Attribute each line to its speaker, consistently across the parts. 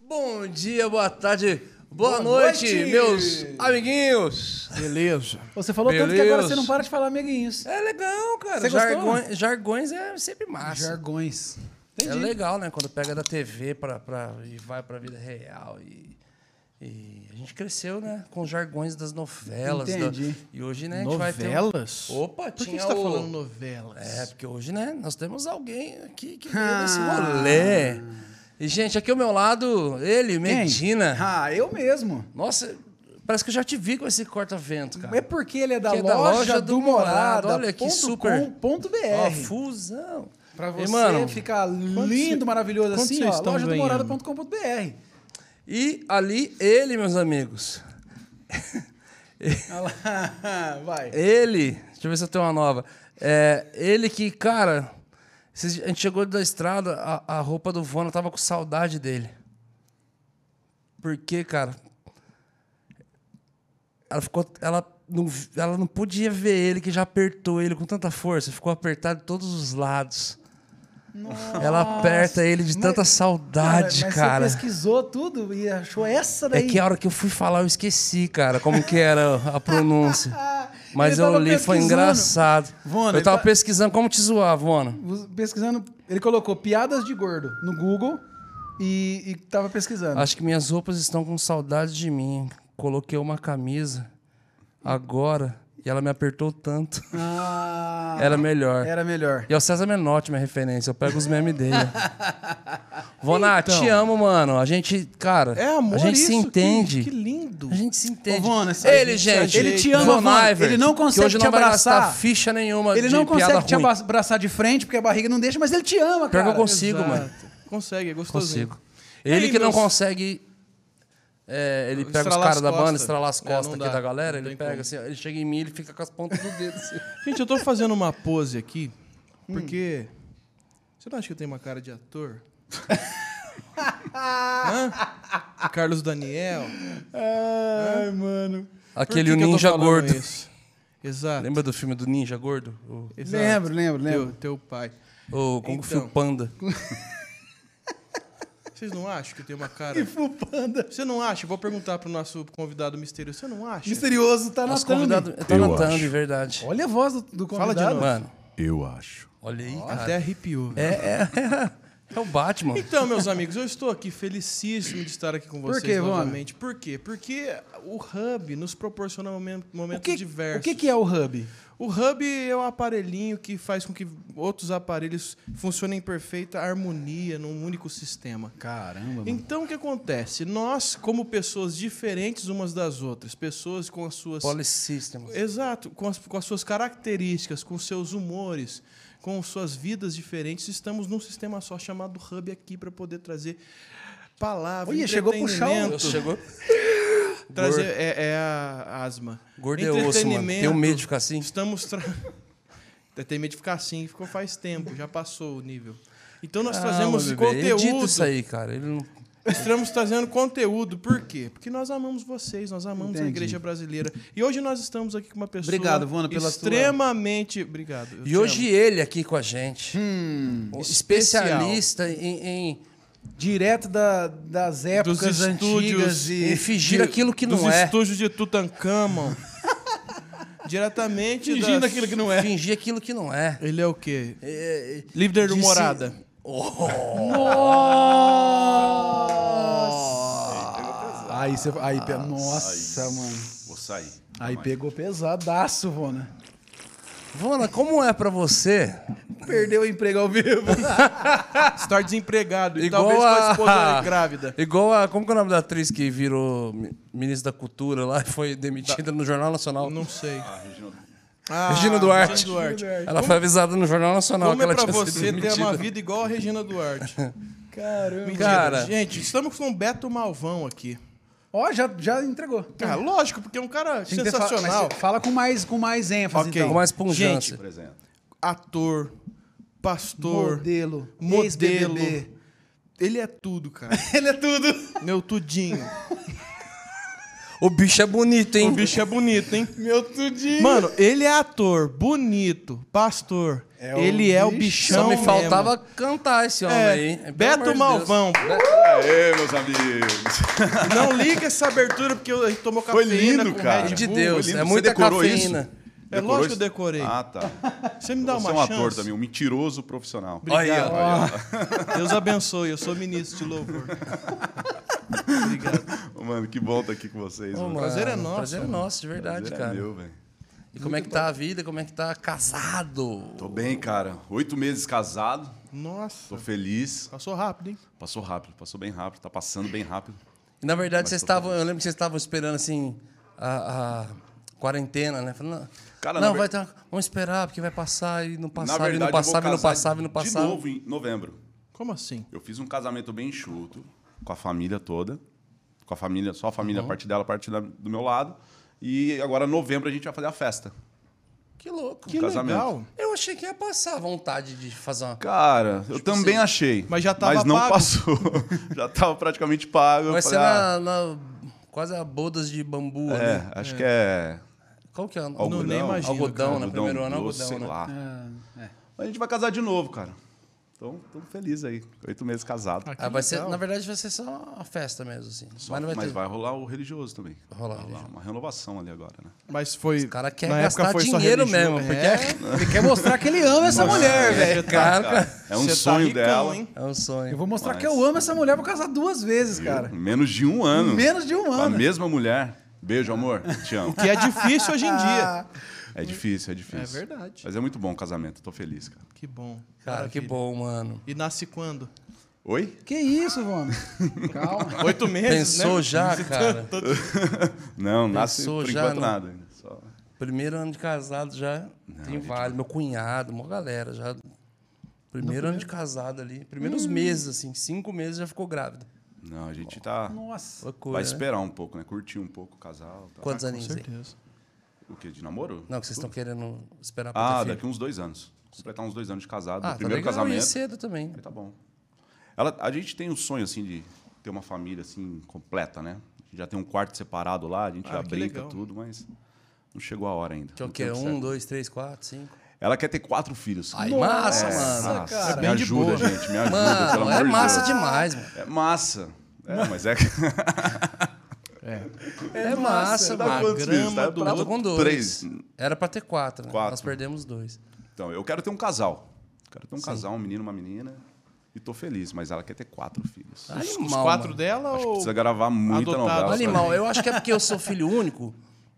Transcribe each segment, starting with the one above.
Speaker 1: Bom dia, boa tarde, boa,
Speaker 2: Boa
Speaker 1: noite,
Speaker 2: noite.
Speaker 1: meus amiguinhos.
Speaker 3: Beleza.
Speaker 2: Você falou tanto que
Speaker 1: Beleza.
Speaker 2: agora você não para de falar amiguinhos.
Speaker 1: É legal, cara.
Speaker 2: Você gostou?
Speaker 1: Jargões, jargões é sempre massa.
Speaker 2: Jargões.
Speaker 1: É
Speaker 2: Entendi.
Speaker 1: legal, né? Quando pega da TV pra, pra, e vai pra vida real. E, e a gente cresceu, né? Com os jargões das novelas. da-
Speaker 2: Entendi.
Speaker 1: e hoje, né? A gente vai ter...
Speaker 3: Novelas?
Speaker 1: um- Opa,
Speaker 3: Por que
Speaker 1: tinha
Speaker 3: você tá
Speaker 1: o-
Speaker 3: falando novelas?
Speaker 1: É, porque hoje, né, nós temos alguém aqui que
Speaker 2: Ah.
Speaker 1: veio desse rolê. E, gente, aqui ao meu lado, ele,
Speaker 2: Quem?
Speaker 1: Medina.
Speaker 2: Ah, eu mesmo.
Speaker 1: Nossa, parece que eu já te vi com esse corta-vento, cara.
Speaker 2: É porque ele é da,
Speaker 1: Que é
Speaker 2: loja, do Morada.
Speaker 1: olha que super-
Speaker 2: Ponto BR.
Speaker 1: Ó, fusão.
Speaker 3: Pra
Speaker 1: E,
Speaker 3: você
Speaker 1: mano,
Speaker 2: Fica lindo, maravilhoso
Speaker 3: quanto
Speaker 2: assim,
Speaker 3: vocês
Speaker 2: ó.
Speaker 3: estão
Speaker 2: Loja do
Speaker 3: ganhando?
Speaker 2: morada.com.br.
Speaker 1: E ali, ele, meus amigos.
Speaker 2: Olha lá, vai.
Speaker 1: Ele, deixa eu ver se eu tenho uma nova. É, ele que, cara, esses- a gente chegou da estrada, a, a roupa do Vona tava com saudade dele. Por quê, cara? Ela ficou. Ela não, vi- ela não podia ver ele, que já apertou ele com tanta força, ficou apertado de todos os lados. Ela aperta ele de tanta saudade,
Speaker 2: mas
Speaker 1: cara.
Speaker 2: Você pesquisou tudo e achou essa
Speaker 1: É
Speaker 2: daí.
Speaker 1: que a hora que eu fui falar, eu esqueci, cara, como que era a pronúncia.
Speaker 2: Ah,
Speaker 1: Mas
Speaker 2: ele
Speaker 1: eu
Speaker 2: tava
Speaker 1: li, foi
Speaker 2: pesquisando.
Speaker 1: engraçado.
Speaker 2: Vona,
Speaker 1: eu tava
Speaker 2: ele tá-
Speaker 1: pesquisando como te zoar, Vona.
Speaker 2: Pesquisando, ele colocou piadas de gordo no Google e, e tava pesquisando.
Speaker 3: Ah,
Speaker 1: Acho que minhas roupas estão com saudade de mim. Coloquei uma camisa agora e ela me apertou tanto.
Speaker 3: é
Speaker 2: Ah,
Speaker 1: Era melhor.
Speaker 2: era melhor.
Speaker 1: E é o César Menotti, minha referência. Eu pego os memes dele. Vona, te
Speaker 2: Então.
Speaker 1: amo, mano. A gente, cara,
Speaker 3: É amor
Speaker 1: a gente se
Speaker 3: isso, que-
Speaker 1: entende.
Speaker 3: Que, lindo.
Speaker 1: A gente se entende.
Speaker 2: Ô, Vona, essa-
Speaker 1: ele,
Speaker 2: essa
Speaker 1: gente,
Speaker 2: Ele te ama,
Speaker 1: Von
Speaker 2: Vona.
Speaker 1: Iver,
Speaker 2: Ele não
Speaker 1: que
Speaker 2: consegue
Speaker 1: hoje
Speaker 2: te
Speaker 1: não vai
Speaker 2: abraçar.
Speaker 1: gastar ficha nenhuma
Speaker 2: Ele
Speaker 1: de
Speaker 2: não
Speaker 1: piada
Speaker 2: consegue te
Speaker 1: ruim.
Speaker 2: abra- abraçar de frente porque a barriga não deixa, mas ele te ama,
Speaker 1: Pior
Speaker 2: cara.
Speaker 1: que eu consigo,
Speaker 3: Exato.
Speaker 1: mano.
Speaker 3: Consegue, é gostosinho.
Speaker 1: Consigo. Ele
Speaker 3: aí,
Speaker 1: que não
Speaker 3: meus-
Speaker 1: consegue. é, ele pega os
Speaker 3: Estralar
Speaker 1: caras
Speaker 3: as
Speaker 1: da banda,
Speaker 3: costas.
Speaker 1: estralar as
Speaker 3: É,
Speaker 1: costas
Speaker 3: não
Speaker 1: aqui
Speaker 3: dá,
Speaker 1: da galera,
Speaker 3: não
Speaker 1: ele
Speaker 3: tem
Speaker 1: pega
Speaker 3: como.
Speaker 1: assim, ó, ele chega em mim, ele fica com as pontas do dedo assim.
Speaker 3: Gente, eu tô fazendo uma pose aqui
Speaker 1: Hum.
Speaker 3: porque. Você não acha que eu tenho uma cara de ator? Hã? O Carlos Daniel.
Speaker 2: Ai, mano.
Speaker 3: Por que
Speaker 1: Aquele
Speaker 3: que eu tô
Speaker 1: ninja
Speaker 3: falando
Speaker 1: gordo.
Speaker 3: isso? Exato.
Speaker 1: Lembra do filme do ninja gordo? O,
Speaker 3: exato.
Speaker 2: Lembro, lembro, lembro.
Speaker 3: Teu, teu pai.
Speaker 1: o Kung Fu
Speaker 3: Então.
Speaker 1: Panda.
Speaker 3: Vocês não acham que eu tenho uma cara.
Speaker 2: E fupanda.
Speaker 3: Você não acha? Vou perguntar pro nosso convidado misterioso. Você não acha?
Speaker 2: Misterioso tá na
Speaker 1: Nosso
Speaker 2: thumb.
Speaker 1: convidado tá
Speaker 4: Eu
Speaker 1: notando,
Speaker 4: acho.
Speaker 1: de verdade.
Speaker 2: Olha a voz do, do
Speaker 3: Fala
Speaker 2: convidado.
Speaker 3: de novo.
Speaker 1: Mano,
Speaker 4: Eu acho.
Speaker 1: olha aí, cara.
Speaker 3: Até arrepiou.
Speaker 1: É, é, é o Batman.
Speaker 3: Então, meus amigos, eu estou aqui felicíssimo de estar aqui com
Speaker 2: Por
Speaker 3: vocês
Speaker 2: quê, Vona?
Speaker 3: novamente. Por quê? Porque o Hub nos proporciona um momen-
Speaker 2: O
Speaker 3: momentos
Speaker 2: que,
Speaker 3: diversos.
Speaker 2: o que que é o hub?
Speaker 3: O Hub é um aparelhinho que faz com que outros aparelhos funcionem em perfeita harmonia num único sistema.
Speaker 2: Caramba, mano.
Speaker 3: Então, o que acontece? Nós, como pessoas diferentes umas das outras, pessoas com as suas
Speaker 1: Policista. mano.
Speaker 3: Exato, com as, com as suas características, com seus humores, com suas vidas diferentes, estamos num sistema só chamado Hub aqui para poder trazer palavra,
Speaker 2: Olha, chegou a puxar o-
Speaker 3: entretenimento,
Speaker 1: Chegou.
Speaker 3: trazer é, é a asma.
Speaker 1: Gordo é osso, mano. Tenho medo de ficar assim.
Speaker 3: Estamos tra... Tem medo de ficar assim, ficou faz tempo, já passou o nível. Então nós
Speaker 1: meu
Speaker 3: trazemos
Speaker 1: bebê, Edita
Speaker 3: conteúdo
Speaker 1: isso aí, cara. Ele não...
Speaker 3: Estamos trazendo conteúdo, por quê? Porque nós amamos vocês, nós amamos a
Speaker 2: Entendi.
Speaker 3: igreja brasileira. E hoje nós estamos aqui com uma pessoa
Speaker 2: Obrigado, Vona, pela tua-
Speaker 3: extremamente obrigado. eu
Speaker 1: E
Speaker 3: te
Speaker 1: hoje
Speaker 3: amo. Hum.
Speaker 1: ele aqui com a gente. O especialista em- em
Speaker 2: Direto da- das épocas
Speaker 3: Dos
Speaker 2: antigas
Speaker 3: estúdios
Speaker 2: e...
Speaker 1: e fingir aquilo que
Speaker 3: dos
Speaker 1: não é.
Speaker 3: estúdios de Tutankhamon. diretamente
Speaker 2: Fingindo
Speaker 3: das-
Speaker 2: aquilo que não é.
Speaker 1: Fingir aquilo que não é.
Speaker 3: Ele é o quê?
Speaker 1: É, é,
Speaker 3: Líder do
Speaker 1: disse-
Speaker 3: Morada.
Speaker 2: Nossa! Aí você... Aí, pe- nossa, mano.
Speaker 4: Vou sair.
Speaker 2: Aí pegou pesadaço, né? Vona.
Speaker 1: Vona, como é pra você?
Speaker 2: Perdeu o emprego ao vivo.
Speaker 3: Estar desempregado e
Speaker 1: Igual
Speaker 3: talvez com a
Speaker 1: a-
Speaker 3: esposa grávida.
Speaker 1: Igual a. Como que é o nome da atriz que virou mi- ministra da Cultura lá e foi demitida no Jornal Nacional?
Speaker 3: Não sei.
Speaker 1: Ah, Regina Duarte.
Speaker 3: Regina Duarte.
Speaker 1: Ela foi avisada no Jornal Nacional
Speaker 3: Como
Speaker 1: que
Speaker 3: é
Speaker 1: ela
Speaker 3: pra
Speaker 1: tinha sido
Speaker 3: você ter
Speaker 1: demitida.
Speaker 3: uma vida igual a Regina Duarte?
Speaker 2: Caramba.
Speaker 3: Mentira.
Speaker 1: Cara.
Speaker 3: Gente, estamos com o Beto Malvão aqui.
Speaker 2: Ó, já, já entregou.
Speaker 3: Ah, lógico, porque é um cara
Speaker 2: Tem que ter fa-
Speaker 3: sensacional.
Speaker 2: mas Fala com mais, com mais ênfase,
Speaker 3: Ok.
Speaker 2: então.
Speaker 1: Com mais pungência.
Speaker 4: Apresenta.
Speaker 3: Ator, pastor,
Speaker 2: Modelo.
Speaker 3: modelo.
Speaker 2: ex-BBB.
Speaker 3: Ele é tudo, cara.
Speaker 2: Ele é tudo.
Speaker 3: Meu tudinho.
Speaker 1: O bicho é bonito, hein?
Speaker 3: O bicho é bonito, hein?
Speaker 2: Meu tudinho.
Speaker 3: Mano, ele é ator, bonito, pastor.
Speaker 2: É o
Speaker 3: ele é o bichão.
Speaker 2: bichão
Speaker 1: Só me
Speaker 3: mesmo.
Speaker 1: faltava cantar esse homem
Speaker 3: É,
Speaker 1: aí. Pelo
Speaker 3: Beto
Speaker 1: amor de
Speaker 3: Malvão.
Speaker 4: Aê, meus amigos.
Speaker 3: Não liga essa abertura porque eu- a gente tomou
Speaker 4: Foi
Speaker 3: cafeína
Speaker 4: lindo,
Speaker 3: com
Speaker 4: cara.
Speaker 3: Red
Speaker 1: de
Speaker 3: Bull.
Speaker 1: Deus,
Speaker 4: Foi lindo.
Speaker 1: é muita
Speaker 4: Você decorou
Speaker 1: cafeína.
Speaker 4: isso?
Speaker 3: É
Speaker 4: Decorou
Speaker 3: lógico que
Speaker 4: isso?
Speaker 3: eu decorei.
Speaker 4: Ah, tá.
Speaker 3: Você me dá
Speaker 4: Você
Speaker 3: uma
Speaker 4: é um
Speaker 3: chance.
Speaker 4: ator também, um mentiroso profissional.
Speaker 1: Deus. Olha aí, ó.
Speaker 3: Deus abençoe, eu sou ministro de louvor.
Speaker 4: Ô, Mano, que bom estar aqui com vocês.
Speaker 1: Ô,
Speaker 4: mano.
Speaker 1: mano,
Speaker 3: prazer é nosso,
Speaker 1: Prazer é
Speaker 3: mano.
Speaker 1: nosso, de verdade,
Speaker 4: Prazer é
Speaker 1: cara.
Speaker 4: meu, velho.
Speaker 1: e como é que tá a vida? Como é que tá casado?
Speaker 4: Tô bem, cara. Oito meses casado. Tô
Speaker 3: Nossa,
Speaker 4: feliz.
Speaker 3: passou rápido, hein?
Speaker 4: Passou rápido, passou bem rápido. Tá passando bem rápido.
Speaker 1: E, na verdade, vocês estavam. Eu lembro que vocês estavam esperando assim. A, a quarentena, né? Falando, não,
Speaker 4: Cara,
Speaker 1: não
Speaker 4: na
Speaker 1: vai ter. Vamos esperar, porque vai passar e não
Speaker 4: Na
Speaker 1: passava,
Speaker 4: verdade,
Speaker 1: e não
Speaker 4: eu vou
Speaker 1: passava, e não
Speaker 4: casar
Speaker 1: passava, e não passava.
Speaker 4: De novo em novembro.
Speaker 3: Como assim?
Speaker 4: Eu fiz um casamento bem enxuto, com a família toda. Com a família, só a família,
Speaker 3: Uhum.
Speaker 4: a parte dela, a parte da- do meu lado. E agora, em novembro, a gente vai fazer a festa. Um
Speaker 1: Que louco.
Speaker 3: Que
Speaker 4: Casamento.
Speaker 3: legal.
Speaker 1: Eu achei que ia passar a vontade de fazer uma.
Speaker 4: Cara, eu também achei.
Speaker 3: Tipo assim, Mas já tava
Speaker 4: Mas não
Speaker 3: pago?
Speaker 4: passou. já tava praticamente pago. Eu
Speaker 1: Vai ser
Speaker 4: falei, ah,
Speaker 1: na, na- Quase a bodas de bambu, né?
Speaker 4: É, acho que é.
Speaker 1: Qual que é?
Speaker 4: Algodão.
Speaker 3: Não, nem imagino,
Speaker 1: Algodão,
Speaker 3: cara.
Speaker 1: né? Primeiro ano,
Speaker 4: doce,
Speaker 1: algodão,
Speaker 4: sei
Speaker 1: né?
Speaker 4: lá.
Speaker 2: Ah, é.
Speaker 4: Mas A gente vai casar de novo, cara. Então, tamo feliz aí. Oito meses casado.
Speaker 3: Ah, que
Speaker 1: Ah, vai ser,
Speaker 3: legal.
Speaker 1: na verdade, vai ser só uma festa mesmo, assim.
Speaker 4: Só-
Speaker 1: mas não vai
Speaker 4: mas
Speaker 1: ter.
Speaker 4: vai rolar o religioso também.
Speaker 1: Rolar o
Speaker 4: Vai
Speaker 1: religioso.
Speaker 4: Uma renovação ali agora, né?
Speaker 3: Mas foi.
Speaker 1: O cara quer
Speaker 3: na
Speaker 1: gastar
Speaker 3: época foi só é.
Speaker 1: dinheiro
Speaker 3: religioso.
Speaker 1: mesmo, porque é
Speaker 3: É,
Speaker 2: Ele quer mostrar que ele ama essa mulher, velho.
Speaker 1: Cara,
Speaker 4: É um
Speaker 3: você tá
Speaker 4: sonho
Speaker 3: ricão,
Speaker 4: dela.
Speaker 3: hein?
Speaker 1: é um
Speaker 2: Eu
Speaker 1: sonho.
Speaker 2: vou mostrar
Speaker 4: Mas-
Speaker 2: que eu amo essa mulher, vou casar duas vezes, cara.
Speaker 4: Menos de um ano.
Speaker 2: Menos de um
Speaker 4: Com
Speaker 3: Tá
Speaker 4: A
Speaker 2: ano.
Speaker 4: mesma mulher. Beijo, amor. Te amo.
Speaker 3: Que é difícil hoje em dia.
Speaker 2: Ah,
Speaker 4: É difícil, é difícil.
Speaker 3: É verdade.
Speaker 4: Mas é muito bom o casamento. Tô feliz, cara.
Speaker 3: Que bom.
Speaker 1: Cara, que
Speaker 3: maravilha.
Speaker 1: bom, mano.
Speaker 3: E nasce quando?
Speaker 4: Oi?
Speaker 2: que isso, mano? Calma.
Speaker 3: Oito meses,
Speaker 1: Pensou
Speaker 3: né?
Speaker 1: já, cara?
Speaker 4: Não, nasce
Speaker 1: Pensou
Speaker 4: por
Speaker 1: já,
Speaker 4: enquanto
Speaker 1: não?
Speaker 4: nada. ainda. Só...
Speaker 1: Primeiro ano de casado já tem vale. Meu cunhado, uma galera já. Primeiro ano de casado ali. Primeiros
Speaker 3: Hum.
Speaker 1: meses, assim. Cinco meses já ficou grávida.
Speaker 4: Não, a gente tá.
Speaker 2: Nossa.
Speaker 1: Loucura,
Speaker 4: Vai
Speaker 1: né?
Speaker 4: esperar um pouco, né? Curtir um pouco o casal. Tá.
Speaker 1: Quantos
Speaker 3: Com
Speaker 1: aninhos aí?
Speaker 3: certeza.
Speaker 4: O quê? De namoro?
Speaker 1: Não, que vocês estão querendo esperar pra
Speaker 4: Ah,
Speaker 1: ter filho.
Speaker 4: daqui uns dois anos. Completar uns dois anos de casado.
Speaker 1: Ah,
Speaker 4: do primeiro
Speaker 1: tá legal, e
Speaker 4: casamento.
Speaker 1: cedo também.
Speaker 4: Aí tá bom. Ela, a gente tem um sonho, assim, de ter uma família, assim, completa, né? A gente já tem um quarto separado lá, a gente
Speaker 3: Ah,
Speaker 4: já
Speaker 3: que
Speaker 4: brinca
Speaker 3: legal.
Speaker 4: tudo, mas não chegou a hora ainda.
Speaker 1: Que é o
Speaker 4: Não
Speaker 1: quê?
Speaker 4: tem
Speaker 1: Um,
Speaker 4: certo.
Speaker 1: dois, três, quatro, cinco.
Speaker 4: Ela quer ter quatro filhos.
Speaker 1: Ai, massa,
Speaker 4: Nossa, é
Speaker 1: mano. é
Speaker 2: cara.
Speaker 4: me
Speaker 3: Bem de boa.
Speaker 4: ajuda, gente, me ajuda, pelo
Speaker 1: Mano,
Speaker 4: amor
Speaker 1: é
Speaker 4: de Deus.
Speaker 1: massa demais, mano.
Speaker 4: É massa. É, mas é...
Speaker 1: É, massa,
Speaker 4: Dá
Speaker 1: mano.
Speaker 4: quantos filhos?
Speaker 3: grama
Speaker 4: Tá
Speaker 3: do
Speaker 1: Eu
Speaker 4: pra-
Speaker 1: tô com dois.
Speaker 4: Três.
Speaker 1: Era pra ter quatro, né?
Speaker 4: Quatro.
Speaker 1: Nós perdemos dois.
Speaker 4: Então, eu quero ter um casal. Quero ter um casal, um menino, uma menina. E tô feliz, mas ela quer ter quatro filhos.
Speaker 3: Os, os
Speaker 1: Animal,
Speaker 3: quatro
Speaker 1: mano.
Speaker 3: dela
Speaker 4: Acho que
Speaker 3: ou.
Speaker 4: precisa gravar muita
Speaker 3: Adotado.
Speaker 4: novela. sabe?
Speaker 1: Animal, eu acho que é porque eu sou filho único.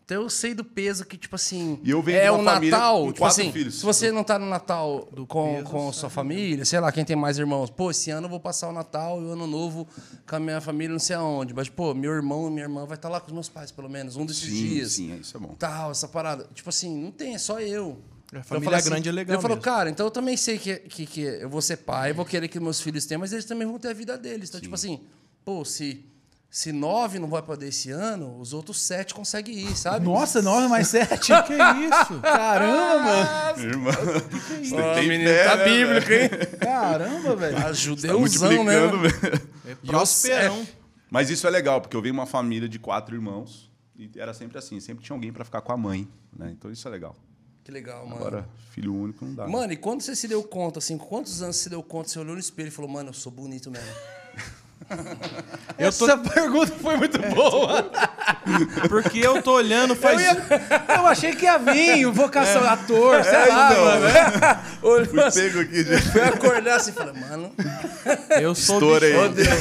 Speaker 1: Então eu sei do peso que, tipo assim.
Speaker 4: E eu venho
Speaker 1: é
Speaker 4: de uma
Speaker 1: o
Speaker 4: família
Speaker 1: Natal.
Speaker 4: com
Speaker 1: tipo
Speaker 4: quatro
Speaker 1: assim,
Speaker 4: filhos.
Speaker 1: Se você não tá no Natal com,
Speaker 3: peso,
Speaker 1: com sua família, sei lá, quem tem mais irmãos, pô, esse ano eu vou passar o Natal e o ano novo com a minha família, não sei aonde. Mas, pô, meu irmão e minha irmã vai estar lá com os meus pais, pelo menos, um desses
Speaker 4: Sim,
Speaker 1: dias.
Speaker 4: sim, é, isso é bom.
Speaker 1: tal, essa parada. Tipo assim, não tem, é só eu. Então
Speaker 3: É,
Speaker 1: eu
Speaker 3: família
Speaker 1: falei assim-
Speaker 3: grande é legal
Speaker 1: Ele falou,
Speaker 3: mesmo.
Speaker 1: cara, então eu também sei que, que, que eu vou ser pai, vou querer que meus filhos tenham, mas eles também vão ter a vida deles. Então, tipo assim, pô, se, se nove não vai poder esse ano, os outros sete conseguem ir, sabe?
Speaker 2: Nossa, nove mais sete.
Speaker 3: Que isso?
Speaker 2: Caramba, mano.
Speaker 4: Irmã, você
Speaker 1: Ó, Tá
Speaker 4: tem
Speaker 1: menino,
Speaker 4: fé,
Speaker 1: tá
Speaker 4: né,
Speaker 1: bíblico, hein?
Speaker 2: Caramba,
Speaker 1: Tá
Speaker 2: velho.
Speaker 4: velho? Tá
Speaker 1: judeuzão, né?
Speaker 4: multiplicando,
Speaker 1: mano?
Speaker 4: velho.
Speaker 3: É
Speaker 1: E eu sei-
Speaker 3: prosperão.
Speaker 4: Mas isso é legal, porque eu venho de uma família de quatro irmãos e era sempre assim, sempre tinha alguém pra ficar com a mãe, né? Então isso é legal.
Speaker 1: Que legal, mano.
Speaker 4: Agora, filho único não dá. né?
Speaker 1: Mano, e quando você se deu conta, assim, com quantos anos você se deu conta, você olhou no espelho e falou, mano, eu sou bonito mesmo.
Speaker 2: Essa pergunta foi muito boa.
Speaker 3: Porque eu tô olhando faz.
Speaker 2: Eu, ia- eu achei que ia vir, o vocação ator, sei lá,
Speaker 4: então,
Speaker 2: mano.
Speaker 1: Olhou
Speaker 4: Fui
Speaker 1: ah, é assim,
Speaker 4: pego aqui de...
Speaker 1: foi acordar assim e falou, mano,
Speaker 3: Eu sou
Speaker 4: Estourei.
Speaker 3: bichão.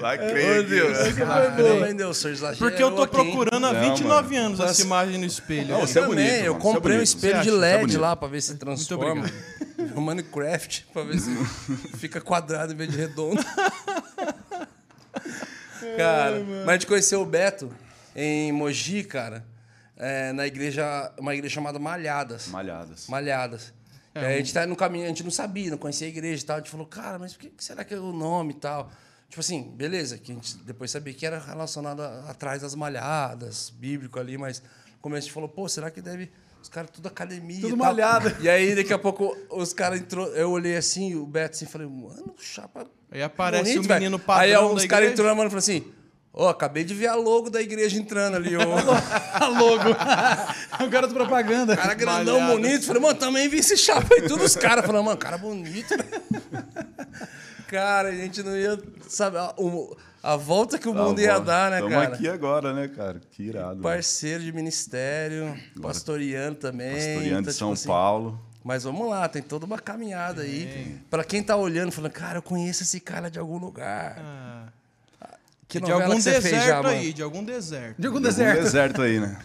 Speaker 4: Lacrei aqui, velho.
Speaker 1: caramba,
Speaker 4: né?
Speaker 1: hein, Deus, sou exagero.
Speaker 3: Porque eu tô
Speaker 1: aqui, hein?
Speaker 3: procurando há
Speaker 4: Não,
Speaker 3: 29
Speaker 4: mano.
Speaker 3: anos essa imagem no espelho.
Speaker 4: Não,
Speaker 3: aqui.
Speaker 4: Você é
Speaker 1: Eu
Speaker 4: bonito,
Speaker 1: também, eu
Speaker 4: mano, você é
Speaker 1: comprei um
Speaker 4: bonito.
Speaker 1: espelho
Speaker 4: Você
Speaker 1: de
Speaker 4: acha? Você é
Speaker 1: LED
Speaker 4: bonito.
Speaker 1: lá pra ver se transforma. O Minecraft, pra ver se fica quadrado em vez de redondo. cara, mas a gente conheceu o Beto em Mogi, cara, é, na igreja, uma igreja chamada Malhadas.
Speaker 4: Malhadas.
Speaker 1: Malhadas. É, a
Speaker 3: um
Speaker 1: gente tá no caminho, a gente não sabia, não conhecia a igreja e tal. A gente falou, cara, mas por que que será que é o nome e tal? Tipo assim, beleza, que a gente depois sabia que era relacionado a- atrás das malhadas, bíblico ali, mas no começo a gente falou, pô, será que deve. Os caras tudo academia.
Speaker 2: Tudo
Speaker 1: e tal.
Speaker 2: malhado.
Speaker 1: E aí, daqui a pouco, os caras entrou. Eu olhei assim, o Beto assim, falei, mano, chapa.
Speaker 3: Aí aparece o
Speaker 1: velho.
Speaker 3: menino
Speaker 1: Aí
Speaker 3: padrão
Speaker 1: os
Speaker 3: da
Speaker 1: caras
Speaker 3: igreja.
Speaker 1: entrou na mano e falaram assim: Ó, acabei de ver a logo da igreja entrando ali, ó.
Speaker 2: A logo. o cara do propaganda.
Speaker 1: Cara grandão, bonito. Falei, mano, também vi esse chapa aí. Todos os caras falando, mano, cara bonito. cara, a gente não ia saber a, o- a volta
Speaker 4: Tá
Speaker 1: que o mundo ia dar, né, cara?
Speaker 4: Estamos aqui agora, né, cara? Que irado. né?
Speaker 1: Parceiro de ministério, pastoreando também.
Speaker 4: Historiante
Speaker 1: então,
Speaker 4: de São
Speaker 1: tipo assim,
Speaker 4: Paulo.
Speaker 1: Mas vamos lá, tem toda uma caminhada aí. Pra quem tá olhando, falando, cara, eu conheço esse cara de algum lugar.
Speaker 4: É,
Speaker 1: que
Speaker 3: Ah, de
Speaker 1: novela
Speaker 3: algum
Speaker 1: que você
Speaker 3: deserto
Speaker 1: fez já,
Speaker 3: aí,
Speaker 1: mano?
Speaker 3: de algum deserto.
Speaker 2: De algum
Speaker 4: De algum
Speaker 2: deserto.
Speaker 4: deserto aí, né?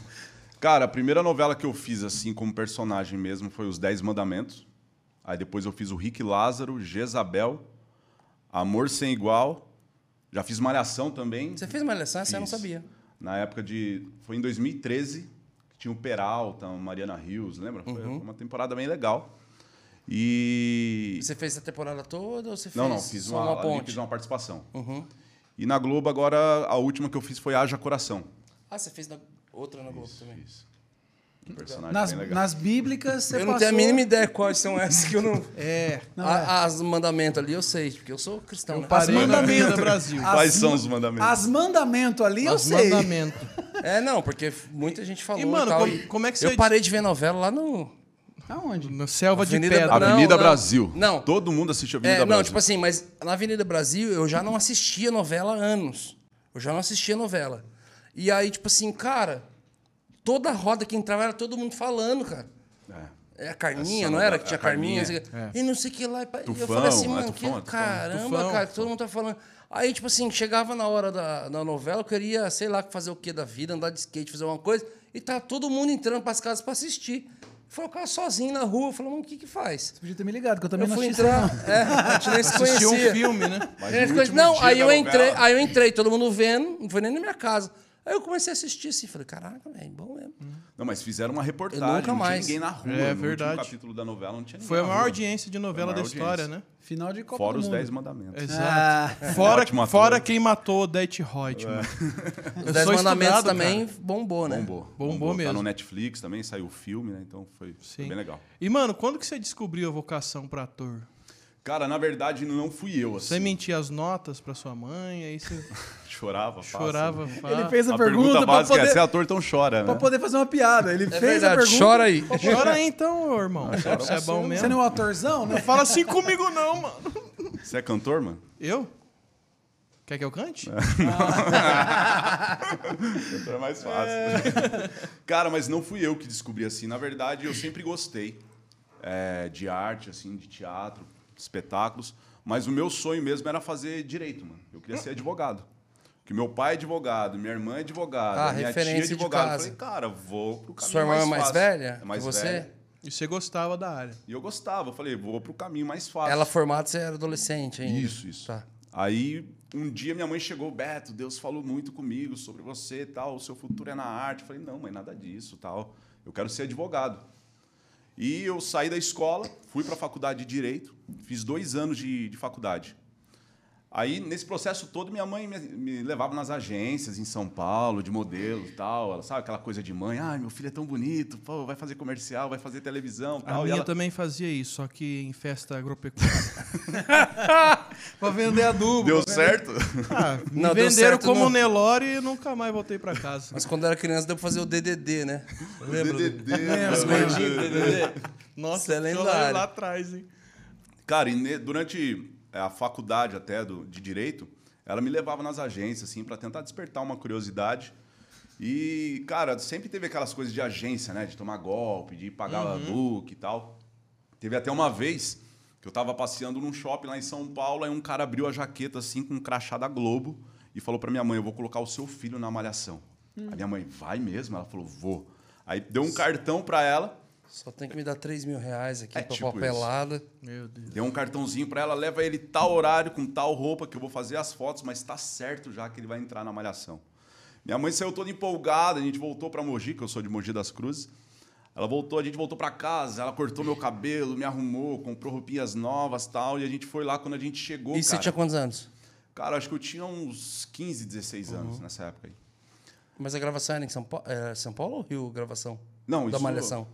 Speaker 4: Cara, a primeira novela que eu fiz, assim, como personagem mesmo, foi Os Dez Mandamentos. Aí depois eu fiz o Rick Lázaro, Jezabel, Amor Sem Igual. Já fiz Malhação também.
Speaker 1: Você fez Malhação? Essa eu não
Speaker 4: Fiz.
Speaker 1: sabia.
Speaker 4: Na época de. Foi em 2013, que tinha o Peralta, a Mariana Rios, lembra? Foi
Speaker 1: Uhum.
Speaker 4: foi uma temporada bem legal. E.
Speaker 1: Você fez a temporada toda ou você fez
Speaker 4: Não, não, fiz
Speaker 1: só
Speaker 4: uma,
Speaker 1: uma
Speaker 4: ali
Speaker 1: ponte? Uhum.
Speaker 4: fiz uma participação. E na Globo, agora, a última que eu fiz foi Haja Coração.
Speaker 1: Ah, você fez na- outra na Globo também.
Speaker 4: Isso. Um personagem
Speaker 2: Nas,
Speaker 4: bem legal.
Speaker 2: nas bíblicas, você
Speaker 1: Eu não
Speaker 2: passou-
Speaker 1: tenho a mínima ideia quais são essas que eu não.
Speaker 2: É. Não, é.
Speaker 1: A- As mandamentos ali eu sei, porque eu sou cristão. né?
Speaker 3: As
Speaker 2: parei-
Speaker 3: mandamentos do Brasil.
Speaker 2: Ah,
Speaker 4: Quais
Speaker 2: as-
Speaker 4: são os mandamentos?
Speaker 2: As mandamento ali, eu
Speaker 3: As
Speaker 2: sei.
Speaker 3: mandamentos.
Speaker 1: É, não, porque muita gente falou.
Speaker 3: E, mano,
Speaker 1: tal,
Speaker 3: como-
Speaker 1: e
Speaker 3: como é que você-
Speaker 1: Eu parei de ver novela lá no.
Speaker 2: Aonde?
Speaker 3: Na selva
Speaker 1: Avenida
Speaker 3: de pedra.
Speaker 1: Brasil.
Speaker 4: Avenida
Speaker 1: não, não.
Speaker 4: Brasil.
Speaker 1: Não.
Speaker 4: Todo mundo assiste Avenida
Speaker 1: É, não,
Speaker 4: Brasil.
Speaker 1: tipo assim, mas na Avenida Brasil eu já não assistia novela há anos. Eu já não assistia novela. E aí, tipo assim, cara, toda roda que entrava era todo mundo falando, cara. É a Carminha,
Speaker 4: Essa
Speaker 1: não
Speaker 4: novela-
Speaker 1: era? Que tinha
Speaker 4: a
Speaker 1: Carminha,
Speaker 4: Carminha.
Speaker 1: não sei o quê. e não sei o que lá. E pa- e eu
Speaker 4: Tufão,
Speaker 1: falei assim,
Speaker 4: é
Speaker 1: mano,
Speaker 4: Tufão, é
Speaker 1: que
Speaker 4: Tufão.
Speaker 1: caramba,
Speaker 3: Tufão,
Speaker 1: cara, que todo mundo tá falando. Aí, tipo assim, chegava na hora da, da novela, eu queria, sei lá, fazer o que da vida, andar de skate, fazer alguma coisa, e tá todo mundo entrando pras casas pra assistir. Falou, cara, sozinho na rua, eu falei, mano, o que que faz?
Speaker 2: Você podia ter me ligado, que eu também
Speaker 1: Eu
Speaker 2: não
Speaker 1: fui
Speaker 2: assisti. um
Speaker 1: entrar. É, a gente nem se
Speaker 3: Assistiu um
Speaker 1: conhecia.
Speaker 3: filme, né?
Speaker 4: Mas
Speaker 1: Aí
Speaker 4: no
Speaker 1: ficou-
Speaker 4: último
Speaker 1: é, não,
Speaker 4: dia
Speaker 1: aí
Speaker 4: da
Speaker 1: eu
Speaker 4: novela-
Speaker 1: entrei, aí eu entrei, todo mundo vendo, não foi nem na minha casa. Aí eu comecei a assistir assim, falei, caraca, velho, bom mesmo.
Speaker 4: Não, mas fizeram uma reportagem.
Speaker 1: Eu nunca
Speaker 4: não
Speaker 1: mais.
Speaker 4: tinha ninguém na rua.
Speaker 3: É
Speaker 4: no último
Speaker 3: verdade.
Speaker 4: capítulo da novela não tinha ninguém.
Speaker 3: Foi a
Speaker 4: na
Speaker 3: maior
Speaker 4: rua.
Speaker 3: audiência de novela da
Speaker 4: maior
Speaker 3: história,
Speaker 4: audiência.
Speaker 3: né?
Speaker 2: Final de Copa
Speaker 4: Fora
Speaker 2: do
Speaker 4: os
Speaker 2: Mundo. Ah,
Speaker 4: Dez
Speaker 3: É
Speaker 4: Mandamentos.
Speaker 3: Exato.
Speaker 4: Ótimo
Speaker 3: Fora,
Speaker 4: ator. É,
Speaker 3: fora quem matou o Det Reutemann.
Speaker 1: Os Dez Mandamentos também bombou, né?
Speaker 4: Bombou.
Speaker 3: Bombou mesmo.
Speaker 4: Tá no Netflix também, saiu o filme, né? Então foi, foi
Speaker 3: Sim.
Speaker 4: bem legal.
Speaker 3: assim. E, mano, quando que você descobriu a vocação pra ator?
Speaker 4: Cara, na verdade, não fui eu, assim.
Speaker 3: Você mentia as notas pra sua mãe, aí você
Speaker 4: Chorava, fácil. né?
Speaker 3: chorava. fala-
Speaker 2: Ele fez a,
Speaker 4: A
Speaker 2: pergunta,
Speaker 4: pergunta
Speaker 2: pra,
Speaker 4: básica
Speaker 2: poder,
Speaker 4: é se é ator, então chora, né?
Speaker 2: pra poder fazer uma piada. Ele
Speaker 1: É
Speaker 2: fez
Speaker 1: verdade,
Speaker 2: a pergunta.
Speaker 1: chora aí.
Speaker 4: um
Speaker 3: Chora aí então, ô, irmão. Você é bom
Speaker 2: Você
Speaker 3: mesmo.
Speaker 2: não é um atorzão, né?
Speaker 3: Não fala assim comigo, não, mano.
Speaker 4: Você é cantor, mano?
Speaker 3: Eu? Quer que eu
Speaker 4: É.
Speaker 3: cante?
Speaker 4: Cantor é mais fácil. Cara, mas não fui eu que descobri assim. Na verdade, eu sempre gostei é, de arte, assim, de teatro, espetáculos. Mas o meu sonho mesmo era fazer direito, mano. Eu queria ser advogado. Porque meu pai é advogado, minha irmã é advogada,
Speaker 1: Ah,
Speaker 4: minha tia é
Speaker 1: referência de
Speaker 4: advogada. Eu
Speaker 1: casa.
Speaker 4: falei, cara, vou pro caminho
Speaker 1: Sua irmã é mais
Speaker 4: fácil.
Speaker 1: velha
Speaker 4: É mais
Speaker 1: que você?
Speaker 4: velha.
Speaker 3: E você gostava da área.
Speaker 4: E eu gostava. Eu falei, vou pro caminho mais fácil.
Speaker 1: Ela é formada, você era adolescente ainda.
Speaker 4: Isso, isso.
Speaker 1: Tá.
Speaker 4: Aí um dia minha mãe chegou, Beto, Deus falou muito comigo sobre você e tal, o seu futuro é na arte. Eu falei, não, mãe, nada disso tal. Eu quero ser advogado. E eu saí da escola, fui para a faculdade de Direito, fiz dois anos de, de faculdade. Aí, nesse processo todo, minha mãe me, me levava nas agências em São Paulo, de modelo e tal. Ela sabe aquela coisa de mãe, ai, meu filho é tão bonito, pô, vai fazer comercial, vai fazer televisão
Speaker 3: A
Speaker 4: tal. e
Speaker 3: minha
Speaker 4: ela,
Speaker 3: também fazia isso, só que em festa agropecuária.
Speaker 2: pra vender adubo.
Speaker 4: Deu
Speaker 1: né?"
Speaker 4: certo?
Speaker 3: Ah, me
Speaker 1: Não, deu
Speaker 3: venderam
Speaker 1: certo,
Speaker 3: como
Speaker 1: não.
Speaker 3: Nelore e nunca mais voltei pra casa.
Speaker 1: Mas quando eu era criança, deu pra fazer o DDD, né? Lembra? do-
Speaker 4: DDD,
Speaker 3: É,
Speaker 1: Os
Speaker 4: mano.
Speaker 1: gordinhos do DDD.
Speaker 3: Nossa,
Speaker 1: Isso é
Speaker 3: eu lá,
Speaker 1: lendário.
Speaker 3: lá atrás, hein?
Speaker 4: Cara, e ne- durante é, a faculdade até do, de direito, ela me levava nas agências, assim, para tentar despertar uma curiosidade. E, cara, sempre teve aquelas coisas de agência, né? De tomar golpe, de pagar book e tal. Teve até uma vez que eu tava passeando num shopping lá em São Paulo, aí um cara abriu a jaqueta, assim, com um crachá da Globo e falou pra minha mãe, eu vou colocar o seu filho na malhação. A minha mãe, vai mesmo? Ela falou, vou. Aí deu um cartão pra ela,
Speaker 1: Só tem que me dar 3 mil reais aqui
Speaker 4: É
Speaker 1: pra
Speaker 4: tipo
Speaker 1: papelada.
Speaker 3: Meu Deus.
Speaker 4: Deu um cartãozinho pra ela, leva ele tal horário, com tal roupa, que eu vou fazer as fotos, mas tá certo já que ele vai entrar na malhação. Minha mãe saiu toda empolgada, a gente voltou pra Mogi, que eu sou de Mogi das Cruzes. Ela voltou, a gente voltou pra casa, ela cortou meu cabelo, me arrumou, comprou roupinhas novas tal, e a gente foi lá quando a gente chegou,
Speaker 1: E você
Speaker 4: cara.
Speaker 1: tinha quantos anos?
Speaker 4: Cara, acho que eu tinha uns 15, 16
Speaker 1: Uhum.
Speaker 4: anos nessa época aí.
Speaker 1: Mas a gravação era em São Paulo? Era São Paulo ou Rio gravação?
Speaker 4: Não,
Speaker 1: Da
Speaker 4: isso-
Speaker 1: Malhação.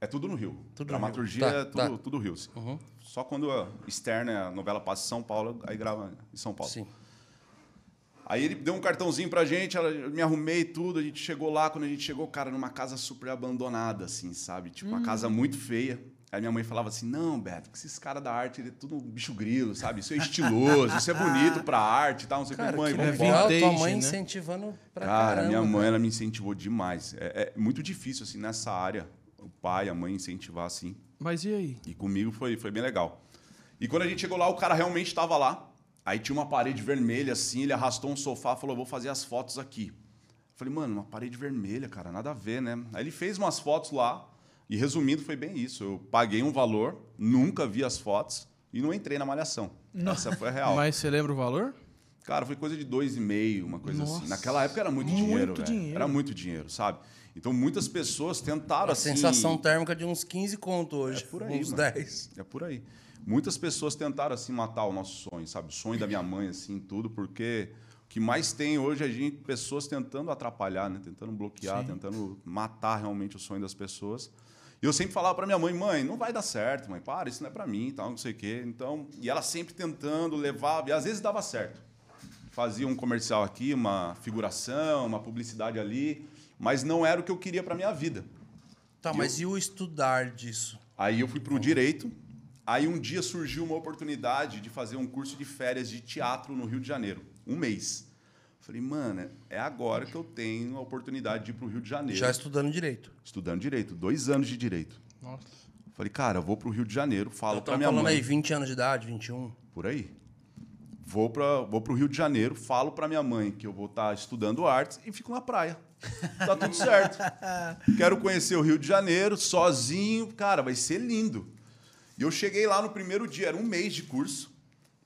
Speaker 4: É tudo no Rio.
Speaker 1: Tudo no Rio.
Speaker 4: Dramaturgia
Speaker 1: Tá,
Speaker 4: é tudo,
Speaker 1: tá.
Speaker 4: tudo Rio. sim. né, Só quando a externa, a novela passa em São Paulo, aí grava em São Paulo.
Speaker 1: Sim.
Speaker 4: Aí ele deu um cartãozinho pra gente, ela- eu me arrumei e tudo, a gente chegou lá, quando a gente chegou, cara, numa casa super abandonada, assim, sabe? Tipo, uma
Speaker 1: Hum.
Speaker 4: casa muito feia. Aí minha mãe falava assim, não, Beto, que esses caras da arte, ele é tudo bicho grilo, sabe? Isso é estiloso, isso é bonito pra arte e tal, não sei o que. é
Speaker 1: Cara,
Speaker 4: Mãe,
Speaker 1: que
Speaker 4: vambora."
Speaker 1: legal. Tua
Speaker 3: vintage,
Speaker 1: mãe
Speaker 3: né?
Speaker 1: incentivando pra
Speaker 4: Cara,
Speaker 1: caramba.
Speaker 4: minha mãe, ela me incentivou demais. É, é muito difícil, assim, nessa área, o pai, a mãe incentivar, assim.
Speaker 3: Mas e aí?
Speaker 4: E comigo foi, foi bem legal. E quando a gente chegou lá, o cara realmente estava lá. Aí tinha uma parede vermelha, assim, ele arrastou um sofá e falou, vou fazer as fotos aqui. Falei, mano, uma parede vermelha, cara, nada a ver, né? Aí ele fez umas fotos lá, e resumindo, foi bem isso. Eu paguei um valor, nunca vi as fotos, e não entrei na malhação. Essa foi a real.
Speaker 3: Mas você lembra o valor?
Speaker 4: Cara, foi coisa de dois e meio, uma coisa
Speaker 3: Nossa.
Speaker 4: assim. Naquela época era muito,
Speaker 3: Muito
Speaker 4: dinheiro, velho.
Speaker 3: dinheiro.
Speaker 4: Era muito dinheiro, sabe? Então muitas pessoas tentaram
Speaker 1: A
Speaker 4: assim. É
Speaker 1: sensação térmica de uns 15 conto hoje.
Speaker 4: por aí,
Speaker 1: uns
Speaker 4: mano.
Speaker 1: 10.
Speaker 4: É por aí. Muitas pessoas tentaram assim matar o nosso sonho, sabe? O sonho da minha mãe assim, tudo, porque o que mais tem hoje é a gente pessoas tentando atrapalhar, né? Tentando bloquear, tentando matar realmente o sonho das pessoas. E eu sempre falava pra minha mãe, mãe, não vai dar certo, mãe, para, isso não é pra mim, tal, não sei o quê. Então, e ela sempre tentando levava, e às vezes dava certo fazia um comercial aqui, uma figuração, uma publicidade ali, mas não era o que eu queria para minha vida.
Speaker 1: Tá, mas e o estudar disso?
Speaker 4: Aí eu fui para o direito. Aí um dia surgiu uma oportunidade de fazer um curso de férias de teatro no Rio de Janeiro, um mês. Falei, mano, é agora que eu tenho a oportunidade de ir para o Rio de Janeiro.
Speaker 1: Já estudando direito.
Speaker 4: estudando direito, dois anos de direito.
Speaker 3: Nossa.
Speaker 4: Falei, cara, eu vou para o Rio de Janeiro, falo
Speaker 1: Eu
Speaker 4: para
Speaker 1: tava
Speaker 4: minha
Speaker 1: falando
Speaker 4: mãe.
Speaker 1: aí, 20 anos de idade, 21.
Speaker 4: por aí. Vou para vou o Rio de Janeiro, falo para minha mãe que eu vou estar estudando artes e fico na praia. Tá tudo certo. Quero conhecer o Rio de Janeiro sozinho. Cara, vai ser lindo. E eu cheguei lá no primeiro dia, era um mês de curso.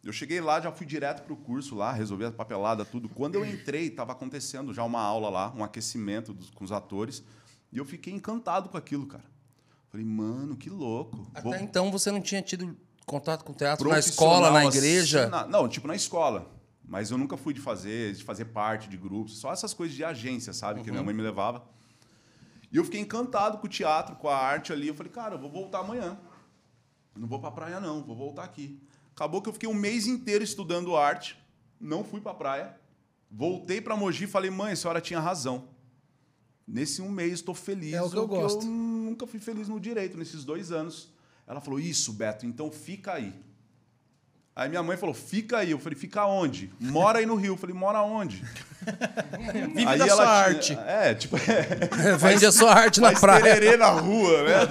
Speaker 4: Eu cheguei lá, já fui direto pro curso lá, resolvi a papelada, tudo. Quando eu entrei, estava acontecendo já uma aula lá, um aquecimento dos- com os atores. E eu fiquei encantado com aquilo, cara. Falei, mano, que louco.
Speaker 1: Até
Speaker 4: Vou-
Speaker 1: então você não tinha tido contato com teatro na escola, na
Speaker 4: profissional,
Speaker 1: igreja?
Speaker 4: assim, na- não, tipo na escola. Mas eu nunca fui de fazer, de fazer parte de grupos, só essas coisas de agência, sabe? Que
Speaker 1: Uhum.
Speaker 4: minha mãe me levava. E eu fiquei encantado com o teatro, com a arte ali. Eu falei, cara, eu vou voltar amanhã. Não vou pra praia, não, vou voltar aqui. Acabou que eu fiquei um mês inteiro estudando arte, não fui pra praia. Voltei pra Mogi e falei, mãe, a senhora tinha razão. Nesse um mês estou feliz.
Speaker 2: É o que eu
Speaker 4: porque
Speaker 2: gosto.
Speaker 4: nunca fui feliz no direito, nesses dois anos. Ela falou, isso, Beto, então fica aí. Aí minha mãe falou, fica aí. Eu falei, fica onde? Mora aí no Rio. Eu falei, mora onde?
Speaker 3: Vive
Speaker 4: aí
Speaker 3: da sua arte.
Speaker 4: tinha- É, tipo, é,
Speaker 1: Vende a sua arte na
Speaker 4: faz
Speaker 1: praia.
Speaker 4: tererê na rua, né?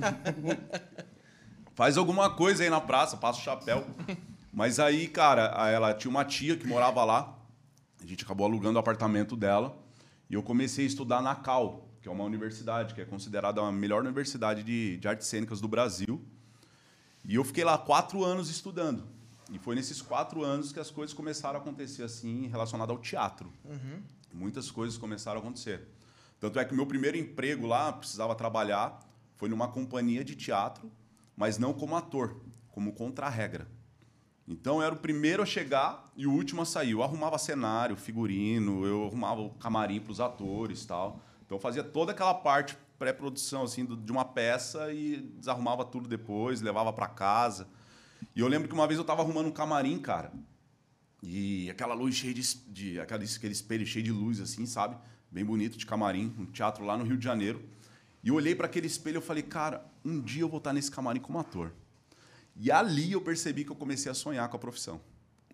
Speaker 4: Dá um- faz alguma coisa aí na praça, passa o chapéu. Mas aí, cara, a- ela tinha uma tia que morava lá. A gente acabou alugando o apartamento dela. E eu comecei a estudar na Cal, que é uma universidade, que é considerada a melhor universidade de, de artes cênicas do Brasil. E eu fiquei lá quatro anos estudando. E foi nesses quatro anos que as coisas começaram a acontecer assim, relacionada ao teatro. Muitas coisas começaram a acontecer. Tanto é que o meu primeiro emprego lá, precisava trabalhar, foi numa companhia de teatro, mas não como ator, como contra-regra. Então eu era o primeiro a chegar e o último a sair. Eu arrumava cenário, figurino, eu arrumava o camarim para os atores, tal. Então eu fazia toda aquela parte pré-produção assim do- de uma peça e desarrumava tudo depois, levava para casa. E eu lembro que uma vez eu estava arrumando um camarim, cara. E aquela luz cheia de, es- de aquela, aquele espelho cheio de luz assim, sabe? Bem bonito de camarim, um teatro lá no Rio de Janeiro. E eu olhei para aquele espelho e falei, cara, um dia eu vou estar nesse camarim como ator. E ali eu percebi que eu comecei a sonhar com a profissão.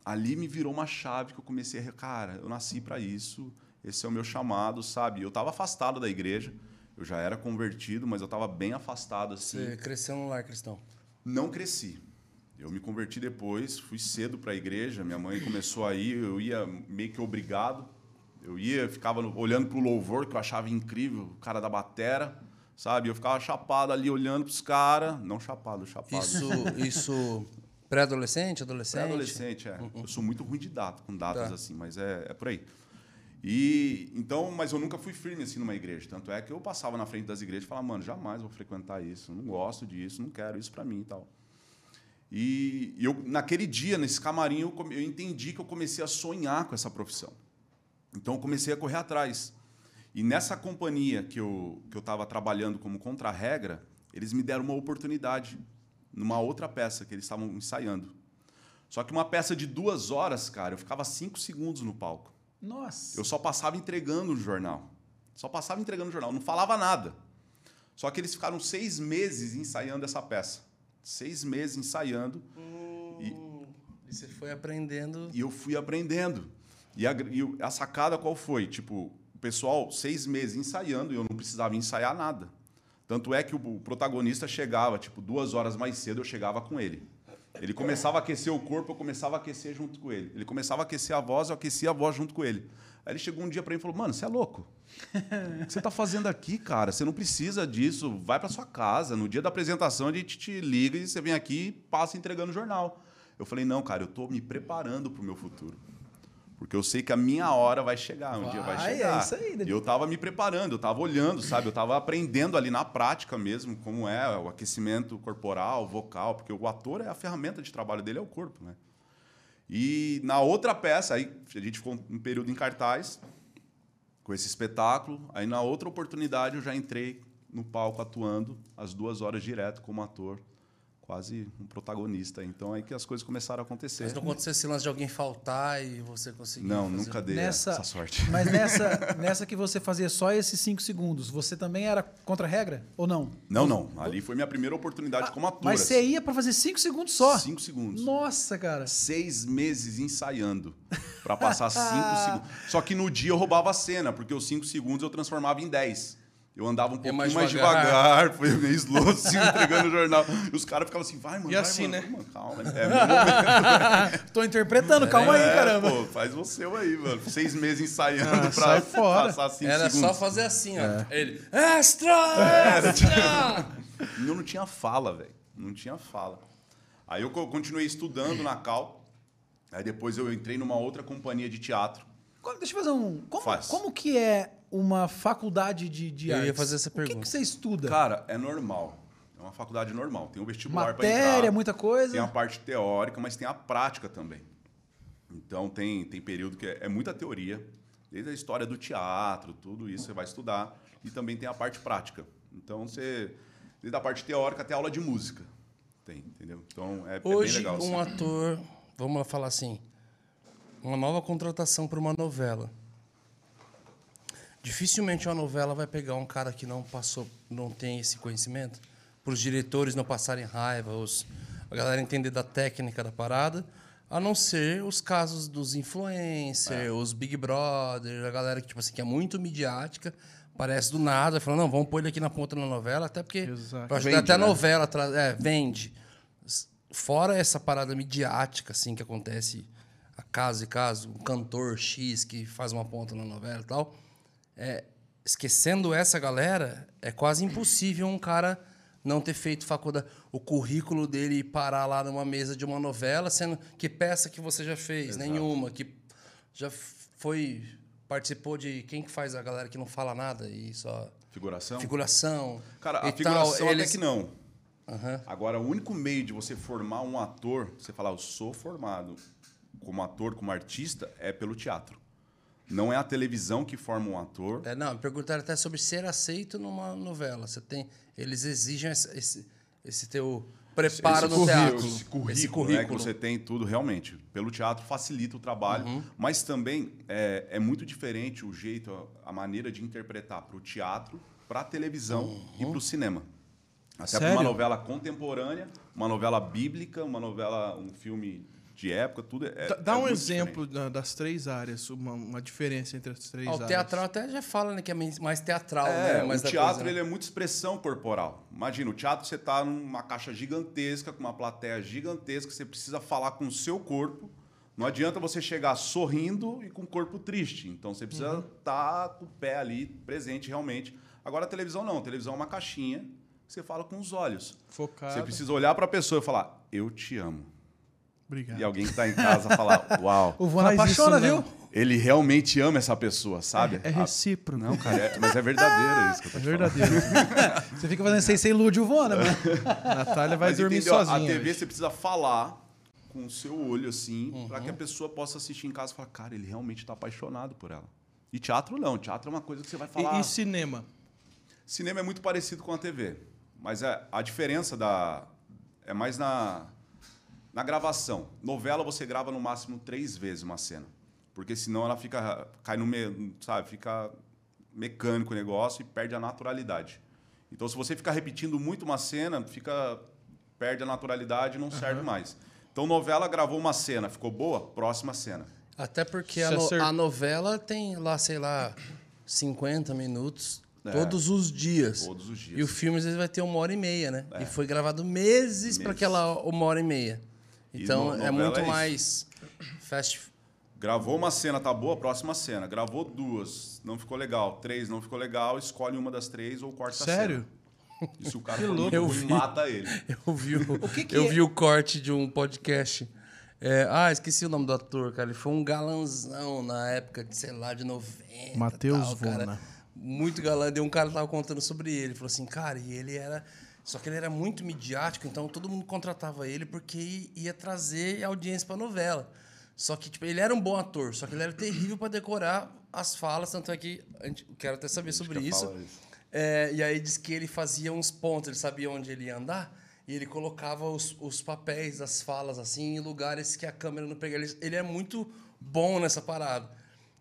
Speaker 4: Ali me virou uma chave que eu comecei a. re- Cara, eu nasci para isso, esse é o meu chamado, sabe? Eu estava afastado da igreja, eu já era convertido, mas eu estava bem afastado assim
Speaker 1: Você cresceu no lar cristão.
Speaker 4: não cresci. Eu me converti depois, fui cedo para a igreja, minha mãe começou a ir, eu ia meio que obrigado. Eu ia, ficava no- olhando pro louvor, que eu achava incrível, o cara da batera, sabe? Eu ficava chapado ali, olhando pros caras. Não chapado, chapado.
Speaker 1: Isso, isso pré-adolescente, adolescente?
Speaker 4: Pré-adolescente, é. Eu sou muito ruim de data, com datas
Speaker 1: Tá.
Speaker 4: assim, mas é, é por aí. E então, mas eu nunca fui firme assim numa igreja. Tanto é que eu passava na frente das igrejas e falava, mano, jamais vou frequentar isso, não gosto disso, não quero isso pra mim e tal. E e eu, naquele dia, nesse camarim, eu, come- eu entendi que eu comecei a sonhar com essa profissão. Então, eu comecei a correr atrás. E nessa companhia que eu estava que eu tava trabalhando como contra-regra, eles me deram uma oportunidade numa outra peça que eles estavam ensaiando. Só que uma peça de duas horas, cara, eu ficava cinco segundos no palco.
Speaker 2: Nossa.
Speaker 4: Eu só passava entregando o jornal. Só passava entregando o jornal, não falava nada. Só que eles ficaram seis meses ensaiando essa peça. Seis meses ensaiando.
Speaker 1: E você foi aprendendo.
Speaker 4: E eu fui aprendendo. E a, gr- e o- a sacada qual foi? Tipo, o pessoal, seis meses ensaiando e eu não precisava ensaiar nada. Tanto é que o, o protagonista chegava, tipo, duas horas mais cedo eu chegava com ele. Ele começava a aquecer o corpo, eu começava a aquecer junto com ele. Ele começava a aquecer a voz, eu aquecia a voz junto com ele. Aí ele chegou um dia pra mim e falou: Mano, você é louco? O que você tá fazendo aqui, cara? Você não precisa disso. Vai pra sua casa. No dia da apresentação, a gente te liga e você vem aqui e passa entregando o jornal. Eu falei, não, cara, eu tô me preparando pro meu futuro. Porque eu sei que a minha hora vai chegar, um dia vai
Speaker 2: Vai, é
Speaker 4: chegar.
Speaker 2: isso aí, David.
Speaker 4: E eu tava me preparando, eu tava olhando, sabe? Eu tava aprendendo ali na prática mesmo como é o aquecimento corporal, vocal, porque o ator é a ferramenta de trabalho dele é o corpo, né? E na outra peça, aí a gente ficou um período em cartaz com esse espetáculo. Aí na outra oportunidade eu já entrei no palco atuando as duas horas direto como ator, quase um protagonista. Então aí que as coisas começaram a acontecer.
Speaker 1: Mas não aconteceu esse lance de alguém faltar e você conseguir.
Speaker 4: é. Não,
Speaker 1: fazer-
Speaker 4: nunca dei
Speaker 2: Nessa-
Speaker 4: essa sorte.
Speaker 2: Mas nessa, nessa que você fazia só esses 5 segundos, você também era contra a regra? Ou não?
Speaker 4: Não, não. Ali foi minha primeira oportunidade como ator.
Speaker 2: Ah,
Speaker 4: assim,
Speaker 2: Mas você ia pra fazer 5 segundos só.
Speaker 4: Cinco segundos.
Speaker 2: Nossa, cara.
Speaker 4: Seis meses ensaiando pra passar cinco
Speaker 2: Ah.
Speaker 4: segundos. Só que no dia eu roubava a cena, porque os cinco segundos eu transformava em dez. Eu andava um pouquinho
Speaker 1: mais
Speaker 4: mais,
Speaker 1: devagar.
Speaker 4: devagar, foi meio slow, assim, entregando o jornal. E os caras ficavam assim, vai, mano,
Speaker 3: E
Speaker 4: vai,
Speaker 3: assim,
Speaker 4: mano,
Speaker 3: né?
Speaker 4: mano, calma. É, meu
Speaker 2: Tô interpretando, calma aí,
Speaker 4: É,
Speaker 2: caramba. Ah,
Speaker 4: pô, faz o seu aí, mano. Seis meses ensaiando
Speaker 2: sai
Speaker 4: pra
Speaker 2: fora.
Speaker 4: passar cinco
Speaker 1: Era só
Speaker 4: segundos. É.
Speaker 1: fazer assim, ó. Ele. Extra! Extra!
Speaker 4: Eu não tinha fala, velho. Não tinha fala. Aí eu co- continuei estudando na Cal. Aí depois eu entrei numa outra companhia de teatro.
Speaker 2: Como- Deixa eu fazer um. Como,
Speaker 4: Faz.
Speaker 2: como que é uma faculdade de, de
Speaker 1: Eu ia
Speaker 2: artes?
Speaker 1: fazer essa
Speaker 2: O que que,
Speaker 1: pergunta.
Speaker 2: você estuda?
Speaker 4: Cara, é normal. É uma faculdade normal. Tem o vestibular pra entrar.
Speaker 2: Matéria, muita coisa?
Speaker 4: Tem a parte teórica, mas tem a prática também. Então tem, tem período que é, é muita teoria, desde a história do teatro, tudo isso você vai estudar, e também tem a parte prática. Então você desde a parte teórica até a aula de música. Tem, entendeu? Então é, é bem
Speaker 1: Hoje,
Speaker 4: legal.
Speaker 1: um
Speaker 4: assim.
Speaker 1: ator, vamos falar assim, uma nova contratação para uma novela. Dificilmente uma novela vai pegar um cara que não passou, não tem esse conhecimento, para os diretores não passarem raiva, os, a galera entender da técnica da parada, a não ser os casos dos
Speaker 4: É.
Speaker 1: influencers, os Big Brother, a galera que tipo assim que é muito midiática, parece do nada, falando não, vamos pôr ele aqui na ponta na novela, até porque
Speaker 3: Exato.
Speaker 1: pra ajudar até
Speaker 4: Vende,
Speaker 1: a
Speaker 4: né?
Speaker 1: novela, tra- é, vende. S- Fora essa parada midiática, assim, que acontece a caso e caso, um cantor X que faz uma ponta na novela e tal, é, esquecendo essa galera, é quase impossível um cara não ter feito faculdade, o currículo dele parar lá numa mesa de uma novela, sendo que peça que você já fez, nenhuma, que já f- foi participou de quem que faz a galera que não fala nada e só
Speaker 4: Figuração?
Speaker 1: figuração.
Speaker 4: Então, Cara, a
Speaker 1: e
Speaker 4: figuração
Speaker 1: tal,
Speaker 4: até que não. Agora, o único meio de você formar um ator, você falar, eu sou formado como ator, como artista, é pelo teatro. Não é a televisão que forma um ator.
Speaker 1: É, não, me perguntaram até sobre ser aceito numa novela. Você tem, eles exigem esse, esse, esse teu preparo no teatro.
Speaker 4: Esse currículo, né, que você tem tudo, realmente. Pelo teatro facilita o trabalho, mas também é, é muito diferente o jeito, a, a maneira de interpretar para o teatro, para a televisão e para o cinema. Até para uma
Speaker 3: Sério?
Speaker 4: novela contemporânea, uma novela bíblica, uma novela, um filme de época, tudo é.
Speaker 3: Dá-
Speaker 4: é
Speaker 3: Dá um
Speaker 4: muito
Speaker 3: exemplo da- das três áreas, uma, uma diferença entre as três
Speaker 1: Ah, o
Speaker 3: áreas.
Speaker 1: teatral até já fala né, que é mais teatral,
Speaker 4: É,
Speaker 1: né? Mais
Speaker 4: o
Speaker 1: da
Speaker 4: teatro
Speaker 1: coisa, né?
Speaker 4: ele é muita expressão corporal. Imagina, o teatro você tá numa caixa gigantesca, com uma plateia gigantesca, você precisa falar com o seu corpo. Não adianta você chegar sorrindo e com o corpo triste. Então você precisa estar com o pé ali presente realmente. Agora a televisão não, a televisão é uma caixinha que você fala com os olhos.
Speaker 3: Focado.
Speaker 4: Você precisa olhar para a pessoa e falar: "Eu te amo".
Speaker 3: Obrigado.
Speaker 4: E alguém que tá em casa falar: "Uau,
Speaker 2: É. O Vona
Speaker 3: Faz isso
Speaker 2: apaixona,
Speaker 3: não.
Speaker 2: viu?
Speaker 4: ele realmente ama essa pessoa", sabe?
Speaker 3: É recíproco.
Speaker 4: Não, cara, é- mas é verdadeiro isso que eu tô
Speaker 3: É
Speaker 4: te falando.
Speaker 3: verdadeiro.
Speaker 2: Você fica fazendo isso, você ilude o Vona, mano.
Speaker 3: Natália vai
Speaker 4: Mas
Speaker 3: dormir
Speaker 4: entendeu?
Speaker 3: sozinha.
Speaker 4: A TV
Speaker 3: hoje.
Speaker 4: você precisa falar com o seu olho, assim,
Speaker 3: Uhum.
Speaker 4: pra que a pessoa possa assistir em casa e falar, cara, ele realmente tá apaixonado por ela. E teatro não, teatro é uma coisa que você vai falar.
Speaker 3: E, e cinema?
Speaker 4: né? Cinema é muito parecido com a TV, mas é, a, a diferença da é mais na, na gravação. Novela você grava no máximo três vezes uma cena. Porque senão ela fica. cai no meio, sabe? Fica mecânico o negócio e perde a naturalidade. Então, se você ficar repetindo muito uma cena, fica perde a naturalidade e não serve mais. Então, novela gravou uma cena, ficou boa? Próxima cena.
Speaker 1: Até porque
Speaker 3: Se
Speaker 4: é
Speaker 1: a, no-
Speaker 3: acer-
Speaker 1: a novela tem lá, sei lá, 50 minutos
Speaker 4: É.
Speaker 1: todos os dias.
Speaker 4: Todos os dias. É.
Speaker 1: E o filme às vezes vai ter uma hora e meia, né? E foi gravado meses
Speaker 4: Meses.
Speaker 1: para aquela uma hora e meia.
Speaker 4: E
Speaker 1: Então
Speaker 4: no-
Speaker 1: é
Speaker 4: novela
Speaker 1: muito
Speaker 4: é isso.
Speaker 1: mais fast.
Speaker 4: Gravou uma cena, tá boa? Próxima cena. Gravou duas, não ficou legal. Três, não ficou legal. Escolhe uma das três ou corta a
Speaker 3: Sério?
Speaker 4: cena. Isso o cara
Speaker 1: louco. Eu vi.
Speaker 4: mata ele.
Speaker 1: Eu vi o,
Speaker 2: que
Speaker 1: eu
Speaker 2: é?
Speaker 1: vi o corte de um podcast. É, ah, esqueci o nome do ator, cara. Ele foi um galanzão na época de, sei lá, de 90.
Speaker 3: Matheus
Speaker 1: tal, cara.
Speaker 3: Vona.
Speaker 1: Muito galã. E um cara tava contando sobre ele. Falou assim, cara, e ele era. Só que ele era muito midiático, então todo mundo contratava ele porque i- ia trazer audiência pra novela. Só que, tipo, ele era um bom ator, só que ele era terrível pra decorar as falas, tanto é que. a gente- eu Quero até saber sobre
Speaker 4: quer
Speaker 1: isso.
Speaker 4: falar isso.
Speaker 1: É, e aí diz que ele fazia uns pontos, ele sabia onde ele ia andar, e ele colocava os, os papéis das falas assim em lugares que a câmera não pegava. Ele, ele é muito bom nessa parada.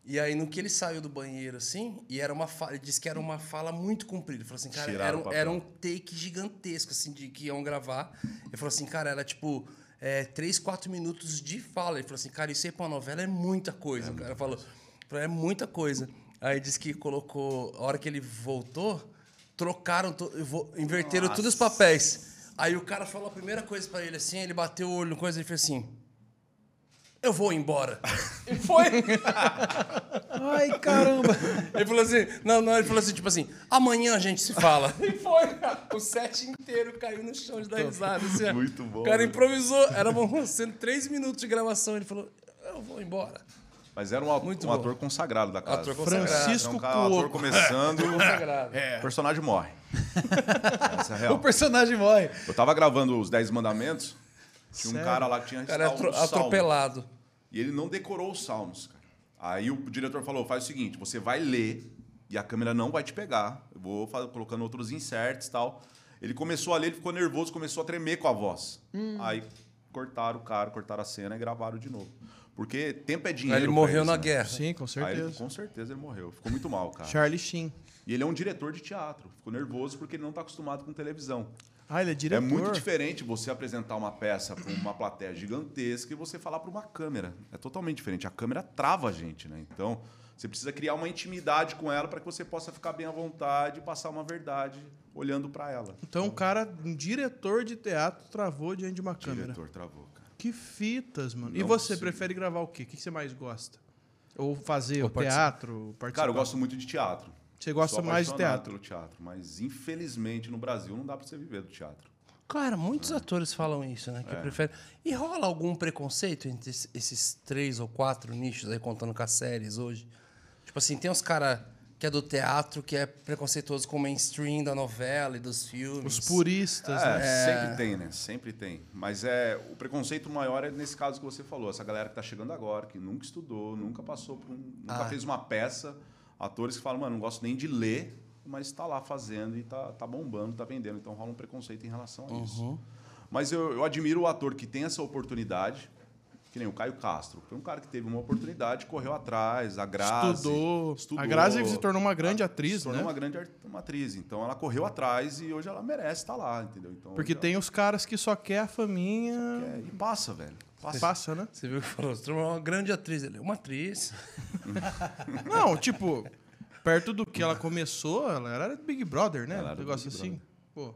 Speaker 1: E aí, no que ele saiu do banheiro, assim, e era uma fala, ele disse que era uma fala muito comprida. Ele falou assim, cara,
Speaker 4: Tiraram
Speaker 1: era,
Speaker 4: o
Speaker 1: um-
Speaker 4: papel.
Speaker 1: era um take gigantesco, assim, de que iam gravar. Ele falou assim, cara, era tipo. É, três, quatro minutos de fala. Ele falou assim, cara, isso aí pra uma novela é muita coisa. o cara falou, falou, é muita coisa. Aí disse que colocou, a hora que ele voltou, trocaram, to- eu vou- inverteram todos os papéis. Aí o cara falou a primeira coisa pra ele assim, ele bateu o olho no coisa e fez assim: Eu vou embora. e foi.
Speaker 2: Ai, caramba.
Speaker 1: Ele falou assim, não, não, ele falou assim, tipo assim, amanhã a gente se fala. E foi, cara. O set inteiro caiu no chão de dar risada. assim, ó.
Speaker 4: Muito bom,
Speaker 1: O cara
Speaker 4: velho.
Speaker 1: improvisou, era bom, sendo três minutos de gravação, ele falou, eu vou embora.
Speaker 4: Mas era um, au-
Speaker 1: Muito
Speaker 4: um
Speaker 1: bom.
Speaker 4: ator consagrado da casa.
Speaker 1: Ator consagrado. É.
Speaker 4: É
Speaker 3: Francisco
Speaker 4: um
Speaker 3: Cuoco.
Speaker 4: cara, ator começando.
Speaker 1: Consagrado.
Speaker 4: O personagem morre. Essa é
Speaker 2: O
Speaker 4: a real.
Speaker 2: personagem morre.
Speaker 4: Eu tava gravando os Dez Mandamentos, tinha um
Speaker 3: Sério?
Speaker 4: cara lá que tinha
Speaker 1: O cara é
Speaker 4: recital
Speaker 1: atro-
Speaker 4: um salmo.
Speaker 1: atropelado.
Speaker 4: E ele não decorou os salmos, cara. Aí o diretor falou: faz o seguinte, você vai ler e a câmera não vai te pegar. Eu vou fa- colocando outros inserts e tal. Ele começou a ler, ele ficou nervoso, começou a tremer com a voz. Aí cortaram o cara, cortaram a cena e gravaram de novo. Porque tempo é dinheiro.
Speaker 1: ele
Speaker 4: pra
Speaker 1: morreu
Speaker 4: eles,
Speaker 1: na
Speaker 4: né?
Speaker 1: guerra.
Speaker 3: Sim, com
Speaker 4: Aí ele,
Speaker 3: certeza.
Speaker 4: com certeza ele morreu. Ficou muito mal, cara.
Speaker 3: Charlie Sheen.
Speaker 4: E ele é um diretor de teatro. Ficou nervoso porque ele não está acostumado com televisão.
Speaker 3: Ah, ele é diretor.
Speaker 4: É muito diferente você apresentar uma peça para uma plateia gigantesca e você falar para uma câmera. É totalmente diferente. A câmera trava a gente, né? Então, você precisa criar uma intimidade com ela para que você possa ficar bem à vontade e passar uma verdade olhando para ela.
Speaker 3: Então, um cara, um diretor de teatro travou diante de uma câmera.
Speaker 4: Diretor travou, cara.
Speaker 3: Que fitas, mano. e
Speaker 4: Não
Speaker 3: você
Speaker 4: consigo.
Speaker 3: prefere gravar o quê? O que que você mais gosta? Ou fazer
Speaker 1: Ou
Speaker 3: o
Speaker 1: participar.
Speaker 3: teatro? Participar?
Speaker 4: Cara, eu gosto muito de teatro.
Speaker 3: Você gosta
Speaker 4: Sou
Speaker 3: mais de
Speaker 4: apaixonado
Speaker 3: teatro?
Speaker 4: pelo teatro, mas infelizmente no Brasil não dá para você viver do teatro.
Speaker 1: Cara, muitos atores falam isso, né? Que preferem. E rola algum preconceito entre es- esses três ou quatro nichos aí, contando com as séries hoje? Tipo assim, tem uns caras que é do teatro, que é preconceituoso com o mainstream da novela e dos filmes.
Speaker 3: Os puristas, né?
Speaker 4: É, sempre tem, né? Sempre tem. Mas é o preconceito maior é nesse caso que você falou, essa galera que tá chegando agora, que nunca estudou, nunca passou por um, nunca
Speaker 1: Ah.
Speaker 4: fez uma peça, atores que falam, mano, não gosto nem de ler, mas tá lá fazendo e tá, tá bombando, tá vendendo, então rola um preconceito em relação a
Speaker 3: Uhum.
Speaker 4: isso. Mas eu, eu admiro o ator que tem essa oportunidade, que nem o Caio Castro, foi um cara que teve uma oportunidade, correu atrás, a Grazi,
Speaker 3: Estudou. A Grazi se tornou uma grande atriz,
Speaker 4: Ah, se tornou
Speaker 3: né?
Speaker 4: uma grande art- uma atriz. Então ela correu atrás e hoje ela merece estar lá, entendeu? Então,
Speaker 3: Porque
Speaker 4: já-
Speaker 3: tem os caras que só quer a faminha.
Speaker 4: é, e passa, velho. Passa.
Speaker 3: Passa, né?
Speaker 1: Você viu que falou, você é uma grande atriz. Ele é uma atriz.
Speaker 3: Não, tipo, perto do que ela começou, ela era Big Brother, né?
Speaker 4: Ela
Speaker 3: Um
Speaker 4: era
Speaker 3: negócio
Speaker 4: Big
Speaker 3: assim. Pô.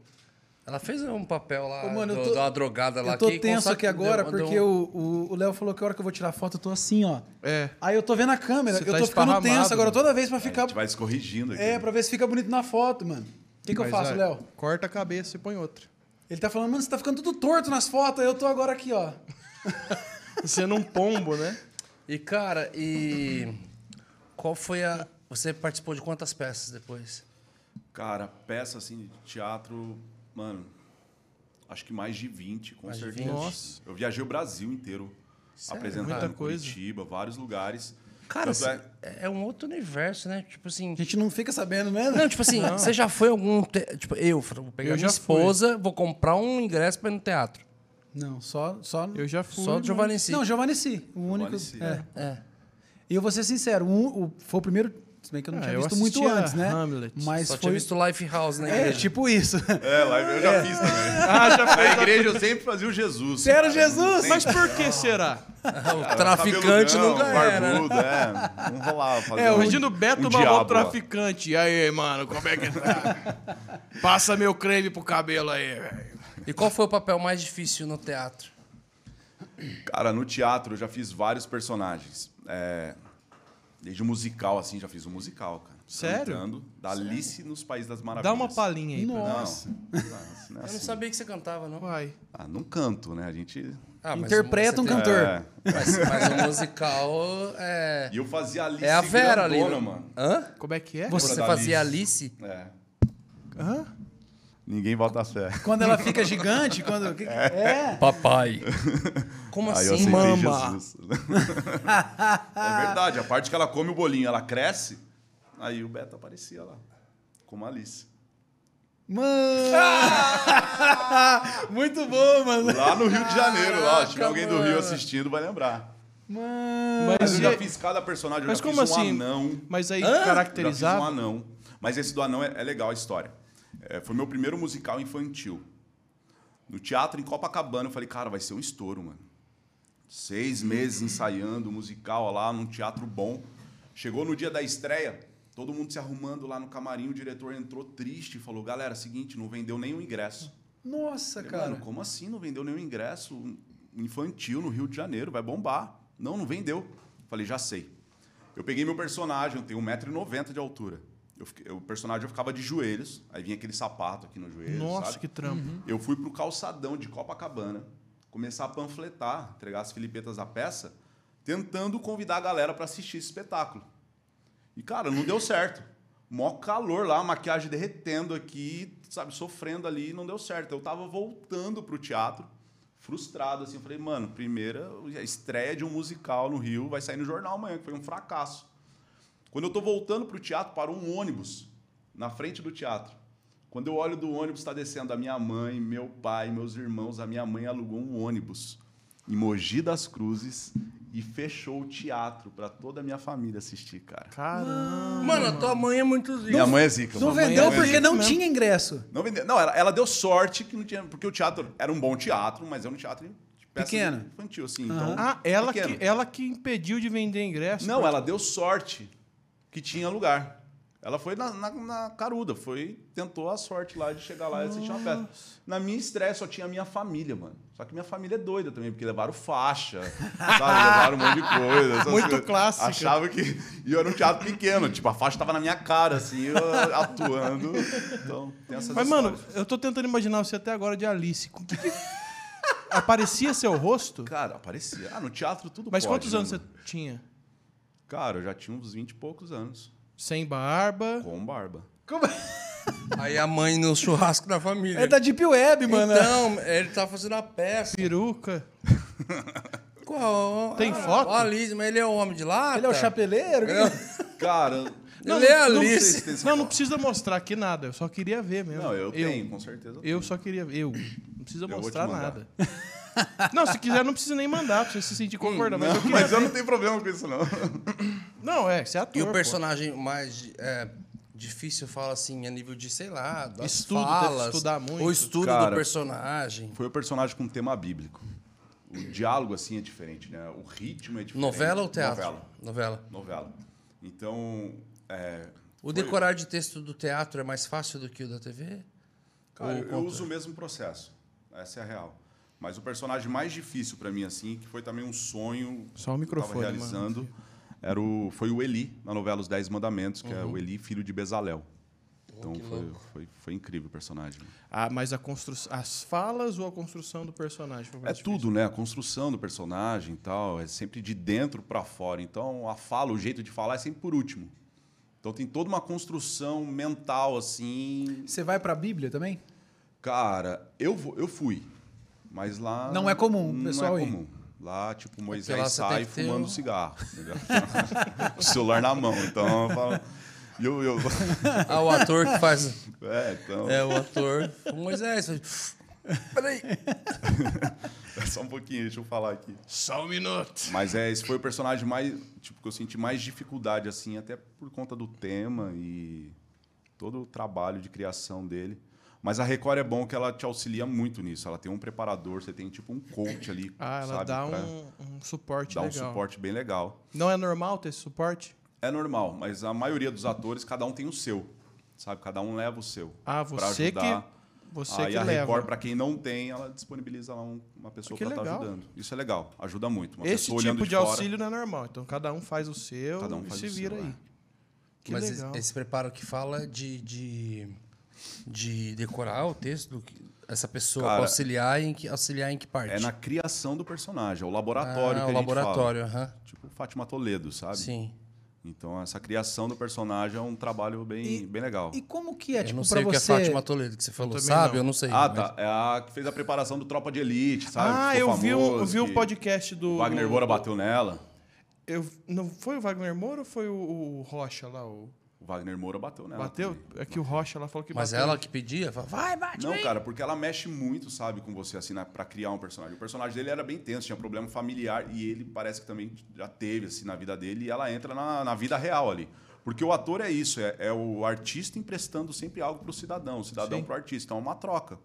Speaker 1: Ela fez um papel lá,
Speaker 2: Ô, mano, eu
Speaker 1: do-
Speaker 2: tô-
Speaker 1: da uma drogada Tá lá.
Speaker 2: Eu tô
Speaker 1: que
Speaker 2: tenso
Speaker 1: consagra-
Speaker 2: aqui agora
Speaker 1: deu- deu
Speaker 2: porque
Speaker 1: um-
Speaker 2: o- o o Léo falou que a hora que eu vou tirar foto eu tô assim, ó.
Speaker 3: É.
Speaker 2: Aí eu tô vendo a câmera,
Speaker 3: Você
Speaker 2: eu
Speaker 3: tá
Speaker 2: tô ficando tenso
Speaker 3: esparramado,
Speaker 2: agora
Speaker 3: mano.
Speaker 2: toda vez pra
Speaker 4: A
Speaker 2: ficar.
Speaker 4: gente vai se corrigindo aqui.
Speaker 2: É, pra ver se fica bonito na foto, mano. O que, que eu
Speaker 3: Mas, é.
Speaker 2: faço,
Speaker 3: ó,
Speaker 2: Léo?
Speaker 3: Corta a cabeça e põe outra.
Speaker 2: Ele tá falando, mano, você tá ficando tudo torto nas fotos, aí eu tô agora aqui, ó.
Speaker 3: Sendo um pombo, né?
Speaker 1: E, cara, e. Qual foi a. Você participou de quantas peças depois?
Speaker 4: Cara, peça assim de teatro, mano, acho que mais de 20, com
Speaker 1: Mais de
Speaker 4: certeza.
Speaker 1: 20.
Speaker 3: Nossa.
Speaker 4: Eu viajei o Brasil inteiro apresentando
Speaker 3: Muita
Speaker 4: em
Speaker 3: coisa.
Speaker 4: Curitiba, vários lugares.
Speaker 1: Cara,
Speaker 4: Tanto é-
Speaker 1: é... é um outro universo, né? Tipo assim.
Speaker 2: A gente não fica sabendo, né?
Speaker 1: Não, tipo assim, você já foi algum. te- Tipo, eu, vou pegar
Speaker 3: Eu
Speaker 1: minha
Speaker 3: já fui.
Speaker 1: esposa, vou comprar um ingresso pra ir no teatro.
Speaker 2: Não, só. só
Speaker 3: Eu já fui.
Speaker 1: Só do
Speaker 3: mas-
Speaker 1: Giovanni Si.
Speaker 2: Não, Giovanni Si, o único.
Speaker 4: Si,
Speaker 2: é.
Speaker 1: É.
Speaker 2: E eu vou ser sincero, um- o- foi o primeiro. Se bem que eu não
Speaker 3: Ah,
Speaker 2: tinha
Speaker 3: eu
Speaker 2: visto muito
Speaker 3: assistia
Speaker 2: antes, né?
Speaker 3: Hamlet.
Speaker 2: Mas
Speaker 1: Só
Speaker 2: foi.
Speaker 1: tinha visto Lifehouse na
Speaker 2: É,
Speaker 1: igreja.
Speaker 2: tipo isso.
Speaker 4: É, lá eu já fiz também. Ah, já fez. Na igreja eu sempre fazia o Jesus.
Speaker 2: Você era o Jesus?
Speaker 3: Mas por que será?
Speaker 2: tá
Speaker 1: o traficante
Speaker 4: Cabeludão,
Speaker 1: nunca era. né?
Speaker 4: barbudo, é. Não rolava. Fazer um-
Speaker 3: É, Imagina o Beto tomar
Speaker 4: diabo
Speaker 3: mal
Speaker 4: lá.
Speaker 3: do traficante. E aí, mano, como é que tá? Passa meu creme pro cabelo aí, velho.
Speaker 1: E qual foi o papel mais difícil no teatro?
Speaker 4: Cara, no teatro eu já fiz vários personagens. É, desde o musical, assim, já fiz um musical, cara.
Speaker 3: Sério?
Speaker 4: Cantando, da Alice nos Países das Maravilhas.
Speaker 3: Dá uma palhinha aí.
Speaker 4: Não,
Speaker 2: Nossa.
Speaker 4: Não, não é
Speaker 1: Eu não
Speaker 4: assim.
Speaker 1: sabia que você cantava, não.
Speaker 3: Vai.
Speaker 4: Ah, não canto, né? A gente...
Speaker 1: Ah, mas
Speaker 2: Interpreta um
Speaker 1: você tem-
Speaker 2: cantor.
Speaker 4: É.
Speaker 1: Mas, mas o musical é.
Speaker 4: E eu fazia a Alice
Speaker 1: É a Vera ali.
Speaker 4: grandona,
Speaker 1: né?
Speaker 4: mano.
Speaker 1: Hã?
Speaker 3: Como é que é?
Speaker 1: Você
Speaker 4: da
Speaker 1: fazia Alice?
Speaker 4: É.
Speaker 3: Hã?
Speaker 4: Ninguém volta a fé.
Speaker 2: Quando ela fica gigante, quando. que- É.
Speaker 1: Papai. Como
Speaker 4: Aí eu
Speaker 1: assim,
Speaker 4: aceitei
Speaker 1: mama?
Speaker 4: Jesus. é verdade, a parte que ela come o bolinho, ela cresce, aí o Beto aparecia lá, como Alice.
Speaker 2: Mano. muito bom, mano.
Speaker 4: Lá no Rio de Janeiro, lá, se tiver alguém do Rio
Speaker 1: mano.
Speaker 4: assistindo, vai lembrar.
Speaker 2: Mano.
Speaker 4: Mas
Speaker 3: Mas,
Speaker 4: Ah, eu já
Speaker 3: e-
Speaker 4: fiz cada personagem, eu
Speaker 3: mas
Speaker 4: já
Speaker 3: como
Speaker 4: fiz um
Speaker 3: assim?
Speaker 4: anão.
Speaker 3: Mas aí,
Speaker 4: Eu já fiz um
Speaker 3: caracterizado.
Speaker 4: anão. Mas esse do anão é, é legal a história. É, foi meu primeiro musical infantil. No teatro em Copacabana, eu falei, cara, vai ser um estouro, mano. Seis meses ensaiando musical lá num teatro bom. Chegou no dia da estreia, todo mundo se arrumando lá no camarim, o diretor entrou triste e falou, galera, é seguinte, não vendeu nenhum ingresso.
Speaker 2: Nossa,
Speaker 4: Falei,
Speaker 2: cara.
Speaker 4: Mano, como assim não vendeu nenhum ingresso infantil no Rio de Janeiro? Vai bombar. Não, não vendeu. Falei, já sei. Eu peguei meu personagem, eu tenho 1,90m de altura. Eu fiquei- o personagem eu ficava de joelhos, aí vinha aquele sapato aqui no joelho.
Speaker 3: Nossa,
Speaker 4: sabe? Uhum.
Speaker 3: que trampo.
Speaker 4: Eu fui pro calçadão de Copacabana começar a panfletar, entregar as filipetas da peça, tentando convidar a galera para assistir esse espetáculo. E, cara, não deu certo. Mó calor lá, a maquiagem derretendo aqui, sabe, sofrendo ali, não deu certo. Eu tava voltando pro teatro, frustrado, assim. Eu falei, mano, primeira estreia de um musical no Rio, vai sair no jornal amanhã, que foi um fracasso. Quando eu tô voltando pro teatro, parou um ônibus na frente do teatro. Quando eu olho do ônibus, está descendo a minha mãe, meu pai, meus irmãos. A minha mãe alugou um ônibus em Mogi das Cruzes e fechou o teatro para toda a minha família assistir, cara.
Speaker 3: Caramba.
Speaker 1: Mano, a tua mãe é muito
Speaker 4: minha
Speaker 1: zica.
Speaker 4: mãe é zica.
Speaker 2: Não
Speaker 4: mamãe
Speaker 2: vendeu
Speaker 4: é
Speaker 2: porque
Speaker 4: zica.
Speaker 2: não tinha ingresso.
Speaker 4: Não vendeu. Não, ela, ela deu sorte que não tinha. Porque o teatro era um bom teatro, mas era um teatro de peça
Speaker 2: Pequeno.
Speaker 4: infantil, assim. Então,
Speaker 3: Ah, ela que,
Speaker 4: pequeno.
Speaker 3: ela que impediu de vender ingresso.
Speaker 4: Não, ela deu sorte que tinha lugar. Ela foi na, na- na caruda, foi, tentou a sorte lá de chegar lá e assistir uma peça. Na minha estreia só tinha a minha família, mano. Só que minha família é doida também, porque levaram faixa, sabe? levaram um monte de coisa. essas
Speaker 3: Muito
Speaker 4: coisas.
Speaker 3: clássica.
Speaker 4: Achava que. E eu era um teatro pequeno, tipo, a faixa tava na minha cara, assim, eu atuando. Então, tem essas
Speaker 3: Mas, mano,
Speaker 4: histórias.
Speaker 3: eu tô tentando imaginar você até agora de Alice. Com que que- Aparecia seu rosto?
Speaker 4: Cara, aparecia. Ah, no teatro tudo
Speaker 3: Mas
Speaker 4: pode,
Speaker 3: quantos
Speaker 4: né,
Speaker 3: anos
Speaker 4: mano?
Speaker 3: você tinha?
Speaker 4: Cara, eu já tinha uns 20 e poucos anos.
Speaker 3: Sem barba.
Speaker 4: Com barba.
Speaker 1: Aí a mãe no churrasco da família.
Speaker 2: É da né? Deep Web, mano.
Speaker 1: Então, ele tá fazendo a peça.
Speaker 3: Peruca.
Speaker 1: Qual?
Speaker 3: Tem
Speaker 1: Ah,
Speaker 3: foto?
Speaker 1: o Alice, mas ele é o homem de lá?
Speaker 2: Ele é o chapeleiro?
Speaker 4: Cara.
Speaker 1: Não, ele é a
Speaker 4: não sei
Speaker 1: Alice.
Speaker 4: se tem essa
Speaker 3: Não, não
Speaker 4: foto.
Speaker 3: precisa mostrar aqui nada. Eu só queria ver mesmo.
Speaker 4: Não, eu, tenho, com certeza. eu
Speaker 3: Eu só queria ver. Eu. Não precisa
Speaker 4: vou te
Speaker 3: mostrar
Speaker 4: mandar.
Speaker 3: nada. Não, se quiser, não precisa nem mandar pra você se sentir concordando. mas eu
Speaker 4: Não,
Speaker 3: queria
Speaker 4: mas eu
Speaker 3: ver.
Speaker 4: não tenho problema com isso, não.
Speaker 3: Não, é, você é ator.
Speaker 1: E o
Speaker 3: pô.
Speaker 1: personagem mais é, difícil, fala assim, a nível de, sei lá, das
Speaker 3: Estudo, deve
Speaker 1: falas.
Speaker 3: estudar muito.
Speaker 1: O estudo
Speaker 4: Cara.
Speaker 1: do personagem.
Speaker 4: Foi o personagem com tema bíblico. O diálogo, assim, é diferente, né? O ritmo é diferente.
Speaker 1: Novela ou teatro?
Speaker 4: Novela.
Speaker 1: Novela.
Speaker 4: Novela. Então, é,
Speaker 1: O decorar de texto do teatro é mais fácil do que o da TV?
Speaker 4: cara,
Speaker 1: Ou
Speaker 4: eu, eu
Speaker 1: contra?
Speaker 4: uso o mesmo processo. Essa é a real. Mas o personagem mais difícil pra mim, assim, que foi também um sonho
Speaker 3: Só o
Speaker 4: que eu tava
Speaker 3: microfone, mano.
Speaker 4: realizando, era o, foi o Eli, na novela Os Dez Mandamentos, que é o Eli, filho de Bezalel. Então, foi, foi, foi incrível o personagem.
Speaker 3: Ah, mas a construção. As falas ou a construção do personagem?
Speaker 4: É tudo, né? A construção do personagem e tal, é sempre de dentro pra fora. Então, a fala, o jeito de falar é sempre por último. Então, tem toda uma construção mental, assim.
Speaker 2: Você vai pra Bíblia também?
Speaker 4: Cara, eu, vou- eu fui, mas lá.
Speaker 2: Não é comum,
Speaker 4: não
Speaker 2: pessoal
Speaker 4: é
Speaker 2: ir.
Speaker 4: comum. Lá, tipo,
Speaker 1: É lá
Speaker 4: Moisés
Speaker 1: você tem
Speaker 4: sai
Speaker 1: que ter
Speaker 4: fumando
Speaker 1: um-
Speaker 4: cigarro. entendeu? Com o celular na mão. Então, eu falo. e Eu, eu...
Speaker 1: Ah, o ator que faz.
Speaker 4: É, então.
Speaker 1: É, o ator. O Moisés. faz- Peraí.
Speaker 4: É Só um pouquinho, deixa eu falar aqui.
Speaker 3: Só um minuto.
Speaker 4: Mas é, esse foi o personagem mais. Tipo, que eu senti mais dificuldade, assim, até por conta do tema e todo o trabalho de criação dele. Mas a Record é bom que ela te auxilia muito nisso. Ela tem um preparador, você tem tipo um coach ali.
Speaker 3: Ah, ela
Speaker 4: sabe,
Speaker 3: dá
Speaker 4: pra
Speaker 3: um, um suporte
Speaker 4: dar um
Speaker 3: legal.
Speaker 4: suporte bem legal.
Speaker 3: Não é normal ter esse suporte?
Speaker 4: É normal, mas a maioria dos atores, cada um tem o seu. Sabe? Cada um leva o seu.
Speaker 3: Ah,
Speaker 4: pra
Speaker 3: você que
Speaker 4: ajudar.
Speaker 3: você
Speaker 4: Aí
Speaker 3: que
Speaker 4: a
Speaker 3: leva.
Speaker 4: Record, pra quem não tem, ela disponibiliza lá um- uma pessoa
Speaker 3: Ah, que
Speaker 4: pra estar
Speaker 3: legal.
Speaker 4: ajudando. Isso é legal, ajuda muito. Uma
Speaker 3: Esse
Speaker 4: pessoa olhando
Speaker 3: tipo de,
Speaker 4: fora.
Speaker 3: auxílio não é normal. Então cada um faz o seu
Speaker 4: Cada um
Speaker 3: e
Speaker 4: faz
Speaker 3: se
Speaker 4: o seu,
Speaker 3: vira
Speaker 4: é.
Speaker 3: aí. Que
Speaker 1: Mas esse-
Speaker 3: legal.
Speaker 1: esse preparo que fala de, de, de decorar o texto, do que- essa pessoa pra
Speaker 4: Cara,
Speaker 1: auxiliar em que, auxiliar em que parte?
Speaker 4: É na criação do personagem, é o laboratório
Speaker 1: Ah,
Speaker 4: que
Speaker 1: o
Speaker 4: a gente
Speaker 1: laboratório, aham.
Speaker 4: fala. Tipo Fátima Toledo, sabe?
Speaker 1: Sim.
Speaker 4: Então essa criação do personagem é um trabalho bem,
Speaker 2: E-
Speaker 4: bem legal.
Speaker 2: E como que é,
Speaker 1: eu
Speaker 2: tipo,
Speaker 1: não sei
Speaker 2: pra
Speaker 1: o que é
Speaker 2: você...
Speaker 1: Fátima Toledo que você falou,
Speaker 3: também
Speaker 1: sabe?
Speaker 3: não.
Speaker 1: Eu não sei.
Speaker 4: Ah,
Speaker 1: mas-
Speaker 4: tá. É a que fez a preparação do Tropa de Elite, sabe?
Speaker 3: ah,
Speaker 4: Ficou
Speaker 3: eu vi, um, eu
Speaker 4: famoso,
Speaker 3: vi um
Speaker 4: que
Speaker 3: podcast do.
Speaker 4: o Wagner Moura bateu nela.
Speaker 3: Eu, não foi o Wagner Moura ou foi o, o Rocha lá? O,
Speaker 4: O Wagner Moura bateu nela.
Speaker 3: bateu?
Speaker 4: também.
Speaker 3: É que o Rocha lá falou que
Speaker 1: Mas
Speaker 3: bateu.
Speaker 1: ela que pedia, fala, vai, bate
Speaker 4: Não,
Speaker 1: aí.
Speaker 4: cara, porque ela mexe muito, sabe, com você, assim, né, pra criar um personagem. O personagem dele era bem tenso, tinha problema familiar, e ele parece que também já teve, assim, na vida dele, e ela entra na, na vida real ali. Porque o ator é isso, é, é o artista emprestando sempre algo pro cidadão, o cidadão
Speaker 3: Sim.
Speaker 4: pro artista, então é uma troca.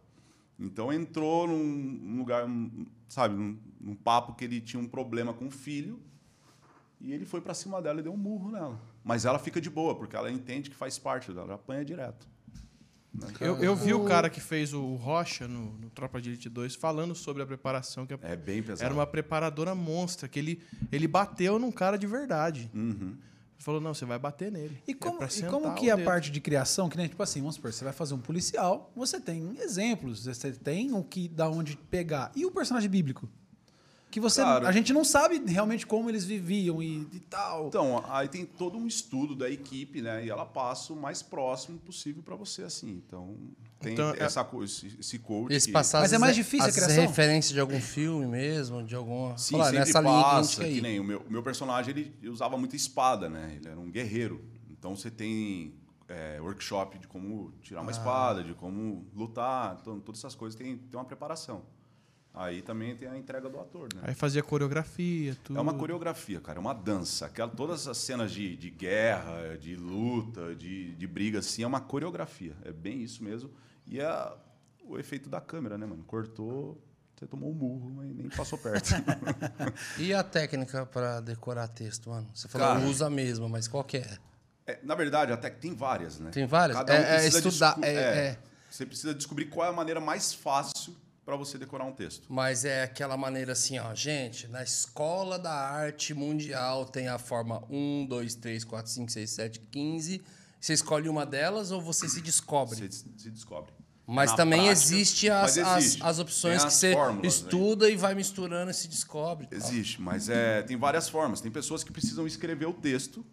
Speaker 4: Então entrou num, num lugar, um, sabe, num, num papo que ele tinha um problema com o filho, e ele foi pra cima dela e deu um murro nela. Mas ela fica de boa, porque ela entende que faz parte dela, ela apanha direto.
Speaker 3: Eu, eu vi o cara que fez o Rocha no, no Tropa de Elite 2 falando sobre a preparação que a-
Speaker 4: É bem pesado.
Speaker 3: era uma preparadora monstra, que ele, ele bateu num cara de verdade.
Speaker 4: Uhum.
Speaker 3: Ele falou, não, você vai bater nele.
Speaker 2: E
Speaker 3: É
Speaker 2: como,
Speaker 3: pra
Speaker 2: e
Speaker 3: sentar
Speaker 2: como
Speaker 3: o
Speaker 2: que é a
Speaker 3: dedo.
Speaker 2: parte de criação, que nem tipo assim, vamos supor, você vai fazer um policial, você tem exemplos, você tem o que da onde pegar. E o personagem bíblico? Que você.
Speaker 4: Cara.
Speaker 2: A gente não sabe realmente como eles viviam e, e tal.
Speaker 4: Então, aí tem todo um estudo da equipe, né? E ela passa o mais próximo possível para você, assim. Então, tem
Speaker 3: Então, é-
Speaker 4: essa, co- esse, esse coach.
Speaker 1: Eles
Speaker 4: que-
Speaker 1: passaram
Speaker 2: Mas é
Speaker 1: às
Speaker 2: mais
Speaker 1: vezes,
Speaker 2: difícil a
Speaker 1: às vezes,
Speaker 2: criação?
Speaker 1: referência de algum filme mesmo, de alguma.
Speaker 4: Sim,
Speaker 1: Falar,
Speaker 4: sempre
Speaker 1: nessa
Speaker 4: passa.
Speaker 1: linha que a gente
Speaker 4: que
Speaker 1: quer ir.
Speaker 4: nem o meu, o meu personagem, ele usava muita espada, né? Ele era um guerreiro. Então, você tem é, workshop de como tirar
Speaker 1: Ah.
Speaker 4: uma espada, de como lutar. Então, todas essas coisas tem, tem uma preparação. Aí também tem a entrega do ator, né?
Speaker 3: Aí fazia coreografia, tudo.
Speaker 4: É uma coreografia, cara, é uma dança. Aquela, todas as cenas de, de guerra, de luta, de, de briga, assim, é uma coreografia. É bem isso mesmo. E é o efeito da câmera, né, mano? Cortou, você tomou um murro, mas nem passou perto.
Speaker 1: E a técnica pra decorar texto, mano? Você falou,
Speaker 4: Cara.
Speaker 1: usa a mesma, mas qual que é?
Speaker 4: É, na verdade, até que tem várias, né?
Speaker 1: Tem várias?
Speaker 4: Cada um
Speaker 1: É- é
Speaker 4: precisa
Speaker 1: estudar,
Speaker 4: descu-
Speaker 1: é- é.
Speaker 4: Você precisa descobrir qual é a maneira mais fácil para você decorar um texto.
Speaker 1: Mas é aquela maneira assim, ó, gente, na escola da arte mundial tem a forma 1, 2, 3, 4, 5, 6, 7, 15. Você escolhe uma delas ou você se descobre?
Speaker 4: Você des- se descobre.
Speaker 1: Mas
Speaker 4: Na
Speaker 1: também
Speaker 4: prática,
Speaker 1: existe as,
Speaker 4: mas existe.
Speaker 1: as, as opções
Speaker 4: Tem
Speaker 1: que
Speaker 4: as
Speaker 1: você
Speaker 4: fórmulas, né?
Speaker 1: estuda e vai misturando e se descobre. e tal.
Speaker 4: Existe, mas é, tem várias formas. Tem pessoas que precisam escrever o texto.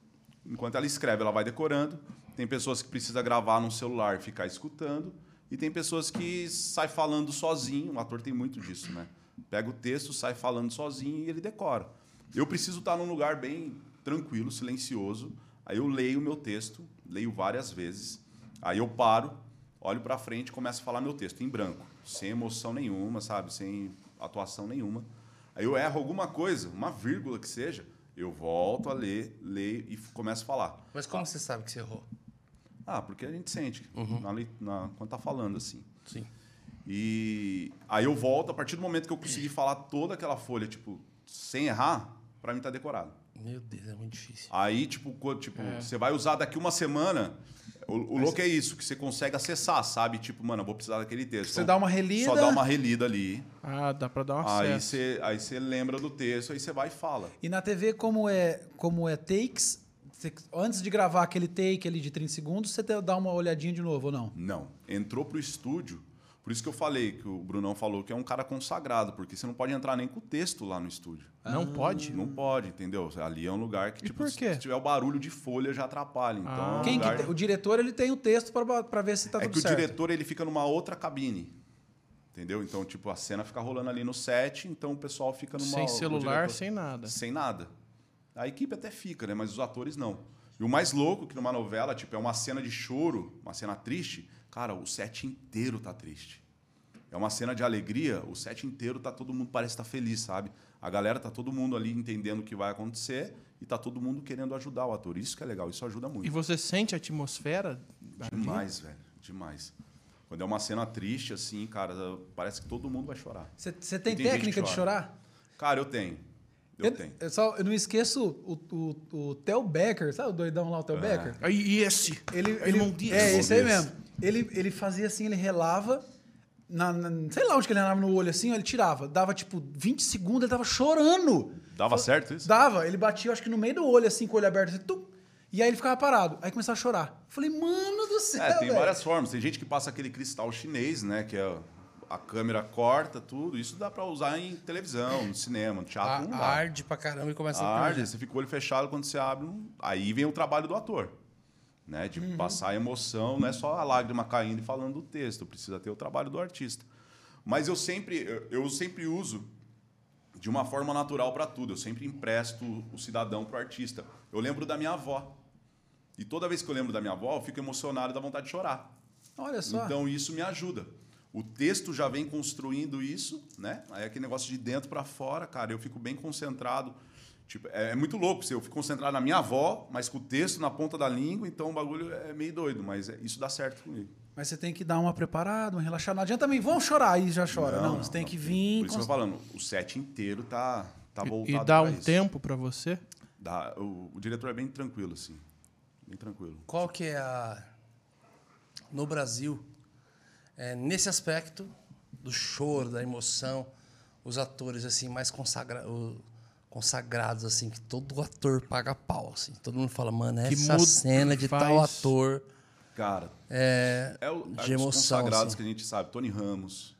Speaker 4: Enquanto ela escreve, ela vai decorando. Tem pessoas que precisam gravar num celular e ficar escutando. E tem pessoas que sai falando sozinho. O ator tem muito disso, né? Pega o texto, sai falando sozinho e ele decora. Eu preciso estar num lugar bem tranquilo, silencioso. Aí eu leio o meu texto, leio várias vezes. Aí eu paro, olho para frente e começo a falar meu texto em branco, sem emoção nenhuma, sabe? Sem atuação nenhuma. Aí eu erro alguma coisa, uma vírgula que seja, eu volto a ler, leio e f- começo a falar.
Speaker 1: Mas como você sabe que você errou?
Speaker 4: Ah, porque a gente sente
Speaker 2: Uhum.
Speaker 4: na lei- na- quando tá falando assim.
Speaker 1: Sim.
Speaker 4: E aí eu volto, a partir do momento que eu conseguir falar toda aquela folha, tipo, sem errar, pra mim tá decorado.
Speaker 1: Meu Deus, é muito difícil.
Speaker 4: Aí, tipo, co- tipo
Speaker 2: É.
Speaker 4: você vai usar daqui uma semana. O, o louco é isso, que você consegue acessar, sabe? Tipo, mano, eu vou precisar daquele texto.
Speaker 2: Você dá uma relida.
Speaker 4: Só dá uma relida ali.
Speaker 3: Ah, dá pra dar uma
Speaker 4: aí
Speaker 3: acesso.
Speaker 4: você aí você lembra do texto, aí você vai e fala.
Speaker 2: E na TV, como é, como é takes, você- antes de gravar aquele take ali de 30 segundos, você te- dá uma olhadinha de novo ou não?
Speaker 4: Não. Entrou pro estúdio. Por isso que eu falei que o Brunão falou que é um cara consagrado, porque você não pode entrar nem com o texto lá no estúdio.
Speaker 3: Não
Speaker 2: Ah,
Speaker 3: pode?
Speaker 4: Não pode, entendeu? Ali é um lugar que,
Speaker 3: E
Speaker 4: tipo,
Speaker 3: por quê?
Speaker 4: se tiver o barulho de folha, já atrapalha. Então, é um
Speaker 2: Quem que
Speaker 4: lugar-
Speaker 2: tem? O diretor ele tem o texto pra pra ver se tá
Speaker 4: é
Speaker 2: tudo
Speaker 4: que
Speaker 2: certo.
Speaker 4: o diretor ele fica numa outra cabine. Entendeu? Então, tipo, a cena fica rolando ali no set, então o pessoal fica numa.
Speaker 3: Sem
Speaker 4: o
Speaker 3: celular,
Speaker 4: diretor-
Speaker 3: sem nada.
Speaker 4: sem nada. A equipe até fica, né? Mas os atores não. E o mais louco que numa novela, tipo, é uma cena de choro, uma cena triste, cara, o set inteiro tá triste. É uma cena de alegria, o set inteiro tá todo mundo parece estar feliz, sabe? A galera tá todo mundo ali entendendo o que vai acontecer e tá todo mundo querendo ajudar o ator. Isso que é legal, isso ajuda muito.
Speaker 3: E você sente a atmosfera? ali?
Speaker 4: Demais, velho. Demais. Quando é uma cena triste, assim, cara, parece que todo mundo vai chorar.
Speaker 2: Você- Você tem,
Speaker 4: E tem gente
Speaker 2: técnica
Speaker 4: que
Speaker 2: de
Speaker 4: chora.
Speaker 2: chorar?
Speaker 4: Cara, eu tenho. Eu, tenho.
Speaker 2: Eu, só, eu não esqueço o, o, o Theo Becker, sabe o doidão lá, o Theo Becker?
Speaker 3: Aí, e esse?
Speaker 2: Ele, ele-
Speaker 3: É irmão desse.
Speaker 2: É, esse aí
Speaker 4: Ah. Irmão
Speaker 2: mesmo. Ele, ele fazia assim, ele relava, na, na- sei lá onde que ele relava no olho assim, ó, ele tirava. Dava tipo 20 segundos, ele tava chorando.
Speaker 4: Dava certo isso?
Speaker 2: Dava, ele batia, acho que no meio do olho, assim, com o olho aberto, assim, tum, e aí ele ficava parado. Aí começava a chorar. Eu falei, mano do céu.
Speaker 4: É, tem
Speaker 2: velho.
Speaker 4: várias formas. Tem gente que passa aquele cristal chinês, né? Que é a câmera corta, tudo. Isso dá pra usar em televisão, no cinema, no
Speaker 1: A-
Speaker 4: teatro, não dá.
Speaker 1: Ah,
Speaker 4: né?
Speaker 1: arde pra caramba e começa a
Speaker 4: Tá Arde, você fica o olho fechado quando você abre. um- Aí vem o trabalho do ator. Né? De
Speaker 1: Uhum.
Speaker 4: passar a emoção, não é só a lágrima caindo e falando do texto, precisa ter o trabalho do artista. Mas eu sempre, eu- eu sempre uso de uma forma natural para tudo, eu sempre empresto o cidadão para o artista. Eu lembro da minha avó. E toda vez que eu lembro da minha avó, eu fico emocionado e dá vontade de chorar.
Speaker 2: Olha só.
Speaker 4: Então isso me ajuda. O texto já vem construindo isso, né? Aí é aquele negócio de dentro para fora, cara, eu fico bem concentrado. Tipo, é, é muito louco, se eu fico concentrado na minha avó, mas com o texto na ponta da língua, então o bagulho é meio doido, mas é- isso dá certo comigo.
Speaker 2: Mas você tem que dar uma preparada, uma relaxada. Não adianta também, vamos chorar aí, já chora. Não, você tem que vir.
Speaker 4: Então, Por isso que eu tô falando, o set inteiro tá tá
Speaker 3: E,
Speaker 4: voltado
Speaker 3: e dá
Speaker 4: pra
Speaker 3: um
Speaker 4: isso.
Speaker 3: tempo pra você?
Speaker 4: Dá- o, o diretor é bem tranquilo assim. Bem tranquilo.
Speaker 1: Qual que é a... No Brasil, é, nesse aspecto do choro, da emoção, os atores assim mais consagra- o- consagrados, assim, que todo ator paga pau, assim. Todo mundo fala, mano,
Speaker 3: Que
Speaker 1: essa
Speaker 3: muda-
Speaker 1: cena de
Speaker 3: faz-
Speaker 1: tal ator
Speaker 4: Cara,
Speaker 1: é,
Speaker 4: é o
Speaker 1: de
Speaker 4: os
Speaker 1: emoção,
Speaker 4: consagrados
Speaker 1: assim.
Speaker 4: que a gente sabe, Tony Ramos,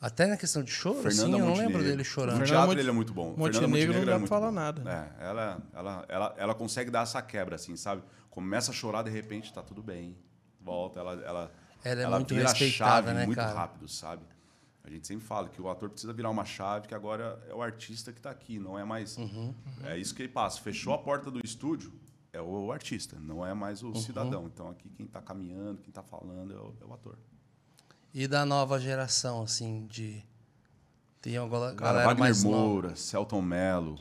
Speaker 1: Até na questão de choro, assim,
Speaker 4: Fernanda
Speaker 1: eu não
Speaker 4: Montenegro.
Speaker 1: lembro dele
Speaker 4: No
Speaker 1: chorando.
Speaker 3: Fernanda
Speaker 4: teatro
Speaker 3: Monte-
Speaker 4: ele é muito bom.
Speaker 3: Montenegro não
Speaker 4: Fernanda
Speaker 3: dá
Speaker 4: é
Speaker 3: pra
Speaker 4: muito
Speaker 3: falar
Speaker 4: bom.
Speaker 3: nada, né?
Speaker 4: É, ela, ela, ela, ela consegue dar essa quebra, assim, sabe? Começa a chorar, de repente, tá tudo bem. Volta, ela... Ela,
Speaker 1: Ela é muito
Speaker 4: vira a
Speaker 1: respeitada,
Speaker 4: chave
Speaker 1: né,
Speaker 4: muito
Speaker 1: cara?
Speaker 4: rápido, sabe? A gente sempre fala que o ator precisa virar uma chave, que agora é o artista que tá aqui, não é
Speaker 1: Uhum.
Speaker 4: mais... É isso que ele passa. Fechou a porta do estúdio, é o artista, não é mais
Speaker 1: Uhum.
Speaker 4: o cidadão. Então, aqui, quem tá caminhando, quem tá falando, é o, é o ator.
Speaker 1: E da nova geração, assim, de... Tem uma gola-
Speaker 4: Cara,
Speaker 1: galera
Speaker 4: Wagner
Speaker 1: mais nova.
Speaker 4: Moura, Celton Mello,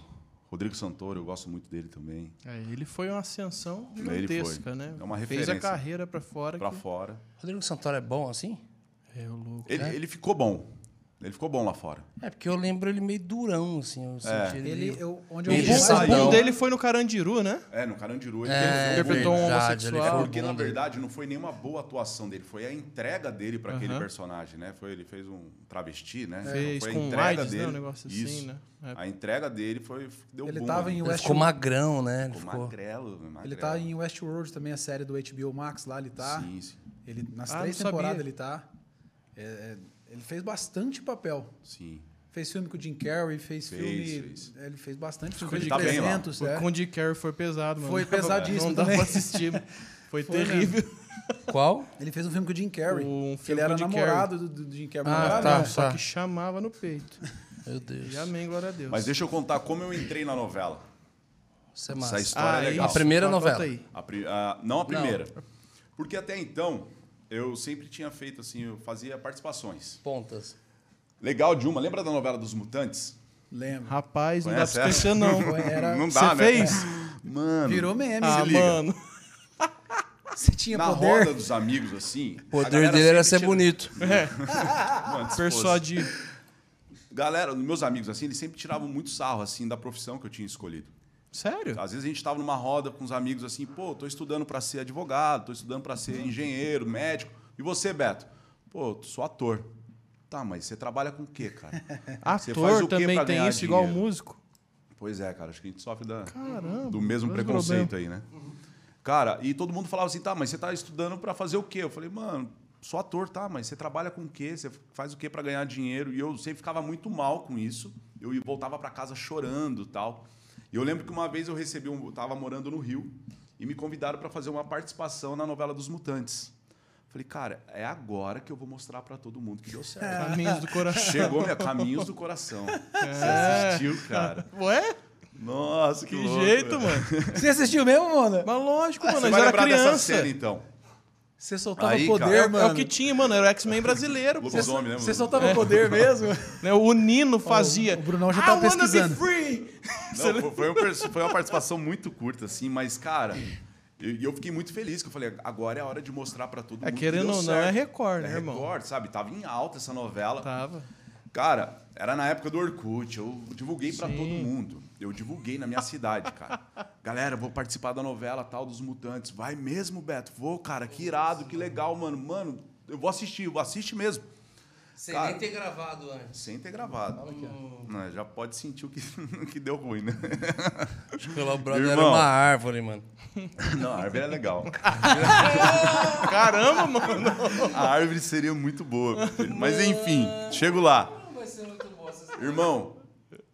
Speaker 4: Rodrigo Santoro, eu gosto muito dele também.
Speaker 3: É, ele foi uma ascensão
Speaker 4: Ele foi.
Speaker 3: gigantesca, né?
Speaker 4: É uma
Speaker 3: Fez a
Speaker 4: referência.
Speaker 3: carreira pra fora.
Speaker 4: Pra
Speaker 3: que-
Speaker 4: fora.
Speaker 1: Rodrigo Santoro é bom, assim?
Speaker 3: É, o louco.
Speaker 4: Ele, ele ficou bom. Ele ficou bom lá fora.
Speaker 1: É, porque eu lembro ele meio durão, assim. Eu
Speaker 4: É.
Speaker 1: senti ele...
Speaker 2: Ele,
Speaker 1: meio-
Speaker 2: eu, onde eu
Speaker 1: Ele
Speaker 2: vi mais
Speaker 3: O
Speaker 4: saiu.
Speaker 3: bom
Speaker 2: bom
Speaker 3: dele foi no Carandiru, né?
Speaker 4: É, no Carandiru ele
Speaker 1: É,
Speaker 4: teve um
Speaker 3: interpretou um
Speaker 1: verdade, ele
Speaker 3: homossexual.
Speaker 1: foi
Speaker 4: bom-
Speaker 1: o
Speaker 4: Porque, na
Speaker 1: bom dele.
Speaker 4: verdade, não foi nenhuma boa atuação dele, foi a entrega dele para aquele
Speaker 3: Aham.
Speaker 4: personagem, né? Foi, ele fez um travesti, né?
Speaker 3: Fez
Speaker 4: foi
Speaker 3: com AIDS, né? Um negócio assim,
Speaker 4: Isso.
Speaker 3: né? É.
Speaker 4: A entrega dele foi. Deu
Speaker 2: Ele
Speaker 4: boom
Speaker 2: tava
Speaker 4: ali.
Speaker 2: em
Speaker 1: Ele
Speaker 2: West-
Speaker 1: ficou magrão, né? Ele
Speaker 4: Ficou
Speaker 1: ficou-
Speaker 4: magrelo, magrelo.
Speaker 2: Ele tá em Westworld também, a série do HBO Max, lá ele tá.
Speaker 4: Sim, sim.
Speaker 2: Ele, nas
Speaker 3: Ah,
Speaker 2: três
Speaker 3: não sabia.
Speaker 2: temporadas ele tá. É, é, ele fez bastante papel.
Speaker 4: sim.
Speaker 2: Fez filme com o Jim Carrey, fez,
Speaker 4: Fez,
Speaker 2: filme.
Speaker 4: fez.
Speaker 2: Ele fez bastante filme.
Speaker 4: Ele
Speaker 2: Fez
Speaker 4: tá bem lá.
Speaker 2: 300,
Speaker 3: Foi
Speaker 2: é.
Speaker 3: com o Jim Carrey foi pesado, mano.
Speaker 2: Foi
Speaker 3: Não dava-
Speaker 2: pesadíssimo
Speaker 3: Não dá
Speaker 2: também.
Speaker 3: pra assistir. mano. Foi,
Speaker 2: Foi mesmo.
Speaker 3: terrível.
Speaker 1: Qual?
Speaker 2: Ele fez um filme com o Jim Carrey.
Speaker 3: Um
Speaker 2: que ele
Speaker 3: filme com
Speaker 2: era
Speaker 3: o Jim
Speaker 2: namorado do, do Jim Carrey.
Speaker 1: Ah,
Speaker 2: namorado,
Speaker 1: tá.
Speaker 2: não.
Speaker 3: Só que chamava no peito.
Speaker 1: Meu Deus.
Speaker 3: E amém, glória a Deus.
Speaker 4: Mas deixa eu contar como eu entrei na novela.
Speaker 1: Isso é massa.
Speaker 4: Essa história
Speaker 3: Ah,
Speaker 4: é legal.
Speaker 1: A primeira
Speaker 3: Mas conta
Speaker 1: novela.
Speaker 3: aí.
Speaker 4: A pri- a- não a primeira. Porque até então, eu sempre tinha feito assim, eu fazia participações.
Speaker 1: Pontas.
Speaker 4: Legal de uma, lembra da novela dos Mutantes?
Speaker 2: Lembro.
Speaker 3: Rapaz, não dá pra
Speaker 4: Conhece essa?
Speaker 3: esquecer, não.
Speaker 2: Era-
Speaker 4: Não
Speaker 3: Você
Speaker 4: dá, né?
Speaker 3: fez?
Speaker 4: Mano,
Speaker 2: Virou meme.
Speaker 3: Ah,
Speaker 2: ele-
Speaker 3: mano.
Speaker 2: Você tinha
Speaker 4: na
Speaker 2: poder.
Speaker 4: roda dos amigos, assim.
Speaker 1: O
Speaker 4: a
Speaker 1: poder
Speaker 4: galera
Speaker 1: dele era
Speaker 4: sempre
Speaker 1: ser
Speaker 4: tira-
Speaker 1: bonito.
Speaker 3: É,
Speaker 4: Mano, se fosse.
Speaker 3: Persuadir.
Speaker 4: Galera, meus amigos, assim, eles sempre tiravam muito sarro, assim, da profissão que eu tinha escolhido.
Speaker 3: Sério?
Speaker 4: Às vezes a gente tava numa roda com os amigos assim, pô, tô estudando para ser advogado, tô estudando para ser engenheiro, médico. E você, Beto? Pô, sou ator. Tá, mas você trabalha com o quê, cara? Você faz
Speaker 3: Ator
Speaker 4: o quê
Speaker 3: também
Speaker 4: pra
Speaker 3: tem
Speaker 4: ganhar
Speaker 3: isso, igual
Speaker 4: dinheiro?
Speaker 3: músico.
Speaker 4: Pois é, cara, acho que a gente sofre da,
Speaker 3: Caramba,
Speaker 4: do mesmo
Speaker 3: mesmo
Speaker 4: preconceito aí, né? Cara, e todo mundo falava assim, tá, mas você tá estudando pra fazer o quê? Eu falei, mano, sou ator, tá, mas você trabalha com o quê? Você faz o quê pra ganhar dinheiro? E eu sempre ficava muito mal com isso. Eu voltava pra casa chorando e tal. E eu lembro que uma vez eu recebi um. Eu tava morando no Rio e me convidaram pra fazer uma participação na novela dos Mutantes. Falei, cara, é agora que eu vou mostrar pra todo mundo que deu certo.
Speaker 3: Caminhos do coração.
Speaker 4: Chegou minha Caminhos do Coração. Você
Speaker 3: É.
Speaker 4: assistiu, cara.
Speaker 3: Ué?
Speaker 4: Nossa, que,
Speaker 3: Que
Speaker 4: louco,
Speaker 3: jeito,
Speaker 4: velho.
Speaker 3: mano.
Speaker 2: Você assistiu mesmo, Mona?
Speaker 3: Mas lógico, mano,
Speaker 4: Você
Speaker 3: nós
Speaker 4: vai
Speaker 3: era
Speaker 4: lembrar então.
Speaker 3: criança.
Speaker 4: dessa cena, então.
Speaker 2: Você soltava
Speaker 4: Aí,
Speaker 2: poder,
Speaker 4: cara.
Speaker 3: É,
Speaker 2: mano.
Speaker 3: o que tinha, mano. Era o X-Men brasileiro. pô.
Speaker 4: Lobisomem, né?
Speaker 2: Você
Speaker 4: mano?
Speaker 2: soltava poder mesmo?
Speaker 3: Né, O Nino fazia.
Speaker 2: o Brunão já tava
Speaker 3: "I wanna be
Speaker 2: pesquisando."
Speaker 3: free!
Speaker 4: Não, foi- foi, um pers- foi uma participação muito curta, assim, mas, cara, eu- e eu, fiquei muito feliz, que eu falei, agora é a hora de mostrar pra todo mundo.
Speaker 3: É,
Speaker 4: que
Speaker 3: querendo
Speaker 4: deu
Speaker 3: ou não,
Speaker 4: certo."
Speaker 3: é Record, né, irmão? Tá.
Speaker 4: Record, sabe? Tava em alta essa novela.
Speaker 3: Tava.
Speaker 4: Cara, era na época do Orkut, eu divulguei pra todo mundo. Eu divulguei na minha cidade, cara. Galera, vou participar da novela tal dos Mutantes. Vai mesmo, Beto? Vou, cara, que irado, que legal, mano. Mano, eu vou assistir, eu assiste mesmo.
Speaker 1: Sem
Speaker 4: Cara.
Speaker 1: nem ter gravado antes.
Speaker 4: Sem ter gravado. Não, já pode sentir o que, que deu ruim, né?
Speaker 1: Tipo, Pelo brother era
Speaker 4: Irmão.
Speaker 1: uma árvore, mano.
Speaker 4: Não, a árvore é legal.
Speaker 3: Caramba, mano.
Speaker 4: A árvore seria muito boa. Mas enfim, chego lá.
Speaker 1: Vai ser muito bom.
Speaker 4: Irmão,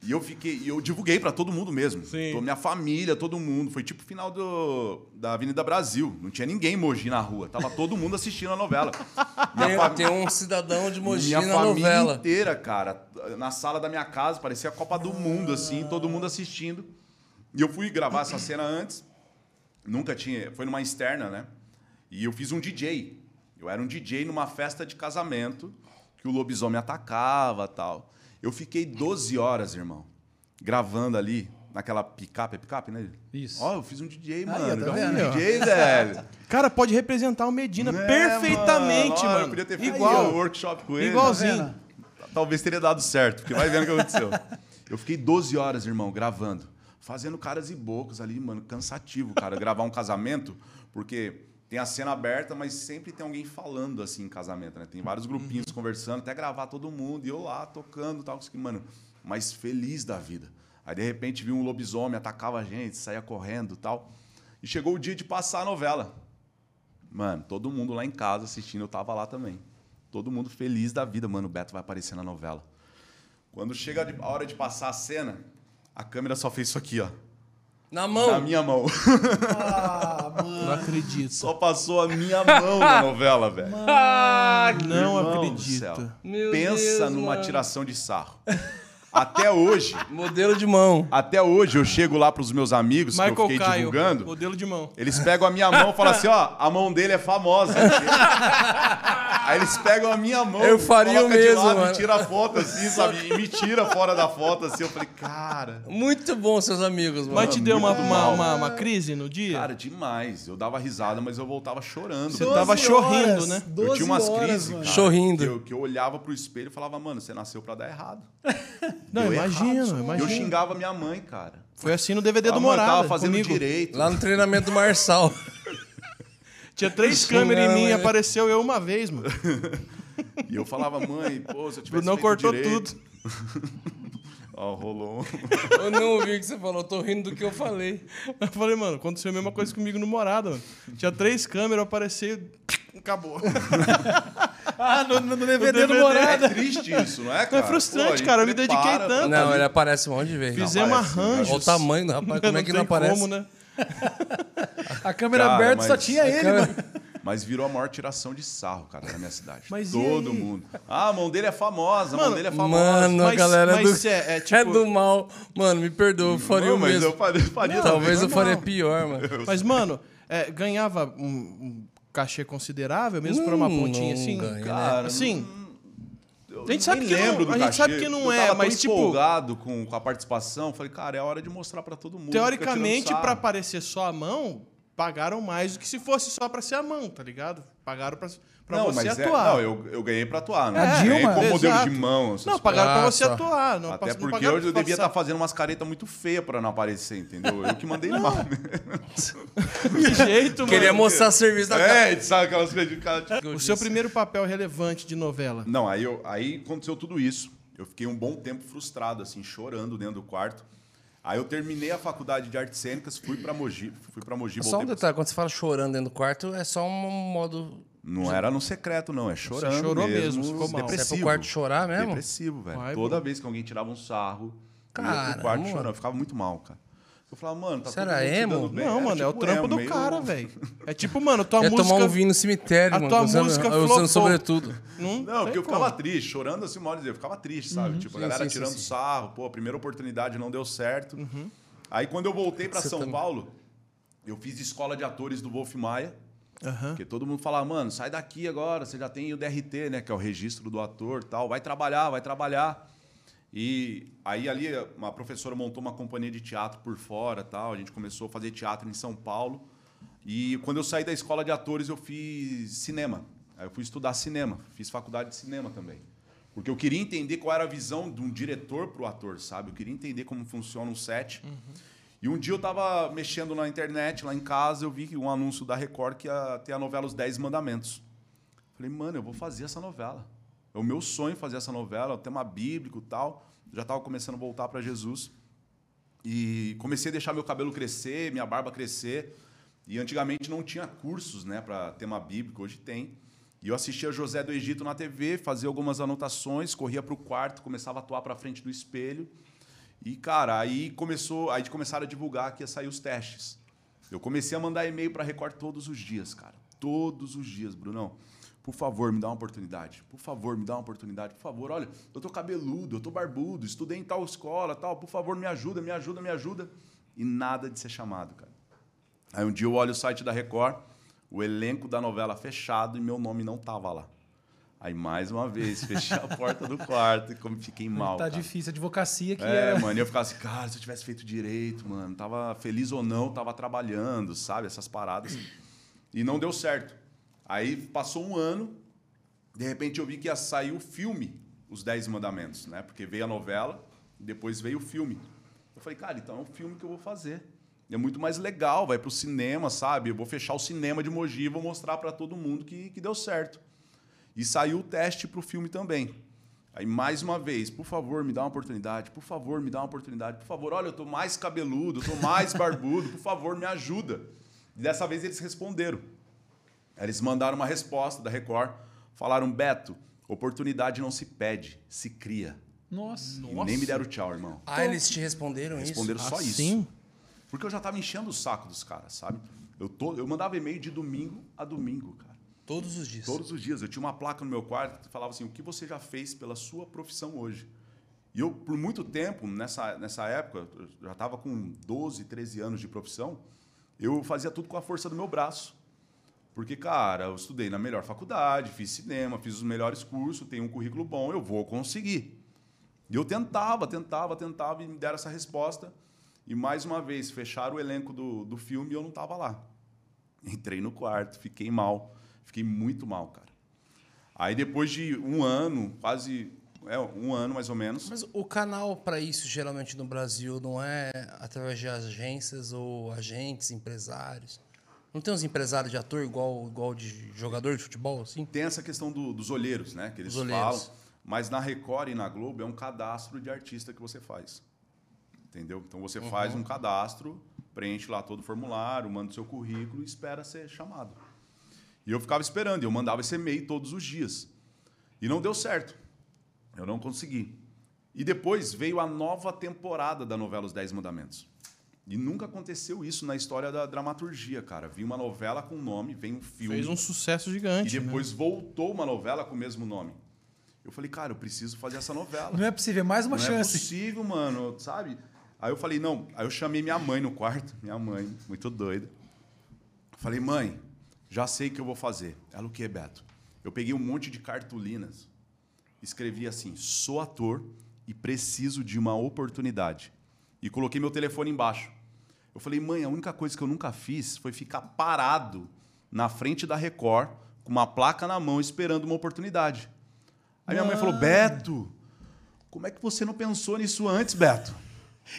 Speaker 4: e eu fiquei, e eu divulguei pra todo mundo mesmo.
Speaker 3: Sim.
Speaker 4: Tô- minha família, todo mundo. Foi tipo o final do, da Avenida Brasil. Não tinha ninguém em Mogi na rua. Tava todo mundo assistindo a novela.
Speaker 1: Tem,
Speaker 4: fa-
Speaker 1: tem um cidadão de Mogi
Speaker 4: minha
Speaker 1: na
Speaker 4: família
Speaker 1: novela.
Speaker 4: inteira, cara, na sala da minha casa, parecia a Copa do Mundo, assim, todo mundo assistindo. E eu fui gravar essa cena antes, nunca tinha, foi numa externa, né? E eu fiz um DJ. Eu era um DJ numa festa de casamento, que o lobisomem atacava tal. Eu fiquei 12 horas, irmão, gravando ali, naquela picape, é picape, né?
Speaker 2: Isso.
Speaker 4: Ó, eu fiz um DJ, mano.
Speaker 2: tá
Speaker 4: eu fiz
Speaker 2: vendo?
Speaker 4: um DJ, velho.
Speaker 3: Cara, pode representar o Medina
Speaker 4: Né,
Speaker 3: perfeitamente,
Speaker 4: ó,
Speaker 3: mano.
Speaker 4: Eu podia ter feito
Speaker 3: Igual.
Speaker 4: um workshop com ele.
Speaker 3: Igualzinho.
Speaker 2: Tá
Speaker 4: Talvez teria dado certo, porque vai vendo o que aconteceu. Eu fiquei 12 horas, irmão, gravando. Fazendo caras e bocas ali, mano. Cansativo, cara. gravar um casamento, porque tem a cena aberta, mas sempre tem alguém falando assim em casamento, né? Tem vários grupinhos conversando, até gravar todo mundo. E eu lá, tocando e tal. assim, Mano, mas feliz da vida. Aí, de repente, vi um lobisomem, atacava a gente, saía correndo e tal. E chegou o dia de passar a novela. Mano, todo mundo lá em casa assistindo, eu tava lá também. Todo mundo feliz da vida, mano. O Beto vai aparecer na novela. Quando chega a hora de passar a cena, a câmera só fez isso aqui, ó.
Speaker 1: Na
Speaker 4: Na
Speaker 1: mão.
Speaker 4: minha mão.
Speaker 3: Não acredito.
Speaker 4: Só passou a minha mão na novela, velho.
Speaker 1: Ah,
Speaker 3: Não
Speaker 4: Irmão do céu.
Speaker 3: acredito.
Speaker 1: Meu
Speaker 4: Pensa
Speaker 1: Deus,
Speaker 4: numa
Speaker 1: mano.
Speaker 4: tiração de sarro. Até hoje,
Speaker 1: modelo de mão.
Speaker 4: até hoje eu chego lá pros meus amigos que eu
Speaker 3: Michael
Speaker 4: fiquei
Speaker 3: Caio,
Speaker 4: divulgando.
Speaker 3: modelo de mão.
Speaker 4: Eles pegam a minha mão e falam assim, ó, a mão dele é famosa. Aí eles pegam a minha mão,
Speaker 1: Eu faria o
Speaker 4: colocam
Speaker 1: mesmo,
Speaker 4: de lado
Speaker 1: mano.
Speaker 4: e tira a foto assim, sabe? E me tira fora da foto assim. Eu falei, cara,
Speaker 1: Muito bom, seus amigos, mano.
Speaker 3: Mas te deu uma,
Speaker 4: muito
Speaker 3: uma,
Speaker 4: mal.
Speaker 3: uma- uma crise no dia?
Speaker 4: cara, demais. Eu dava risada, mas eu voltava chorando.
Speaker 3: Você
Speaker 4: mano.
Speaker 3: tava
Speaker 2: 12
Speaker 3: chorrindo,
Speaker 2: horas,
Speaker 3: né?
Speaker 4: Eu
Speaker 2: 12
Speaker 4: tinha umas
Speaker 2: horas,
Speaker 4: crises,
Speaker 2: mano.
Speaker 4: cara,
Speaker 1: Chorrindo.
Speaker 4: Que eu, que eu olhava pro espelho e falava, mano, você nasceu pra dar errado.
Speaker 3: não,
Speaker 4: Deu
Speaker 3: imagino,
Speaker 4: errado.
Speaker 3: imagino.
Speaker 4: Eu xingava minha mãe, cara.
Speaker 3: Foi assim no DVD
Speaker 4: Ela,
Speaker 3: do
Speaker 4: mano,
Speaker 3: Morada,
Speaker 4: tava fazendo
Speaker 3: comigo.
Speaker 4: direito.
Speaker 1: Lá no treinamento do Marçal.
Speaker 3: Tinha três câmeras em
Speaker 1: Xingava,
Speaker 3: mim,
Speaker 1: né?
Speaker 3: apareceu eu uma vez, mano.
Speaker 4: E eu falava, mãe, pô, se eu tivesse
Speaker 3: Brunão
Speaker 4: feito
Speaker 3: cortou
Speaker 4: direito...
Speaker 3: tudo.
Speaker 4: Ó, rolou um...
Speaker 1: eu não ouvi o que você falou, tô rindo do que eu falei.
Speaker 3: Eu falei, mano, aconteceu a mesma coisa comigo no Morada, mano. Tinha três câmeras, apareceu... Acabou.
Speaker 2: Ah, no, no DVD,
Speaker 3: No
Speaker 2: do
Speaker 3: DVD.
Speaker 2: Morada.
Speaker 4: É triste isso, não é, cara?
Speaker 3: frustrante,
Speaker 4: a gente
Speaker 3: cara, eu me dediquei
Speaker 4: prepara pra
Speaker 3: tanto.
Speaker 4: tá
Speaker 1: Não,
Speaker 4: ali.
Speaker 1: ele aparece um monte de vez.
Speaker 3: Fizemos
Speaker 4: aparece, né?
Speaker 3: arranjos.
Speaker 1: Olha o tamanho do rapaz, como é que não
Speaker 3: tem
Speaker 1: aparece?
Speaker 3: como, né?
Speaker 2: A câmera
Speaker 4: Cara,
Speaker 2: aberta
Speaker 4: mas-
Speaker 2: só tinha ele,
Speaker 1: Cara,
Speaker 2: mano.
Speaker 4: Mas virou a maior tiração de sarro, cara, na minha cidade.
Speaker 3: Mas e
Speaker 4: Todo
Speaker 3: aí?
Speaker 4: mundo. Ah, a mão dele é famosa, a mão
Speaker 3: Mano,
Speaker 4: dele é famosa.
Speaker 1: Mano, a
Speaker 3: mas-
Speaker 1: galera
Speaker 3: mas
Speaker 1: do...
Speaker 3: é-
Speaker 1: É,
Speaker 3: é tipo-
Speaker 1: do mal. Mano, me perdoa, eu faria
Speaker 4: Não,
Speaker 1: o
Speaker 4: mas
Speaker 1: mesmo.
Speaker 4: eu faria, faria também.
Speaker 1: Talvez eu faria
Speaker 3: normal.
Speaker 1: pior, mano.
Speaker 3: Mas, mano, é, ganhava um, um cachê considerável, mesmo pra uma
Speaker 1: Não,
Speaker 3: pontinha
Speaker 1: Hum, não
Speaker 3: assim?
Speaker 1: ganha, né?
Speaker 4: Cara,
Speaker 3: Assim,
Speaker 4: eu
Speaker 3: gente sabe
Speaker 4: nem
Speaker 3: que não-
Speaker 4: lembro do
Speaker 3: a gente
Speaker 4: cachê.
Speaker 3: sabe que não
Speaker 4: eu
Speaker 3: é,
Speaker 4: tava tão
Speaker 3: mas, tipo-
Speaker 4: empolgado com, com a participação, falei, cara, é hora de mostrar pra todo mundo.
Speaker 3: teoricamente,
Speaker 4: fica tirando
Speaker 3: pra
Speaker 4: um sarro.
Speaker 3: aparecer só a mão, pagaram mais do que se fosse só pra ser a mão, tá ligado? Pagaram pra, pra
Speaker 4: não,
Speaker 3: você
Speaker 4: mas é-
Speaker 3: atuar. É,
Speaker 4: não, eu, eu ganhei pra atuar, né?
Speaker 2: A
Speaker 4: Eu ganhei
Speaker 2: Dilma,
Speaker 4: com modelo
Speaker 3: exato.
Speaker 4: de mão. essas
Speaker 3: Não, pagaram pra
Speaker 1: Ah,
Speaker 3: você
Speaker 1: só.
Speaker 3: atuar. Não,
Speaker 4: Até
Speaker 3: pass- não
Speaker 4: porque
Speaker 3: pagaram
Speaker 4: eu, eu
Speaker 3: pra
Speaker 4: devia tá
Speaker 3: passar.
Speaker 4: estar fazendo umas caretas muito feias pra não aparecer, entendeu? Eu que mandei mal. né?
Speaker 3: De jeito,
Speaker 1: Queria
Speaker 3: mano.
Speaker 1: mostrar serviço da cara.
Speaker 4: É, sabe aquelas coisas de cara... tipo,
Speaker 3: O seu primeiro papel relevante de novela.
Speaker 4: Não, aí, eu- aí aconteceu tudo isso. Eu fiquei um bom tempo frustrado, assim, chorando dentro do quarto. Aí eu terminei a faculdade de artes cênicas, fui pra Mogi, fui pra Mogi,
Speaker 1: Só um
Speaker 4: voltei pra-
Speaker 1: detalhe, quando você fala chorando dentro do quarto, é só um modo...
Speaker 4: Não era no secreto, não, é chorando
Speaker 3: chorou
Speaker 4: mesmo,
Speaker 3: mesmo, ficou mal.
Speaker 4: depressivo.
Speaker 1: Você é pro quarto chorar mesmo?
Speaker 4: Depressivo, velho.
Speaker 3: Vai,
Speaker 4: Toda vez que alguém tirava um sarro, eu ia
Speaker 1: Caramba.
Speaker 4: pro quarto chorando, eu ficava muito mal, cara. Eu falava, mano, tá
Speaker 1: Você
Speaker 4: todo
Speaker 1: era
Speaker 4: mundo se
Speaker 1: emo?
Speaker 4: dando bem.
Speaker 3: Não,
Speaker 4: Era
Speaker 3: mano, é o
Speaker 4: tipo
Speaker 3: trampo
Speaker 4: emo,
Speaker 3: do
Speaker 4: meio-
Speaker 3: cara, velho. É tipo, mano, tua
Speaker 1: Ia
Speaker 3: música...
Speaker 1: tomar um vinho no cemitério,
Speaker 3: a
Speaker 1: mano.
Speaker 3: tua
Speaker 1: usando,
Speaker 3: música flopou.
Speaker 1: usando sobretudo.
Speaker 3: Não
Speaker 4: Não,
Speaker 3: tem
Speaker 4: porque eu
Speaker 3: como.
Speaker 4: ficava triste, chorando assim, mal dizer, eu ficava triste, sabe? tipo, a
Speaker 1: Uhum, Sim,
Speaker 4: galera
Speaker 1: sim, sim,
Speaker 4: tirando
Speaker 1: sim. Uhum.
Speaker 4: sarro, pô, a primeira oportunidade não deu certo. Aí quando eu voltei pra São Paulo, eu fiz escola de atores do Wolf Maia.
Speaker 3: Aham.
Speaker 4: Porque todo mundo fala, mano, sai daqui agora, você já tem o DRT, né? Que é o registro do ator e tal. Vai trabalhar, vai trabalhar. E aí ali uma professora montou uma companhia de teatro por fora tal. A gente começou a fazer teatro em São Paulo. E quando eu saí da escola de atores, eu fiz cinema. Aí eu fui estudar cinema, fiz faculdade de cinema também. Porque eu queria entender qual era a visão de um diretor para o ator, sabe? Eu queria entender como funciona um set. E um dia eu tava mexendo na internet, lá em casa, eu vi que um anúncio da Record que ia ter a novela Os Dez Mandamentos. Falei, mano, eu vou fazer essa novela. É o meu sonho fazer essa novela, é o tema bíblico e tal. Já estava começando a voltar para Jesus. E comecei a deixar meu cabelo crescer, minha barba crescer. E antigamente não tinha cursos né, para tema bíblico, hoje tem. E eu assistia José do Egito na TV, fazia algumas anotações, corria para o quarto, começava a atuar para frente do espelho. E, cara, aí começou, aí começaram a divulgar que ia sair os testes. Eu comecei a mandar e-mail para Record todos os dias, cara. Todos os dias, Brunão. Por favor, me dá uma oportunidade. Por favor, me dá uma oportunidade. Por favor, olha, eu tô cabeludo, eu tô barbudo, estudei em tal escola, tal. Por favor, me ajuda, me ajuda, me ajuda. E nada de ser chamado, cara. Aí um dia eu olho o site da Record, o elenco da novela fechado e meu nome não tava lá. Aí mais uma vez, fechei a porta do quarto e como fiquei mal.
Speaker 2: tá
Speaker 4: cara.
Speaker 2: difícil. Advocacia que
Speaker 4: É,
Speaker 2: era-
Speaker 4: mano, e eu ficava assim, cara, se eu tivesse feito direito, mano, tava feliz ou não, tava trabalhando, sabe? Essas paradas. E não deu certo. Aí passou um ano, de repente eu vi que ia sair o filme, Os Dez Mandamentos, né? Porque veio a novela, depois veio o filme. Eu falei, cara, então é um filme que eu vou fazer. É muito mais legal, vai pro cinema, sabe? Eu vou fechar o cinema de Mogi e vou mostrar para todo mundo que, que deu certo. E saiu o teste pro filme também. Aí, mais uma vez, por favor, me dá uma oportunidade, por favor, me dá uma oportunidade, por favor, olha, eu tô mais cabeludo, eu tô mais barbudo, por favor, me ajuda. E dessa vez eles responderam. Aí Eles mandaram uma resposta da Record, falaram, Beto, oportunidade não se pede, se cria.
Speaker 2: Nossa.
Speaker 4: E nem me deram tchau, irmão.
Speaker 3: Então
Speaker 1: Ah, eles te responderam isso?
Speaker 4: Responderam só isso.
Speaker 3: Assim?
Speaker 4: Porque eu já tava enchendo o saco dos caras, sabe? Eu, tô, eu mandava e-mail de domingo a domingo, cara.
Speaker 1: Todos os dias.
Speaker 4: Todos os dias. Eu tinha uma placa no meu quarto que falava assim: o que você já fez pela sua profissão hoje? E eu, por muito tempo, nessa, nessa época, eu já estava com 12, 13 anos de profissão, eu fazia tudo com a força do meu braço. Porque, cara, eu estudei na melhor faculdade, fiz cinema, fiz os melhores cursos, tenho um currículo bom, eu vou conseguir. E eu tentava, tentava, tentava e me deram essa resposta. E mais uma vez, fecharam o elenco do, do filme e eu não estava lá. Entrei no quarto, fiquei mal. Fiquei muito mal, cara. Aí depois de um ano, quase. É, um ano mais ou menos.
Speaker 1: Mas o canal para isso, geralmente no Brasil, não é através de agências ou agentes, empresários. Não tem uns empresários de ator igual, igual de jogador de futebol, assim?
Speaker 4: Tem essa questão do- dos olheiros, né? Que eles
Speaker 1: Os olheiros.
Speaker 4: falam. Mas na Record e na Globo é um cadastro de artista que você faz. Entendeu? Então você faz um cadastro, preenche lá todo o formulário, manda o seu currículo e espera ser chamado. E eu ficava esperando, eu mandava esse e-mail todos os dias. E não deu certo. Eu não consegui. E depois veio a nova temporada da novela Os Dez Mandamentos. E nunca aconteceu isso na história da dramaturgia, cara. Vi uma novela com nome, vem um filme.
Speaker 3: Fez um sucesso
Speaker 4: E
Speaker 3: gigante. né?
Speaker 4: depois voltou uma novela com o mesmo nome. Eu falei, cara, eu preciso fazer essa novela.
Speaker 2: Não é possível, é mais uma
Speaker 4: Não é
Speaker 2: chance.
Speaker 4: possível, mano, sabe? Aí eu falei, não. Aí eu chamei minha mãe no quarto, minha mãe, muito doida. Falei, mãe, já sei o que eu vou fazer. Ela, o que, Beto? Eu peguei um monte de cartolinas, escrevi assim: sou ator e preciso de uma oportunidade. E coloquei meu telefone embaixo. Eu falei, mãe, a única coisa que eu nunca fiz foi ficar parado na frente da Record, com uma placa na mão, esperando uma oportunidade. Aí minha mãe falou: Beto, como é que você não pensou nisso antes, Beto?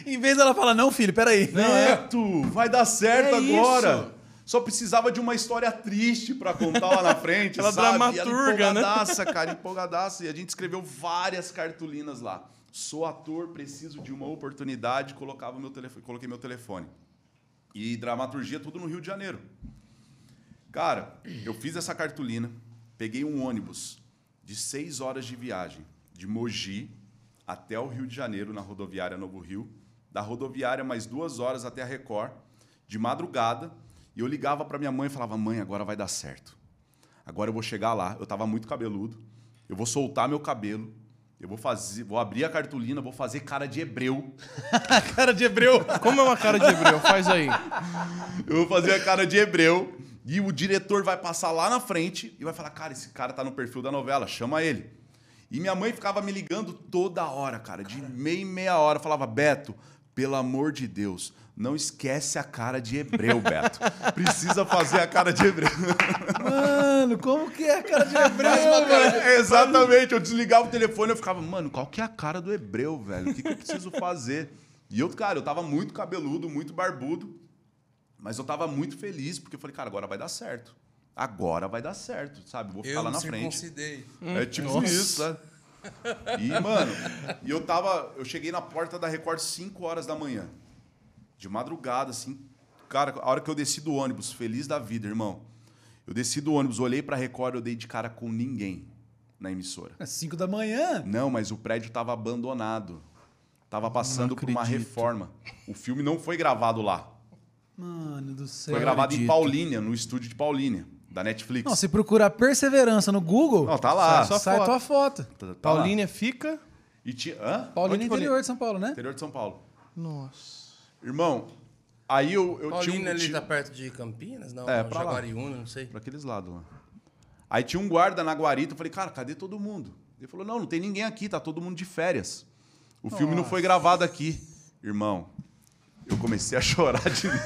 Speaker 2: Em vez dela falar, não, filho, peraí.
Speaker 4: é
Speaker 2: É.
Speaker 4: Beto, vai dar certo
Speaker 3: É
Speaker 4: agora.
Speaker 3: isso.
Speaker 4: Só precisava de uma história triste pra contar lá na frente,
Speaker 3: Ela
Speaker 4: sabe?
Speaker 3: dramaturga,
Speaker 4: Ela
Speaker 3: né?
Speaker 4: empolgadaça, cara, empolgadaça. E a gente escreveu várias cartolinas lá. Sou ator, preciso de uma oportunidade. Colocava meu telefone, coloquei meu telefone. E dramaturgia tudo no Rio de Janeiro. Cara, eu fiz essa cartolina, peguei um ônibus de seis horas de viagem de Mogi até o Rio de Janeiro, na rodoviária Novo Rio. Da rodoviária, mais duas horas até a Record, de madrugada. E eu ligava para minha mãe e falava: Mãe, agora vai dar certo. Agora eu vou chegar lá. Eu tava muito cabeludo. Eu vou soltar meu cabelo. Eu vou fazer, vou abrir a cartolina, vou fazer cara de hebreu.
Speaker 2: Cara de hebreu.
Speaker 4: Tá
Speaker 3: Como é uma cara de hebreu? Faz aí.
Speaker 4: Eu vou fazer a cara de hebreu E o diretor vai passar lá na frente e vai falar: cara, esse cara tá no perfil da novela, chama ele. E minha mãe ficava me ligando toda hora, cara, de meia em meia hora. Falava: Beto, pelo amor de Deus, não esquece a cara de hebreu, Beto. Precisa fazer a cara de hebreu.
Speaker 2: Mano, como que é a cara de
Speaker 4: Não,
Speaker 2: hebreu, velho?
Speaker 4: cara, é, Exatamente, eu desligava o telefone eu ficava, mano, qual que é a cara do hebreu, velho? O que, que eu preciso fazer? E eu, cara, eu tava muito cabeludo, muito barbudo, mas eu tava muito feliz, porque eu falei, cara, agora vai dar certo. Agora vai dar certo, sabe? Vou ficar
Speaker 1: Eu
Speaker 4: lá
Speaker 1: me
Speaker 4: na frente.
Speaker 1: circuncidei.
Speaker 3: Hum,
Speaker 4: É tipo isso, né? E, mano, e eu tava. Eu cheguei na porta da Record 5 horas da manhã. De madrugada, assim. Cara, a hora que eu desci do ônibus, feliz da vida, irmão. Eu desci do ônibus, olhei pra Record, eu dei de cara com ninguém na emissora.
Speaker 2: Às 5 é da manhã?
Speaker 4: Não, mas o prédio tava abandonado. Tava passando por uma
Speaker 3: acredito.
Speaker 4: reforma. O filme não foi gravado lá.
Speaker 2: Mano do céu.
Speaker 4: Foi gravado em
Speaker 3: acredito.
Speaker 4: Paulínia, no estúdio de Paulínia, da Netflix.
Speaker 2: Não, se procurar perseverança no Google,
Speaker 4: Não, tá lá.
Speaker 2: sai, sai
Speaker 3: Só
Speaker 2: tua foto.
Speaker 4: Tá- tá lá.
Speaker 3: Paulínia fica.
Speaker 4: E ti...
Speaker 2: Paulina
Speaker 4: Hã? Onde
Speaker 2: é
Speaker 4: Paulínia?
Speaker 2: interior de São Paulo, né?
Speaker 4: Interior de São Paulo.
Speaker 3: Nossa.
Speaker 4: Irmão, aí eu, eu
Speaker 1: Paulina
Speaker 4: tinha um.
Speaker 1: ali
Speaker 4: tinha-
Speaker 1: tá perto de Campinas, não?
Speaker 4: É,
Speaker 1: não,
Speaker 4: pra lá.
Speaker 1: Jaguariúna, não sei.
Speaker 4: Pra aqueles lados lá. Aí tinha um guarda na guarita, eu falei, cara, cadê todo mundo? Ele falou, não, não tem ninguém aqui, tá todo mundo de férias. O filme não foi gravado aqui. Irmão, eu comecei a chorar de novo.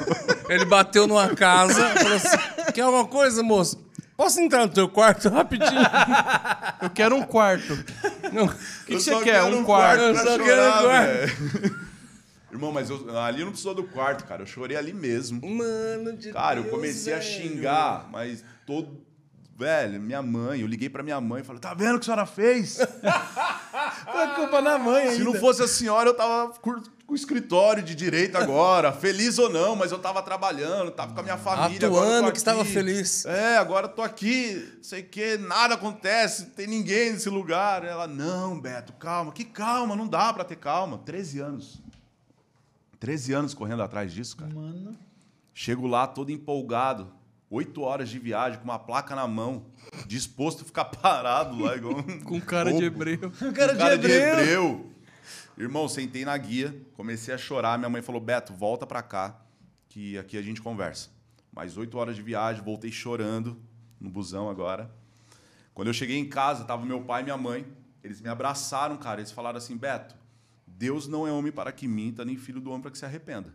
Speaker 1: Ele bateu numa casa, falou assim: quer uma coisa, moço? Posso entrar no teu quarto rapidinho?
Speaker 3: Eu quero um quarto.
Speaker 1: Não.
Speaker 3: O que,
Speaker 4: Eu
Speaker 3: que
Speaker 4: só
Speaker 3: você quer?
Speaker 4: quero
Speaker 3: Um quarto.
Speaker 1: Eu
Speaker 4: pra
Speaker 1: só quero um quarto.
Speaker 4: velho. Irmão, mas eu- ali não precisou do quarto, cara. Eu chorei ali mesmo.
Speaker 1: Mano de
Speaker 4: Cara, eu
Speaker 1: Deus,
Speaker 4: comecei a
Speaker 1: velho.
Speaker 4: xingar, mas todo. Velho, minha mãe, eu liguei pra minha mãe e falei, tá vendo o que a senhora fez?
Speaker 2: Foi culpa na mãe
Speaker 4: Se não
Speaker 2: ainda.
Speaker 4: fosse a senhora, eu tava cur- com o escritório de direito agora, feliz ou não, mas eu tava trabalhando, tava com a minha família. agora eu tô
Speaker 1: Atuando
Speaker 4: aqui.
Speaker 1: que estava feliz.
Speaker 4: É, agora eu tô aqui, não sei o que, nada acontece, não tem ninguém nesse lugar. Ela, não, Beto, calma, que calma, não dá pra ter calma. 13 anos. 13 anos correndo atrás disso, cara.
Speaker 2: Mano,
Speaker 4: Chego lá todo empolgado, oito horas de viagem, com uma placa na mão, disposto a ficar parado lá, igual um
Speaker 3: Com cara de
Speaker 4: bobo.
Speaker 3: hebreu.
Speaker 2: o cara,
Speaker 4: Um cara
Speaker 2: de hebreu.
Speaker 4: Irmão, sentei na guia, comecei a chorar. Minha mãe falou: Beto, volta pra cá, que aqui a gente conversa. Mais oito horas de viagem, voltei chorando no busão agora. Quando eu cheguei em casa, tava meu pai e minha mãe. Eles me abraçaram, cara. Eles falaram assim: Beto, Deus não é homem para que minta, nem filho do homem para que se arrependa.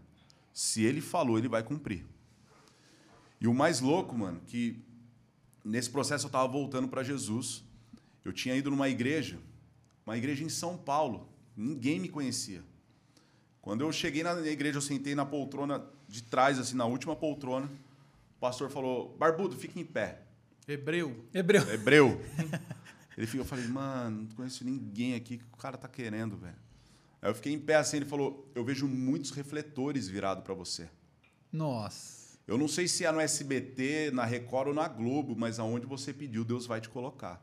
Speaker 4: Se ele falou, ele vai cumprir. E o mais louco, mano, que nesse processo eu tava voltando para Jesus. Eu tinha ido numa igreja, uma igreja em São Paulo. Ninguém me conhecia. Quando eu cheguei na igreja, eu sentei na poltrona de trás, assim, na última poltrona. O pastor falou: Barbudo, fique em pé. É
Speaker 3: Hebreu.
Speaker 2: Hebreu.
Speaker 4: Hebreu. Ele fica, eu falei, mano, não conheço ninguém aqui. O que o cara tá querendo, velho? Aí eu fiquei em pé assim, ele falou, eu vejo muitos refletores virados para você.
Speaker 2: Nossa.
Speaker 4: Eu não sei se é no SBT, na Record ou na Globo, mas aonde você pediu, Deus vai te colocar.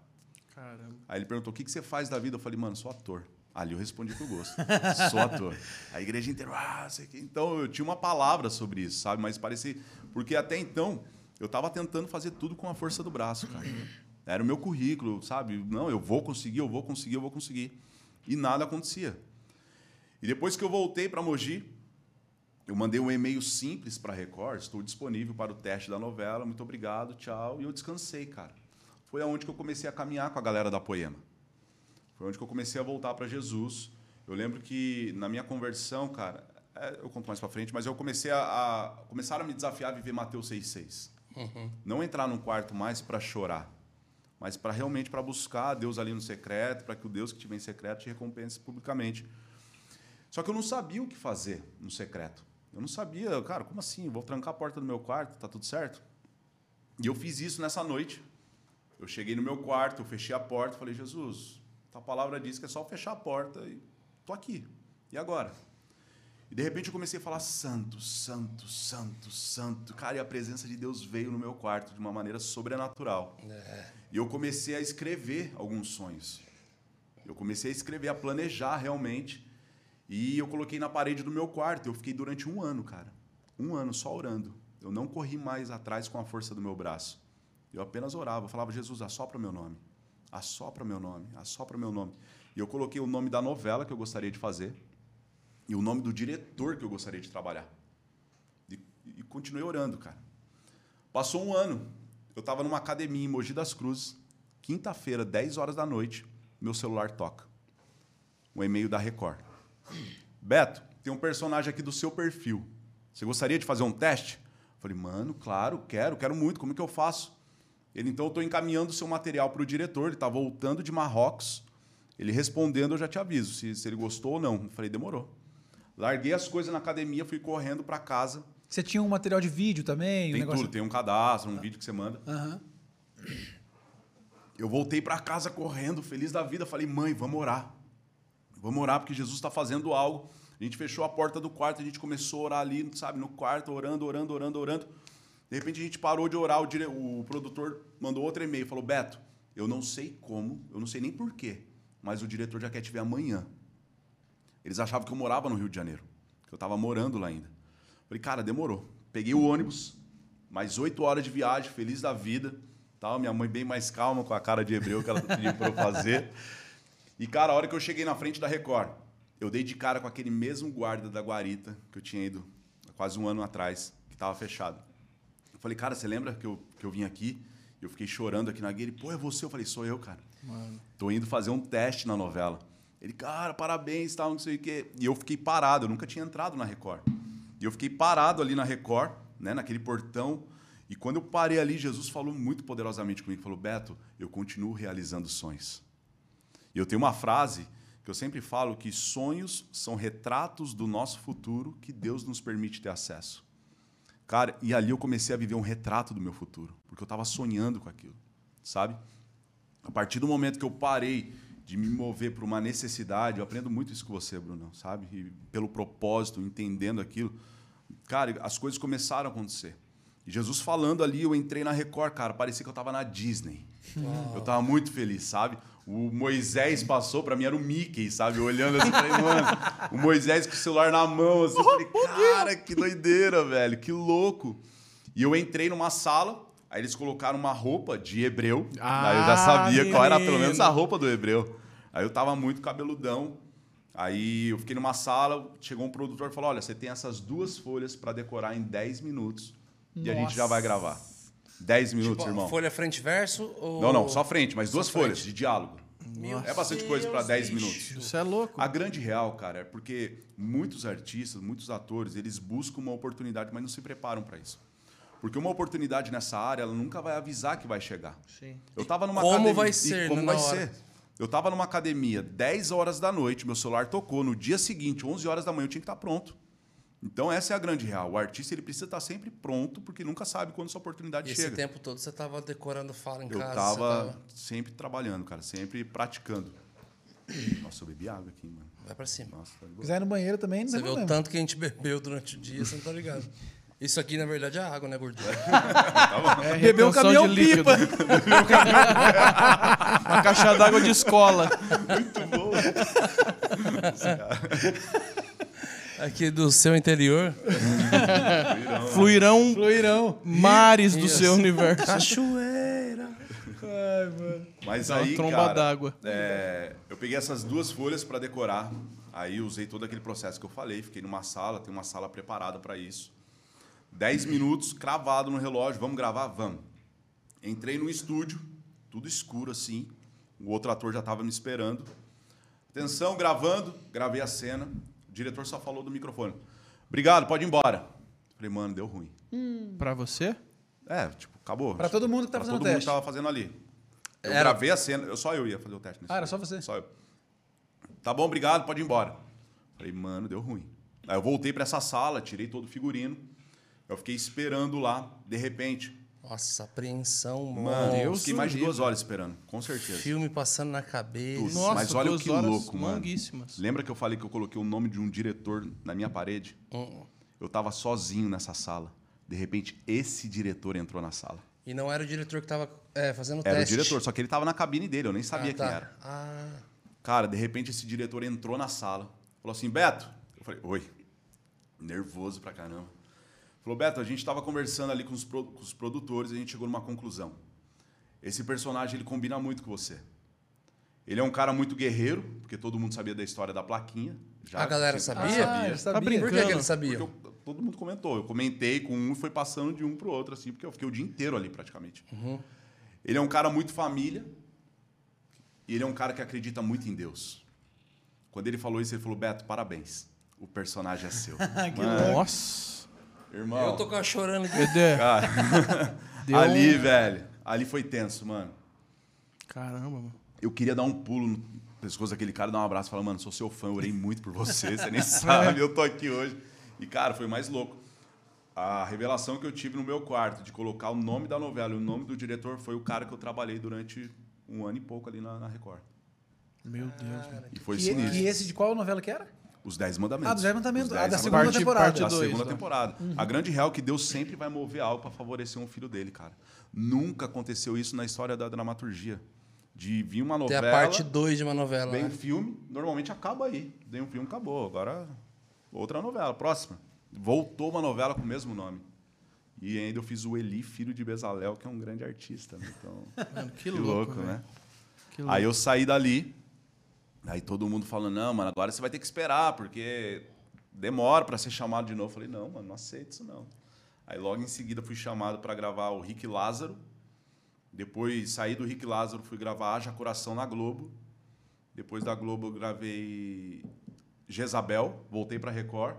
Speaker 3: Caramba.
Speaker 4: Aí ele perguntou, o que, que você faz da vida? Eu falei, mano, sou ator. Ali eu respondi pro gosto. sou ator. A igreja inteira, ah, sei que. Então eu tinha uma palavra sobre isso, sabe? Mas parecia. Porque até então eu tava tentando fazer tudo com a força do braço, cara. Era o meu currículo, sabe? Não, eu vou conseguir, eu vou conseguir, eu vou conseguir. E nada acontecia. E depois que eu voltei para Mogi, eu mandei um e-mail simples para Record, estou disponível para o teste da novela, muito obrigado, tchau. E eu descansei, cara. Foi aonde que eu comecei a caminhar com a galera da Poema. Foi onde que eu comecei a voltar para Jesus. Eu lembro que na minha conversão, cara, é, eu conto mais para frente, mas eu comecei a, a começaram a me desafiar a viver Mateus 6:6. Não entrar num quarto mais para chorar, mas para realmente para buscar a Deus ali no secreto, para que o Deus que te vem em secreto te recompense publicamente. Só que eu não sabia o que fazer no secreto. Eu não sabia, cara, como assim? Eu Vou trancar a porta do meu quarto, tá tudo certo? E eu fiz isso nessa noite. Eu cheguei no meu quarto, eu fechei a porta, falei, Jesus, a palavra diz que é só fechar a porta e tô aqui. E agora? E de repente eu comecei a falar santo, santo, santo, santo. Cara, e a presença de Deus veio no meu quarto de uma maneira sobrenatural. E eu comecei a escrever alguns sonhos. Eu comecei a escrever, a planejar realmente. E eu coloquei na parede do meu quarto. Eu fiquei durante um ano, cara. Um ano só orando. Eu não corri mais atrás com a força do meu braço. Eu apenas orava. Eu falava, Jesus, assopra meu nome. Assopra meu nome. Assopra meu nome. E eu coloquei o nome da novela que eu gostaria de fazer e o nome do diretor que eu gostaria de trabalhar. E, e continuei orando, cara. Passou um ano. Eu tava numa academia em Mogi das Cruzes. Quinta-feira, 10 horas da noite, meu celular toca. Um e-mail da Record. Beto, tem um personagem aqui do seu perfil. Você gostaria de fazer um teste? Eu falei, mano, claro, quero, quero muito. Como é que eu faço? Ele, então, eu estou encaminhando o seu material para o diretor. Ele está voltando de Marrocos. Ele respondendo, eu já te aviso se, se ele gostou ou não. Eu falei, demorou. Larguei as coisas na academia, fui correndo para casa.
Speaker 2: Você tinha um material de vídeo também? um
Speaker 4: Tem
Speaker 2: negócio... assim?
Speaker 4: tudo, tem um cadastro, um vídeo que você manda.
Speaker 2: Aham.
Speaker 4: Eu voltei para casa correndo, feliz da vida. Falei, mãe, vamos orar. Vamos orar porque Jesus está fazendo algo. A gente fechou a porta do quarto, a gente começou a orar ali, sabe, no quarto, orando, orando, orando, orando. De repente a gente parou de orar, o, dire... o produtor mandou outro e-mail, falou: Beto, eu não sei como, eu não sei nem porquê, mas o diretor já quer te ver amanhã. Eles achavam que eu morava no Rio de Janeiro, que eu estava morando lá ainda. Falei, cara, demorou. Peguei o ônibus, mais oito horas de viagem, feliz da vida. Tal. Minha mãe bem mais calma com a cara de hebreu que ela pediu para eu fazer. E, cara, a hora que eu cheguei na frente da Record, eu dei de cara com aquele mesmo guarda da guarita que eu tinha ido há quase um ano atrás, que estava fechado. Eu falei, cara, você lembra que eu, que eu vim aqui? Eu fiquei chorando aqui na guia. Ele, pô, é você? Eu falei, sou eu, cara. Tô indo fazer um teste na novela. Ele, cara, parabéns, tal, não sei o quê. E eu fiquei parado, eu nunca tinha entrado na Record. E eu fiquei parado ali na Record, né, naquele portão. E quando eu parei ali, Jesus falou muito poderosamente comigo. Falou, Beto, eu continuo realizando sonhos. E eu tenho uma frase que eu sempre falo que sonhos são retratos do nosso futuro que Deus nos permite ter acesso. Cara, e ali eu comecei a viver um retrato do meu futuro, porque eu estava sonhando com aquilo, sabe? A partir do momento que eu parei de me mover para uma necessidade, eu aprendo muito isso com você, Bruno, sabe? E pelo propósito, entendendo aquilo, cara, as coisas começaram a acontecer. E Jesus falando ali, eu entrei na Record, cara, parecia que eu estava na Disney. Eu estava muito feliz, sabe? O Moisés passou, para mim era o Mickey, sabe? Eu Olhando assim, falei, mano, o Moisés com o celular na mão, assim, eu falei, cara, que doideira, velho, que louco. E eu entrei numa sala, aí eles colocaram uma roupa de hebreu.
Speaker 3: Ah,
Speaker 4: aí eu já sabia qual era pelo
Speaker 3: menino.
Speaker 4: menos a roupa do hebreu. Aí eu tava muito cabeludão. Aí eu fiquei numa sala, chegou um produtor e falou: "Olha, você tem essas duas folhas para decorar em 10 minutos e a gente já vai gravar". 10 minutos,
Speaker 1: Tipo,
Speaker 4: irmão.
Speaker 1: Folha frente e verso ou...
Speaker 4: Não, não, só frente, mas duas
Speaker 1: Só frente.
Speaker 4: folhas de diálogo. é bastante coisa para 10 minutos.
Speaker 3: Isso é louco.
Speaker 4: A grande real, cara, é porque muitos artistas, muitos atores, eles buscam uma oportunidade, mas não se preparam para isso. Porque uma oportunidade nessa área, ela nunca vai avisar que vai chegar.
Speaker 3: Sim.
Speaker 4: Eu tava numa
Speaker 1: como
Speaker 4: academia.
Speaker 1: vai
Speaker 4: e
Speaker 1: ser,
Speaker 4: como
Speaker 1: né,
Speaker 4: vai
Speaker 1: na hora?
Speaker 4: ser? Eu tava numa academia 10 horas da noite, meu celular tocou. No dia seguinte, 11 horas da manhã, eu tinha que estar pronto. Então, essa é a grande real. O artista ele precisa estar sempre pronto, porque nunca sabe quando sua oportunidade
Speaker 1: E esse
Speaker 4: chega.
Speaker 1: tempo tá? todo você tava decorando fala em
Speaker 4: eu
Speaker 1: casa.
Speaker 4: tava,
Speaker 1: você tava-
Speaker 4: sempre trabalhando, cara, sempre praticando. Nossa, eu bebi água aqui, mano.
Speaker 1: Vai pra cima.
Speaker 4: Nossa, tá de boa.
Speaker 2: quiser ir no banheiro também, não
Speaker 1: Você
Speaker 2: tem
Speaker 1: vê o
Speaker 2: problema.
Speaker 1: tanto que a gente bebeu durante o dia, você não tá ligado. Isso aqui, na verdade, é água, né, gordura?
Speaker 3: É
Speaker 2: Bebeu um
Speaker 3: retenção
Speaker 2: caminhão
Speaker 3: de líquido. um Uma caixa d'água de escola.
Speaker 1: Aqui do seu interior.
Speaker 3: Fluirão
Speaker 2: Fluirão.
Speaker 3: mares do seu universo.
Speaker 1: Cachoeira.
Speaker 2: Ai, mano.
Speaker 4: Mas
Speaker 3: Dá uma
Speaker 4: aí,
Speaker 3: tromba
Speaker 4: cara,
Speaker 3: d'água.
Speaker 4: é, eu peguei essas duas folhas para decorar. Aí usei todo aquele processo que eu falei. Fiquei numa sala, tem uma sala preparada para isso. Dez minutos, cravado no relógio. Vamos gravar? Vamos. Entrei no estúdio, tudo escuro assim. O outro ator já estava me esperando. Atenção, gravando. Gravei a cena. O diretor só falou do microfone. Obrigado, pode ir embora. Falei, mano, deu ruim.
Speaker 3: Pra você?
Speaker 4: É, tipo, acabou.
Speaker 2: Pra todo mundo que tá
Speaker 4: Pra
Speaker 2: fazendo
Speaker 4: todo
Speaker 2: o
Speaker 4: mundo
Speaker 2: teste.
Speaker 4: que tava fazendo ali. Eu
Speaker 1: Era-
Speaker 4: gravei a cena, eu, só eu ia fazer o teste. nesse
Speaker 2: Ah, era
Speaker 4: dia.
Speaker 2: só você?
Speaker 4: Só eu. Tá bom, obrigado, pode ir embora. Falei, mano, deu ruim. Aí eu voltei pra essa sala, tirei todo o figurino. Eu fiquei esperando lá, de repente.
Speaker 1: Nossa, apreensão,
Speaker 4: Mano,
Speaker 1: mano. Um
Speaker 4: eu
Speaker 3: Deus
Speaker 4: fiquei mais de
Speaker 3: do livro.
Speaker 4: duas horas esperando, com certeza.
Speaker 1: Filme passando na cabeça.
Speaker 4: Tudo. Mas olha o
Speaker 3: duas
Speaker 4: que
Speaker 3: horas
Speaker 4: louco, mano.
Speaker 3: Longuíssimas.
Speaker 4: Lembra que eu falei que eu coloquei o nome de um diretor na minha parede?
Speaker 1: Hum.
Speaker 4: Eu tava sozinho nessa sala. De repente, esse diretor entrou na sala.
Speaker 1: E não era o diretor que tava é, fazendo o
Speaker 4: Era
Speaker 1: teste.
Speaker 4: o diretor, só que ele tava na cabine dele, eu nem
Speaker 1: Ah,
Speaker 4: sabia
Speaker 1: tá.
Speaker 4: quem era.
Speaker 1: Ah,
Speaker 4: Cara, de repente esse diretor entrou na sala, falou assim: Beto. Eu falei: Oi. Nervoso pra caramba. Falou: Beto, a gente tava conversando ali com os, pro- com os produtores e a gente chegou numa conclusão. Esse personagem ele combina muito com você. Ele é um cara muito guerreiro, porque todo mundo sabia da história da plaquinha. Já
Speaker 1: A galera
Speaker 4: tinha-
Speaker 1: sabia?
Speaker 2: Ah, eu sabia.
Speaker 3: Tá brincando.
Speaker 1: Por que, que eles sabiam?
Speaker 4: Porque eu- todo mundo comentou. Eu comentei com um e foi passando de um pro outro, assim, porque eu fiquei o dia inteiro ali praticamente.
Speaker 3: Uhum.
Speaker 4: Ele é um cara muito família. E ele é um cara que acredita muito em Deus. Quando ele falou isso, ele falou: Beto, parabéns. O personagem é seu. Mano,
Speaker 3: Nossa.
Speaker 4: irmão.
Speaker 1: Eu tô com a chorando aqui.
Speaker 3: Dedé. Deu
Speaker 4: ali,
Speaker 3: um-
Speaker 4: velho. Ali foi tenso, mano.
Speaker 3: Caramba, mano.
Speaker 4: Eu queria dar um pulo no pescoço daquele cara, dar um abraço e falar, mano, sou seu fã, eu orei muito por você, você nem sabe, eu tô aqui hoje. E, cara, foi o mais louco. A revelação que eu tive no meu quarto de colocar o nome da novela e o nome do diretor foi o cara que eu trabalhei durante um ano e pouco ali na, na Record.
Speaker 3: Meu Deus, mano.
Speaker 4: E foi
Speaker 2: Que,
Speaker 4: sinistro.
Speaker 2: que esse de qual novela que era?
Speaker 4: Os Dez Mandamentos.
Speaker 2: Ah, dos Dez Mandamentos.
Speaker 4: Os
Speaker 2: Ah, da
Speaker 4: Dez
Speaker 2: segunda
Speaker 4: Mandamentos.
Speaker 2: temporada. Uhum.
Speaker 4: Da
Speaker 3: Parte dois,
Speaker 4: segunda
Speaker 3: né?
Speaker 4: temporada. A grande real é que Deus sempre vai mover algo para favorecer um filho dele, cara. Nunca aconteceu isso na história da dramaturgia. De vir uma
Speaker 1: Tem
Speaker 4: novela...
Speaker 1: a parte 2 de uma novela.
Speaker 4: Vem um
Speaker 1: né?
Speaker 4: filme, normalmente acaba aí. Vem um filme, acabou. Agora, outra novela. Próxima. Voltou uma novela com o mesmo nome. E ainda eu fiz o Eli, filho de Bezalel, que é um grande artista. né? Então, né?
Speaker 3: Mano, que louco, velho. Que louco.
Speaker 4: Aí eu saí dali. Aí todo mundo falando, não, mano, agora você vai ter que esperar, porque demora para ser chamado de novo. Eu falei, não, mano, não aceito isso não. Aí logo em seguida fui chamado para gravar o Rick Lázaro. Depois saí do Rick Lázaro, fui gravar Haja Coração na Globo. Depois da Globo eu gravei Jezabel, voltei para Record.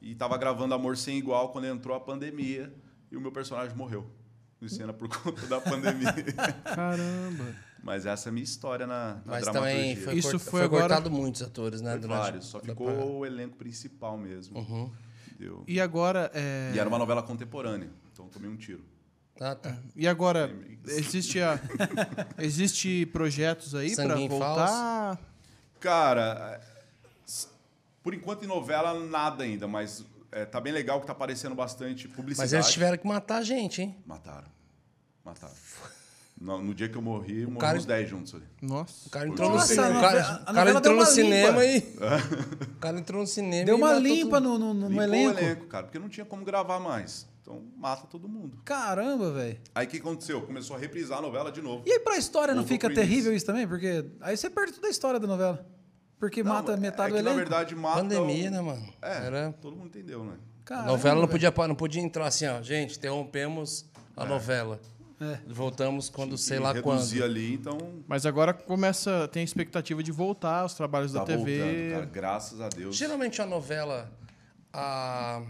Speaker 4: E tava gravando Amor Sem Igual quando entrou a pandemia e o meu personagem morreu. Luciana, por conta da pandemia.
Speaker 3: Caramba.
Speaker 4: Mas essa é a minha história na, na
Speaker 1: Mas
Speaker 4: dramaturgia.
Speaker 1: também foi,
Speaker 3: Isso
Speaker 1: cort-
Speaker 3: foi
Speaker 1: foi
Speaker 3: agora-
Speaker 1: cortado muitos atores, né?
Speaker 4: Foi
Speaker 1: durante-
Speaker 4: vários, só
Speaker 1: da
Speaker 4: ficou
Speaker 1: parada.
Speaker 4: o elenco principal mesmo.
Speaker 1: Uhum.
Speaker 4: Entendeu?
Speaker 3: E agora. é,
Speaker 4: E era uma novela contemporânea, então tomei um tiro.
Speaker 1: Tá, tá.
Speaker 3: E agora, existe, a... existe projetos aí pra
Speaker 1: Sanguinho
Speaker 3: voltar?
Speaker 4: Cara, é, s- por enquanto em novela nada ainda, mas é, tá bem legal que tá aparecendo bastante
Speaker 1: Mas
Speaker 4: publicidade.
Speaker 1: eles tiveram que matar a gente, hein?
Speaker 4: Mataram. Mataram. No, no dia que eu morri, morri
Speaker 1: cara-
Speaker 4: uns 10 juntos ali.
Speaker 3: Novela
Speaker 1: O cara entrou
Speaker 4: Nossa,
Speaker 1: no cinema.
Speaker 2: a
Speaker 1: O cara,
Speaker 2: novela- a
Speaker 1: o cara
Speaker 2: novela deu
Speaker 1: entrou no
Speaker 2: uma
Speaker 1: cinema e. O cara entrou no cinema
Speaker 2: Deu
Speaker 1: e
Speaker 2: uma
Speaker 1: matou
Speaker 2: limpa
Speaker 1: tudo.
Speaker 2: no, no, no
Speaker 4: Limpou
Speaker 2: elenco.
Speaker 4: o elenco, cara, porque não tinha como gravar mais. Então mata todo mundo.
Speaker 2: Caramba, velho.
Speaker 4: Aí o que aconteceu? Começou a reprisar a novela de novo.
Speaker 2: E aí pra história não
Speaker 4: Voltou
Speaker 2: fica
Speaker 4: pro início.
Speaker 2: terrível isso também? Porque aí você perde toda a história da novela. Porque
Speaker 4: Não,
Speaker 2: mata
Speaker 4: é
Speaker 2: metade
Speaker 4: que,
Speaker 2: do elenco.
Speaker 4: Na verdade, mata.
Speaker 1: Pandemia,
Speaker 4: o-
Speaker 1: né, mano?
Speaker 4: É,
Speaker 1: Era...
Speaker 4: todo mundo entendeu, né?
Speaker 1: A
Speaker 2: Caramba,
Speaker 1: novela não
Speaker 2: velho.
Speaker 1: podia, pa- não podia entrar assim, ó. Gente, interrompemos a novela.
Speaker 2: É.
Speaker 1: Voltamos quando sei
Speaker 4: E
Speaker 1: lá quando.
Speaker 4: reduzir ali, então.
Speaker 3: Mas agora começa, tem a expectativa de voltar os trabalhos
Speaker 4: Tá
Speaker 3: da TV.
Speaker 4: voltando, cara. Graças a Deus.
Speaker 1: Geralmente a novela, a,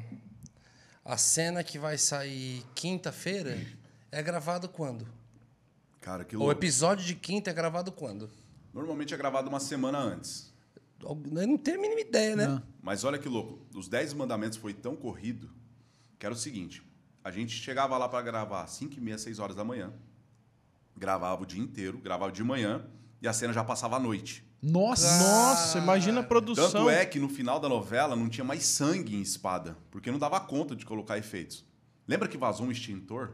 Speaker 1: a cena que vai sair quinta-feira é gravado quando?
Speaker 4: Cara, que
Speaker 1: O
Speaker 4: louco.
Speaker 1: episódio de quinta é gravado quando?
Speaker 4: Normalmente é gravado uma semana antes.
Speaker 1: Eu não tenho a mínima ideia, né?
Speaker 2: Não.
Speaker 4: Mas olha que louco. Os 10 mandamentos foi tão corrido que era o seguinte: a gente chegava lá pra gravar às 5 e meia, 6 horas da manhã, gravava o dia inteiro, gravava de manhã e a cena já passava à noite.
Speaker 2: Nossa!
Speaker 3: Nossa, imagina a produção.
Speaker 4: Tanto é que no final da novela não tinha mais sangue em espada, porque não dava conta de colocar efeitos. Lembra que vazou um extintor?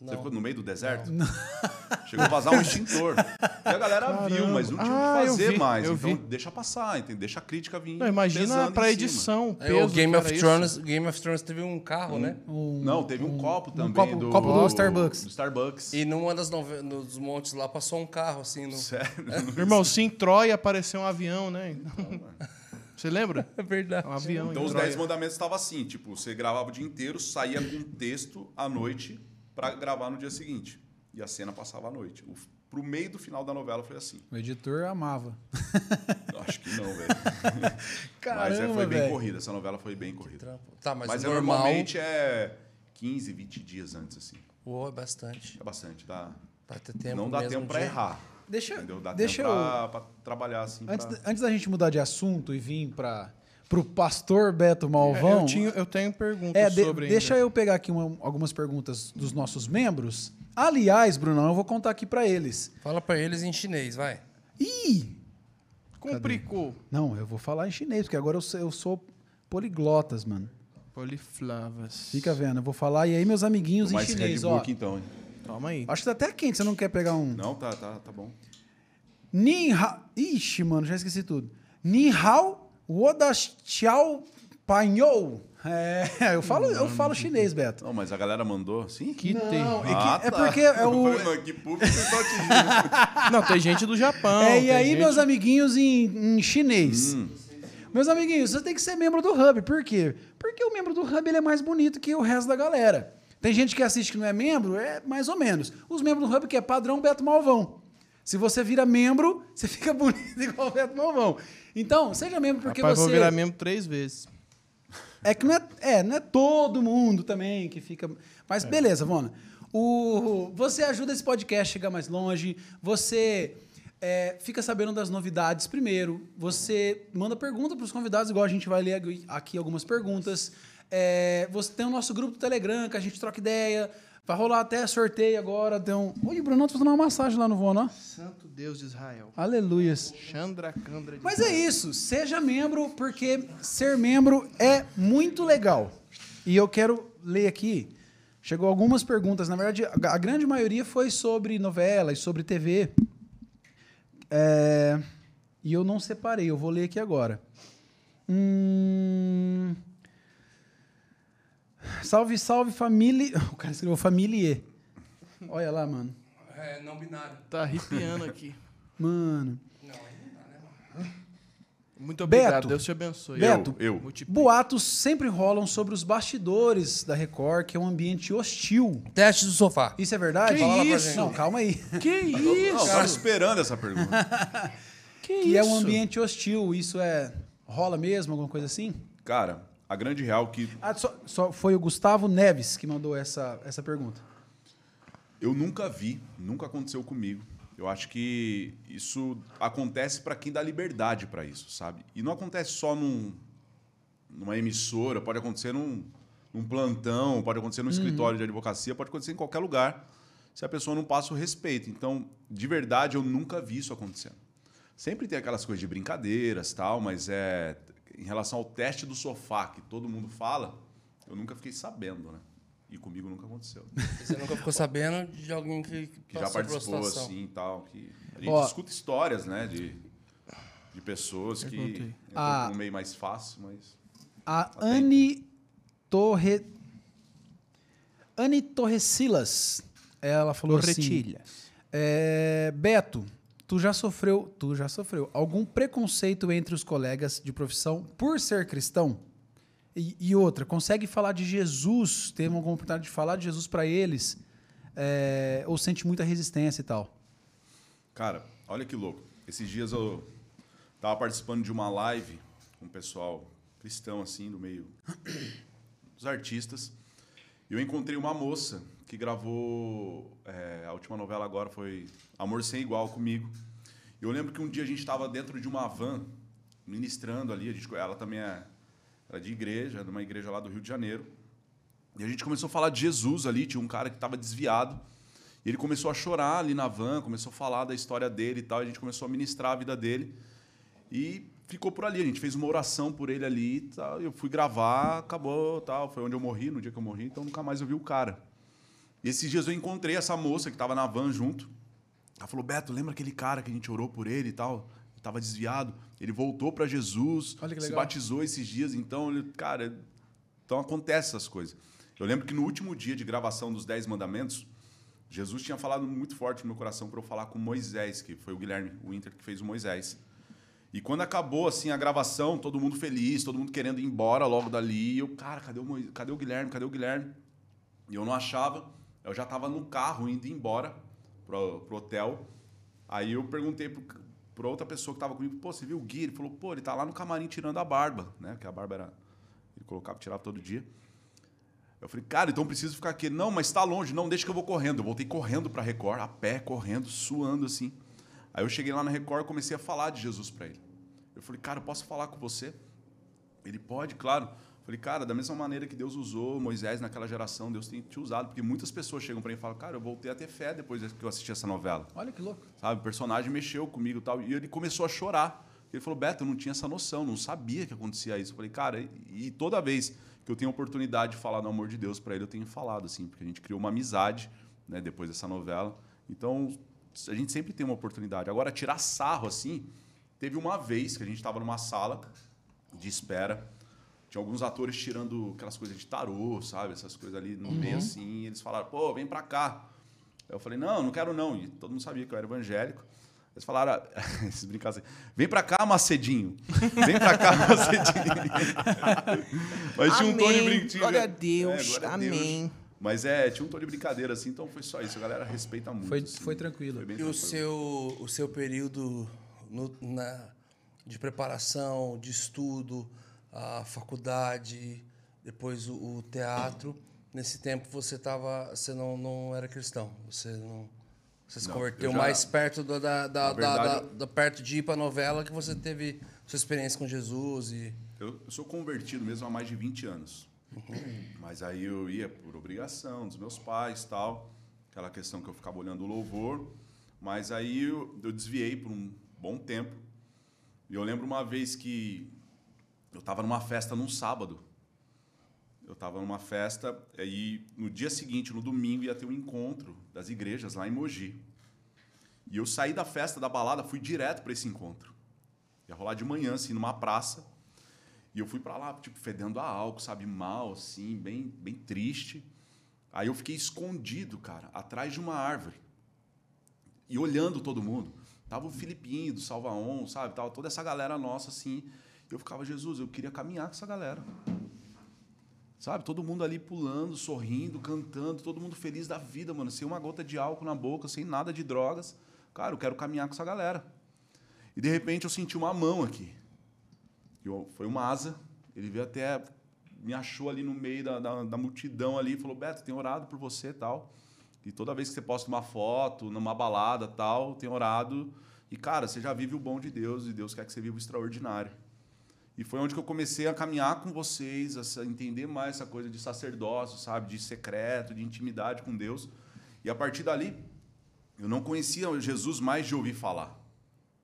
Speaker 4: Você ficou no meio do deserto? Chegou a vazar um extintor. E a galera viu, mas não tinha o
Speaker 3: Ah,
Speaker 4: que
Speaker 3: eu
Speaker 4: fazer
Speaker 3: vi,
Speaker 4: mais.
Speaker 3: eu
Speaker 4: Então
Speaker 3: vi.
Speaker 4: deixa passar, entende? deixa a crítica vir.
Speaker 3: Não, imagina
Speaker 4: pesando
Speaker 3: pra
Speaker 4: em cima.
Speaker 3: edição.
Speaker 1: É,
Speaker 3: peso
Speaker 1: o Game
Speaker 3: que
Speaker 1: of,
Speaker 3: era isso.
Speaker 1: Thrones, Game of Thrones teve um carro,
Speaker 4: Hum.
Speaker 1: né?
Speaker 4: Não, teve um copo também.
Speaker 2: copo-
Speaker 4: do,
Speaker 2: copo do Starbucks.
Speaker 4: do Starbucks. É,
Speaker 1: E numa das nove... nos montes lá passou um carro, assim. No...
Speaker 4: Sério?
Speaker 3: Irmão, se em Troia apareceu um avião, né? Você lembra?
Speaker 1: É verdade.
Speaker 3: Um avião
Speaker 4: Então
Speaker 3: em
Speaker 4: os
Speaker 3: Troia.
Speaker 4: 10 mandamentos estavam assim, tipo, você gravava o dia inteiro, saía com um texto à noite pra gravar no dia seguinte. E a cena passava à noite. O, pro meio do final da novela foi assim.
Speaker 2: O editor amava.
Speaker 4: Eu Acho que não, velho. Mas
Speaker 2: Caramba,
Speaker 4: é, foi bem
Speaker 2: velho.
Speaker 4: corrida, essa novela foi bem corrida.
Speaker 1: Tá, mas,
Speaker 4: Mas, é,
Speaker 1: normal.
Speaker 4: normalmente é 15, 20 dias antes, assim.
Speaker 1: Uou, é bastante.
Speaker 4: É bastante. Dá,
Speaker 1: Vai ter tempo
Speaker 4: não dá
Speaker 1: mesmo
Speaker 4: tempo pra
Speaker 1: de-
Speaker 4: errar.
Speaker 2: Deixa-
Speaker 4: entendeu? Dá
Speaker 2: deixa
Speaker 4: tempo
Speaker 2: eu-
Speaker 4: pra, pra trabalhar, assim.
Speaker 2: Antes,
Speaker 4: pra-
Speaker 2: da- antes da gente mudar de assunto e vir para pro pastor Beto
Speaker 3: É,
Speaker 2: Malvão.
Speaker 3: eu, tinha- eu tenho perguntas
Speaker 2: É, de-
Speaker 3: um sobre
Speaker 2: deixa
Speaker 3: ainda.
Speaker 2: eu pegar aqui uma- algumas perguntas dos nossos membros. Aliás, Brunão, eu vou contar aqui pra eles.
Speaker 1: Fala pra eles em chinês, vai.
Speaker 2: Ih!
Speaker 3: Complicou.
Speaker 2: Não, eu vou falar em chinês, porque agora eu sou, eu sou poliglotas, mano.
Speaker 3: Poliflavas.
Speaker 2: Fica vendo, eu vou falar. E aí, meus amiguinhos
Speaker 4: Tomar
Speaker 2: em
Speaker 4: esse Red
Speaker 2: chinês,
Speaker 4: Bull
Speaker 2: ó.
Speaker 4: aqui, então, hein?
Speaker 3: Calma aí.
Speaker 2: Acho que tá até quente, você não quer pegar um.
Speaker 4: Não, tá, tá, tá bom.
Speaker 2: Ninha. Ixi, mano, já esqueci tudo. Ninhao Wodaxiao Panhou. É, eu falo, eu falo chinês, Beto.
Speaker 4: Não, mas a galera mandou, sim? Ah, tá.
Speaker 3: Que tem.
Speaker 2: é que- é porque é
Speaker 4: Eu
Speaker 2: o-
Speaker 4: falei, mano, que tá público vocês estão atingindo?
Speaker 3: Não, tem gente do Japão.
Speaker 2: É, e
Speaker 3: tem
Speaker 2: aí,
Speaker 3: gente- Hum.
Speaker 2: meus amiguinhos em, em chinês. Meus amiguinhos, você tem que ser membro do Hub. Por quê? Porque o membro do Hub ele é mais bonito que o resto da galera. Tem gente que assiste que não é membro, é mais ou menos. Os membros do Hub que é padrão Beto Malvão. Se você vira membro, você fica bonito igual o Beto Malvão. Então, seja membro porque
Speaker 3: Rapaz, vou
Speaker 2: você
Speaker 3: virar mesmo três vezes.
Speaker 2: é que não é, é, não é todo mundo também que fica. Mas beleza, Vona. O, você ajuda esse podcast a chegar mais longe, você é, fica sabendo das novidades primeiro, você manda pergunta para os convidados, igual a gente vai ler agui- aqui algumas perguntas. É, você tem o nosso grupo do Telegram, que a gente troca ideia. Vai rolar até sorteio agora. Tem um... Oi, Bruno, tô fazendo uma massagem lá no Vona.
Speaker 3: Santo Deus de Israel.
Speaker 2: Aleluias.
Speaker 3: Chandra Candra de
Speaker 2: Mas é isso, seja membro, porque ser membro é muito legal. E eu quero ler aqui. Chegou algumas perguntas, na verdade, a a grande maioria foi sobre novela e sobre TV. É, E eu não separei, eu vou ler aqui agora. Hum... Salve, salve família. O cara escreveu família. Olha lá, mano.
Speaker 1: É, não binário.
Speaker 3: Tá arrepiando aqui.
Speaker 2: Mano.
Speaker 3: Muito
Speaker 2: Beto.
Speaker 3: obrigado, Deus te abençoe.
Speaker 2: Beto.
Speaker 4: Eu, eu.
Speaker 3: Multiplica.
Speaker 2: Boatos sempre rolam sobre os bastidores da Record, que é um ambiente hostil.
Speaker 1: Teste do sofá.
Speaker 2: Isso é verdade?
Speaker 3: Que
Speaker 2: Fala lá pra
Speaker 3: isso?
Speaker 2: gente. Não, calma aí.
Speaker 3: Que
Speaker 4: Não,
Speaker 3: isso?
Speaker 4: tava esperando essa pergunta.
Speaker 3: Que
Speaker 2: Que é um ambiente hostil, isso é. rola mesmo, alguma coisa assim?
Speaker 4: Cara, a grande real que
Speaker 2: Ah, só, só foi o Gustavo Neves que mandou essa, essa pergunta.
Speaker 4: Eu nunca vi, nunca aconteceu comigo. Eu acho que isso acontece para quem dá liberdade para isso, sabe? E não acontece só num, numa emissora, pode acontecer num, num plantão, pode acontecer num escritório de advocacia, pode acontecer em qualquer lugar, se a pessoa não passa o respeito. Então, de verdade, eu nunca vi isso acontecendo. Sempre tem aquelas coisas de brincadeiras tal, mas é em relação ao teste do sofá que todo mundo fala, eu nunca fiquei sabendo, né? E comigo nunca aconteceu
Speaker 1: Você nunca ficou sabendo de alguém que,
Speaker 4: que já participou assim e tal. Que a gente
Speaker 2: Ó.
Speaker 4: escuta histórias, né? De, de pessoas que
Speaker 3: Pergunta aí.
Speaker 4: entram
Speaker 2: Ah.
Speaker 4: por um meio mais fácil, mas.
Speaker 2: A Anne Torre. Anne Torresilas. Ela falou assim. É, Beto, tu já sofreu, tu já sofreu algum preconceito entre os colegas de profissão por ser cristão? E, e outra, consegue falar de Jesus? Teve alguma oportunidade de falar de Jesus pra eles? É, ou sente muita resistência e tal?
Speaker 4: Cara, olha que louco. Esses dias eu tava participando de uma live com o pessoal cristão, assim, do meio dos artistas. E eu encontrei uma moça que gravou. é, a última novela agora foi Amor Sem Igual comigo. E eu lembro que um dia a gente estava dentro de uma van, ministrando ali. A gente, ela também é, era de igreja, é de uma igreja lá do Rio de Janeiro. E a gente começou a falar de Jesus ali, tinha um cara que estava desviado. E ele começou a chorar ali na van, começou a falar da história dele e tal. e a gente começou a ministrar a vida dele. E ficou por ali. A gente fez uma oração por ele ali e tal. Eu fui gravar, acabou tal. Foi onde eu morri, no dia que eu morri, então nunca mais eu vi o cara. E esses dias eu encontrei essa moça que estava na van junto. Ela falou: Beto, lembra aquele cara que a gente orou por ele e tal? Ele Tava desviado. Ele voltou para Jesus,
Speaker 2: Olha que
Speaker 4: se
Speaker 2: legal.
Speaker 4: batizou esses dias. Então, ele, cara, então acontece essas coisas. Eu lembro que no último dia de gravação dos Dez Mandamentos, Jesus tinha falado muito forte no meu coração para eu falar com Moisés, que foi o Guilherme Winter que fez o Moisés. E quando acabou assim a gravação, todo mundo feliz, todo mundo querendo ir embora logo dali. E eu, cara, cadê o, Moisés? cadê o Guilherme? Cadê o Guilherme? E eu não achava. Eu já estava no carro indo embora pro, pro hotel. Aí eu perguntei pro, pra outra pessoa que estava comigo, pô, você viu o Gui? Ele falou, pô, ele tá lá no camarim tirando a barba, né? Porque a barba era. Ele colocava, tirava todo dia. Eu falei, cara, então preciso ficar aqui. Não, mas tá longe. Não, deixa que eu vou correndo. Eu voltei correndo pra Record, a pé, correndo, suando assim. Aí eu cheguei lá na Record e comecei a falar de Jesus pra ele. Eu falei, cara, eu posso falar com você? Ele pode, claro. Eu Falei, cara, da mesma maneira que Deus usou Moisés naquela geração, Deus tem te usado. Porque muitas pessoas chegam pra mim e falam, cara, eu voltei a ter fé depois que eu assisti essa novela
Speaker 2: Olha que louco.
Speaker 4: sabe? O personagem mexeu comigo e tal. E ele começou a chorar. Ele falou, Beto, eu não tinha essa noção, não sabia que acontecia isso. Eu falei, cara, e, e toda vez que eu tenho a oportunidade de falar do amor de Deus para ele, eu tenho falado, assim, porque a gente criou uma amizade, né, depois dessa novela. Então, a gente sempre tem uma oportunidade. Agora, tirar sarro, assim, teve uma vez que a gente estava numa sala de espera, tinha Tinha alguns atores tirando aquelas coisas de tarô, sabe? Essas coisas ali no meio
Speaker 3: Uhum.
Speaker 4: assim. E eles falaram, pô, vem pra cá. Aí Eu falei, não, não quero não. E todo mundo sabia que eu era evangélico. Eles falaram, ah, eles brincavam assim, vem pra cá, Macedinho. Vem pra cá, Macedinho. Mas tinha um tom de
Speaker 3: Amém.
Speaker 4: brincadeira. É,
Speaker 3: Glória a Deus. Amém.
Speaker 4: Mas é, tinha um tom de brincadeira assim, então foi só isso. A galera respeita muito.
Speaker 2: Foi-
Speaker 4: assim.
Speaker 2: foi tranquilo.
Speaker 4: bem
Speaker 1: E o
Speaker 4: tranquilo.
Speaker 1: seu, o seu período no- na, de preparação, de estudo, a faculdade, depois o, o teatro, nesse tempo você tava, você não, não era cristão, você não você se
Speaker 4: Não,
Speaker 1: converteu
Speaker 4: eu já-
Speaker 1: mais perto da, da, da,
Speaker 4: Na verdade,
Speaker 1: da- da- da- perto de ir para novela que você teve sua experiência com Jesus e
Speaker 4: Eu, eu sou convertido mesmo há mais de 20 anos. Mas aí eu ia por obrigação dos meus pais tal. Aquela questão que eu ficava olhando o louvor. Mas aí eu, eu desviei por um bom tempo. E eu lembro uma vez que eu estava numa festa num sábado. Eu estava numa festa e no dia seguinte, no domingo, ia ter um encontro das igrejas lá em Mogi. E eu saí da festa, da balada, fui direto para esse encontro. Ia rolar de manhã, assim, numa praça. E eu fui pra lá, tipo, fedendo a álcool, sabe? Mal, assim, bem, bem triste. Aí eu fiquei escondido, cara, atrás de uma árvore. E olhando todo mundo. Tava o Filipinho do Salva On, sabe? Tava toda essa galera nossa, assim. E eu ficava, Jesus, eu queria caminhar com essa galera. Sabe? Todo mundo ali pulando, sorrindo, cantando, todo mundo feliz da vida, mano. Sem uma gota de álcool na boca, sem nada de drogas. Cara, eu quero caminhar com essa galera. E de repente eu senti uma mão aqui. Eu- foi uma asa. Ele veio até. Me achou ali no meio da, da, da multidão ali e falou: Beto, tenho orado por você e tal. E toda vez que você posta uma foto, numa balada e tal, tenho orado. E, cara, você já vive o bom de Deus e Deus quer que você viva o extraordinário. E foi onde que eu comecei a caminhar com vocês, a sa- entender mais essa coisa de sacerdócio, sabe? De secreto, de intimidade com Deus. E a partir dali, eu não conhecia o Jesus mais de ouvir falar.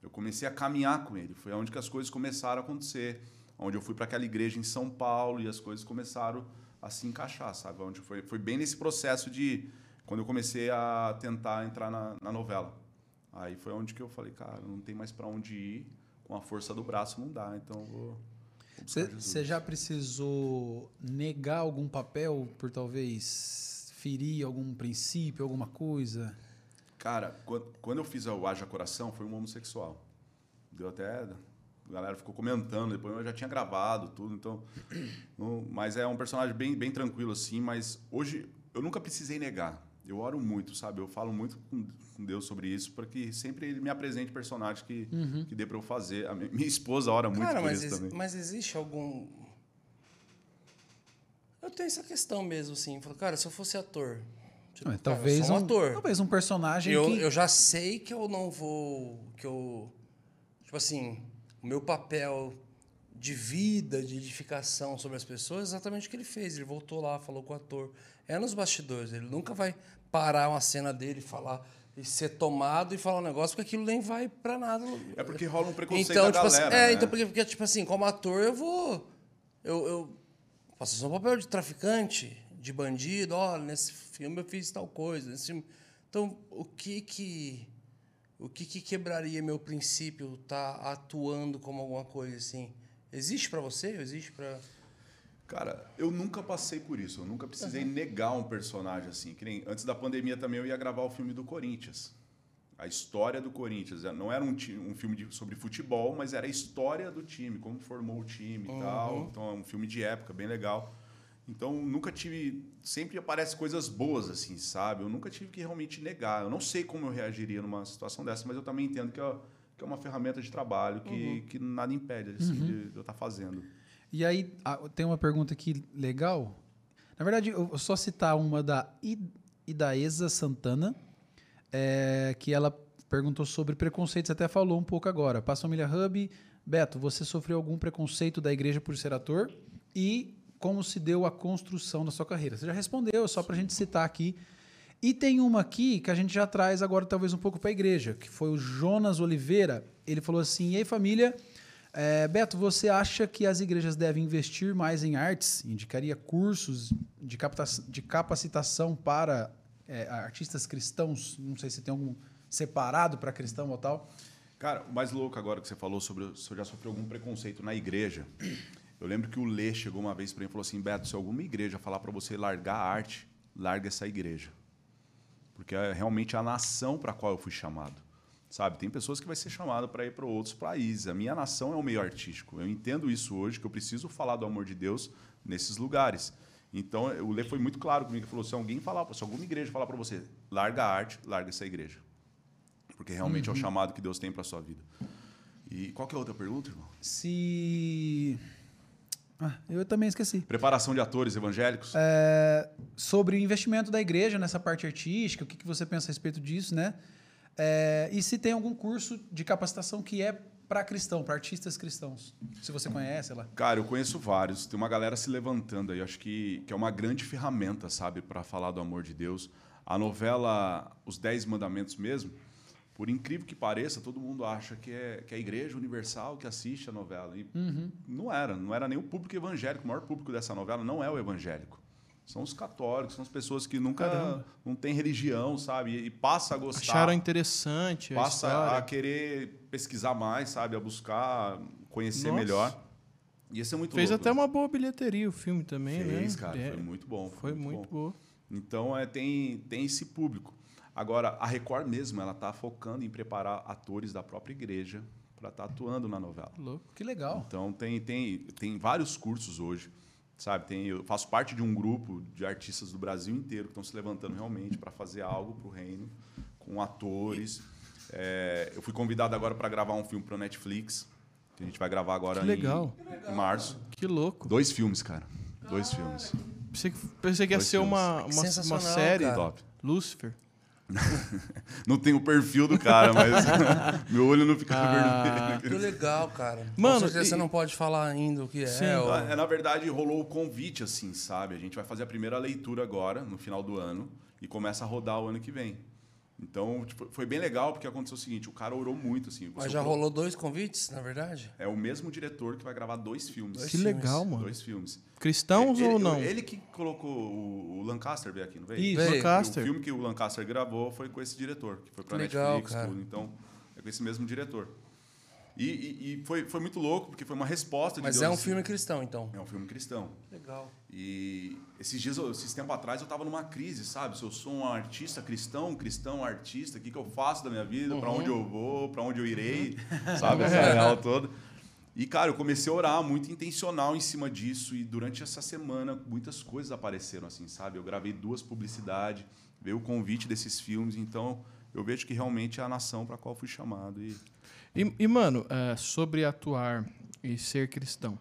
Speaker 4: Eu comecei a caminhar com ele. Foi onde que as coisas começaram a acontecer. Onde eu fui para aquela igreja em São Paulo e as coisas começaram a se encaixar, sabe? Onde foi, foi bem nesse processo de. Quando eu comecei a tentar entrar na, na novela. Aí foi onde que eu falei, cara, não tem mais para onde ir. Com a força do braço não dá, então eu vou. vou buscar Jesus.
Speaker 2: Você já precisou negar algum papel por talvez ferir algum princípio, alguma coisa?
Speaker 4: Cara, quan- quando eu fiz o Haja Coração, foi um homossexual. Deu até. A galera ficou comentando, depois eu já tinha gravado tudo, então. não- mas é um personagem bem, bem tranquilo, assim, mas hoje eu nunca precisei negar. Eu oro muito, sabe? Eu falo muito com, com Deus sobre isso, para que sempre ele me apresente personagem que, que dê para eu fazer. A mi- minha esposa ora muito
Speaker 1: Cara,
Speaker 4: por
Speaker 1: mas,
Speaker 4: isso
Speaker 1: exi-
Speaker 4: também.
Speaker 1: mas existe algum. Eu tenho essa questão mesmo, assim. Falo, cara, se eu fosse ator. tipo, cara, eu
Speaker 2: Ah, talvez
Speaker 1: sou um ator.
Speaker 2: Talvez um personagem
Speaker 1: Eu,
Speaker 2: que
Speaker 1: eu já sei que eu não vou. Que eu. Tipo assim, o meu papel de vida, de edificação sobre as pessoas, é exatamente o que ele fez. Ele voltou lá, falou com o ator. É nos bastidores. Ele nunca vai parar uma cena dele e falar. E ser tomado e falar um negócio, porque aquilo nem vai pra nada.
Speaker 4: É porque rola um preconceito
Speaker 1: Então,
Speaker 4: da
Speaker 1: tipo assim,
Speaker 4: galera,
Speaker 1: é,
Speaker 4: né?
Speaker 1: então porque, porque, tipo assim, como ator, eu vou. Eu, eu faço só um papel de traficante, de bandido. Olha, nesse filme eu fiz tal coisa. Nesse filme. Então, o que que. O que, que quebraria meu princípio tá atuando como alguma coisa assim? Existe pra você? Existe pra.
Speaker 4: Cara, eu nunca passei por isso. Eu nunca precisei negar um personagem assim. Que nem antes da pandemia também eu ia gravar o filme do Corinthians. A história do Corinthians. Não era um, ti- um filme de- sobre futebol, mas era a história do time, como formou o time e tal. Então é um filme de época, bem legal. Então nunca tive. Sempre aparecem coisas boas, assim, sabe? Eu nunca tive que realmente negar. Eu não sei como eu reagiria numa situação dessa, mas eu também entendo que é, que é uma ferramenta de trabalho que, que nada impede assim, de, de eu estar fazendo.
Speaker 2: E aí, ah, tem uma pergunta aqui legal. Na verdade, eu vou só citar uma da I- Idaesa Santana, é, que ela perguntou sobre preconceitos, até falou um pouco agora. Passa Família Hub, Beto, você sofreu algum preconceito da igreja por ser ator? E como se deu a construção da sua carreira? Você já respondeu, é só para a gente citar aqui. E tem uma aqui que a gente já traz agora, talvez, um pouco para a igreja, que foi o Jonas Oliveira. Ele falou assim: E aí, família? É, Beto, você acha que as igrejas devem investir mais em artes? Indicaria cursos de, capta- de capacitação para é, artistas cristãos? Não sei se tem algum separado para cristão ou tal.
Speaker 4: Cara, o mais louco agora que você falou sobre se eu já sofri algum preconceito na igreja. Eu lembro que o Lê chegou uma vez para mim e falou assim: Beto, se alguma igreja falar para você largar a arte, larga essa igreja. Porque é realmente a nação para qual eu fui chamado. Sabe, tem pessoas que vai ser chamada para ir para outros países. A minha nação é o meio artístico. Eu entendo isso hoje, que eu preciso falar do amor de Deus nesses lugares. Então, o Lê foi muito claro comigo. Ele falou: se alguém falar, se alguma igreja falar para você, larga a arte, larga essa igreja. Porque realmente é o chamado que Deus tem para sua vida. E qual que é a outra pergunta, irmão?
Speaker 2: Se. Ah, eu também esqueci.
Speaker 4: Preparação de atores evangélicos?
Speaker 2: É, sobre o investimento da igreja nessa parte artística, o que, que você pensa a respeito disso, né? É, e se tem algum curso de capacitação que é para cristão, para artistas cristãos. Se você conhece, sei lá.
Speaker 4: Cara, eu conheço vários. Tem uma galera se levantando aí. Acho que, que é uma grande ferramenta, sabe, para falar do amor de Deus. A novela Os Dez Mandamentos mesmo, por incrível que pareça, todo mundo acha que é, que é a Igreja Universal que assiste a novela. E não era. Não era nem o público evangélico. O maior público dessa novela não é o evangélico. São os católicos, são as pessoas que nunca não têm religião, sabe? E, e passa a gostar
Speaker 3: Acharam interessante a
Speaker 4: passa a
Speaker 3: história.
Speaker 4: querer pesquisar mais, sabe? A buscar conhecer
Speaker 3: Nossa.
Speaker 4: melhor. E isso é muito
Speaker 3: Fez
Speaker 4: louco.
Speaker 3: até uma boa bilheteria o filme também, né?
Speaker 4: Fez, cara.
Speaker 3: É,
Speaker 4: Foi muito bom.
Speaker 3: Foi muito
Speaker 4: bom.
Speaker 3: boa.
Speaker 4: Então, é, tem, tem esse público. Agora, a Record mesmo, ela está focando em preparar atores da própria igreja para estar atuando na novela.
Speaker 3: Louco.
Speaker 2: Que legal.
Speaker 4: Então, tem, tem, tem vários cursos hoje, sabe? Tem, eu faço parte de um grupo de artistas do Brasil inteiro que estão se levantando realmente para fazer algo para o reino, com atores. É, eu fui convidado agora para gravar um filme para Netflix, que a gente vai gravar agora
Speaker 3: Que legal.
Speaker 4: Em, em março.
Speaker 3: Que louco.
Speaker 4: Dois filmes, cara. Dois filmes.
Speaker 3: Pensei que, pensei que ia
Speaker 4: Dois
Speaker 3: ser uma, uma,
Speaker 1: filmes.
Speaker 3: uma
Speaker 1: Sensacional,
Speaker 3: série.
Speaker 1: cara.
Speaker 4: Top.
Speaker 3: Lúcifer.
Speaker 4: Não tem o perfil do cara, mas meu olho não fica
Speaker 3: Ah.
Speaker 1: Que legal, cara.
Speaker 3: Mano,
Speaker 1: Com certeza
Speaker 3: e-
Speaker 1: você não pode falar ainda o que é.
Speaker 3: Sim.
Speaker 1: ou-
Speaker 4: vermelho. É, Na verdade, rolou o convite, assim, sabe? A gente vai fazer a primeira leitura agora, no final do ano, e começa a rodar o ano que vem. Então, tipo, foi bem legal, porque aconteceu o seguinte, o cara orou muito, assim.
Speaker 1: Mas
Speaker 4: você
Speaker 1: já
Speaker 4: orou-
Speaker 1: rolou dois convites, na verdade?
Speaker 4: É o mesmo diretor que vai gravar dois filmes.
Speaker 1: Dois
Speaker 3: Que
Speaker 1: filmes.
Speaker 3: legal, mano.
Speaker 4: Dois filmes.
Speaker 3: Cristãos
Speaker 4: Ele-
Speaker 3: ou não?
Speaker 4: Ele que colocou o, o Lancaster veio aqui, não veio?
Speaker 3: Isso,
Speaker 1: Veio.
Speaker 3: Lancaster.
Speaker 4: O filme que o Lancaster gravou foi com esse diretor, que foi pra
Speaker 1: Que legal,
Speaker 4: Netflix,
Speaker 1: cara.
Speaker 4: tudo. Então, é com esse mesmo diretor. E, e- e foi, foi muito louco, porque foi uma resposta de
Speaker 1: Mas
Speaker 4: Deus,
Speaker 1: é um
Speaker 4: assim.
Speaker 1: filme cristão, então.
Speaker 4: É um filme cristão.
Speaker 1: Legal.
Speaker 4: E esses dias, eu- esses tempos atrás, eu estava numa crise, sabe? Se eu sou um artista cristão, um cristão artista, o que, que eu faço da minha vida? Pra onde eu vou? Pra onde eu irei? Sabe? Essa real toda. E, cara, eu comecei a orar muito intencional em cima disso. E durante essa semana, muitas coisas apareceram, assim, sabe? Eu gravei duas publicidades, veio o convite desses filmes. Então, eu vejo que realmente é a nação para qual eu fui chamado. E
Speaker 3: E, e, mano, ah, sobre atuar e ser cristão.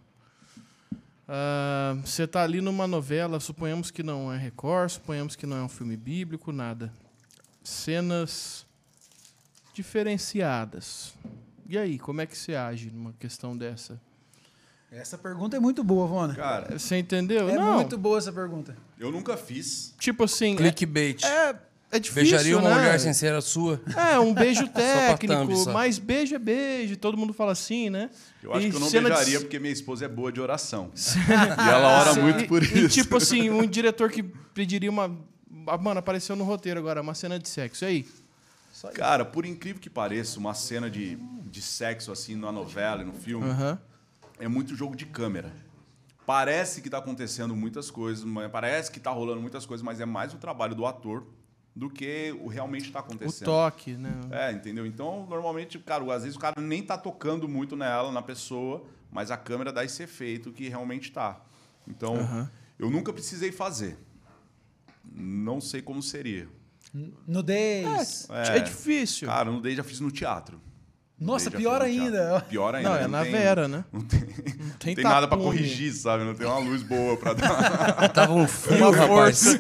Speaker 3: Ah, Você tá ali numa novela, suponhamos que não é Record, suponhamos que não é um filme bíblico, nada. Cenas diferenciadas. E aí, como é que você age numa questão dessa?
Speaker 2: Essa pergunta é muito boa, Vona.
Speaker 4: Cara,
Speaker 3: Você entendeu?
Speaker 2: É
Speaker 3: não.
Speaker 2: muito boa essa pergunta.
Speaker 4: eu nunca fiz.
Speaker 3: Tipo assim, é,
Speaker 1: Clickbait.
Speaker 3: é, é difícil,
Speaker 1: Beijaria uma
Speaker 3: né?
Speaker 1: mulher sincera sua?
Speaker 3: É, um beijo
Speaker 1: pra
Speaker 3: técnico,
Speaker 1: thumb, só.
Speaker 3: mas beijo é beijo, todo mundo fala assim, né?
Speaker 4: Eu acho
Speaker 3: E
Speaker 4: que eu não
Speaker 3: cena de-
Speaker 4: beijaria porque minha esposa é boa de oração. e ela ora
Speaker 3: Sim,
Speaker 4: muito
Speaker 3: e-
Speaker 4: por
Speaker 3: e
Speaker 4: isso.
Speaker 3: tipo assim, um diretor que pediria uma. ah, Mano, apareceu no roteiro agora, uma cena de sexo. E aí?
Speaker 4: Cara, por incrível que pareça, uma cena de, de sexo assim na novela e no filme
Speaker 3: Aham.
Speaker 4: é muito jogo de câmera. Parece que tá acontecendo muitas coisas, mas- parece que tá rolando muitas coisas, mas é mais o trabalho do ator do que o realmente tá
Speaker 3: O
Speaker 4: acontecendo.
Speaker 3: toque, né?
Speaker 4: É, entendeu? Então, normalmente, cara, às vezes o cara nem tá tocando muito nela, na pessoa, mas a câmera dá esse efeito que realmente tá. Então, eu nunca precisei fazer. Não sei como seria.
Speaker 2: Nudez.
Speaker 3: É, difícil.
Speaker 4: Cara, no Day já fiz no teatro. No
Speaker 2: Nossa,
Speaker 4: Day já
Speaker 2: pior
Speaker 4: fiz no
Speaker 2: ainda.
Speaker 4: teatro. Pior ainda.
Speaker 3: não, é
Speaker 4: né?
Speaker 3: na
Speaker 4: tem-
Speaker 3: Vera, né?
Speaker 4: Não tem,
Speaker 3: Não
Speaker 4: não
Speaker 3: tem,
Speaker 4: tem nada pra
Speaker 3: tapume.
Speaker 4: corrigir, sabe? Não tem uma luz boa pra dar.
Speaker 1: Tava um frio,
Speaker 3: Uma
Speaker 1: rapaz.
Speaker 3: força.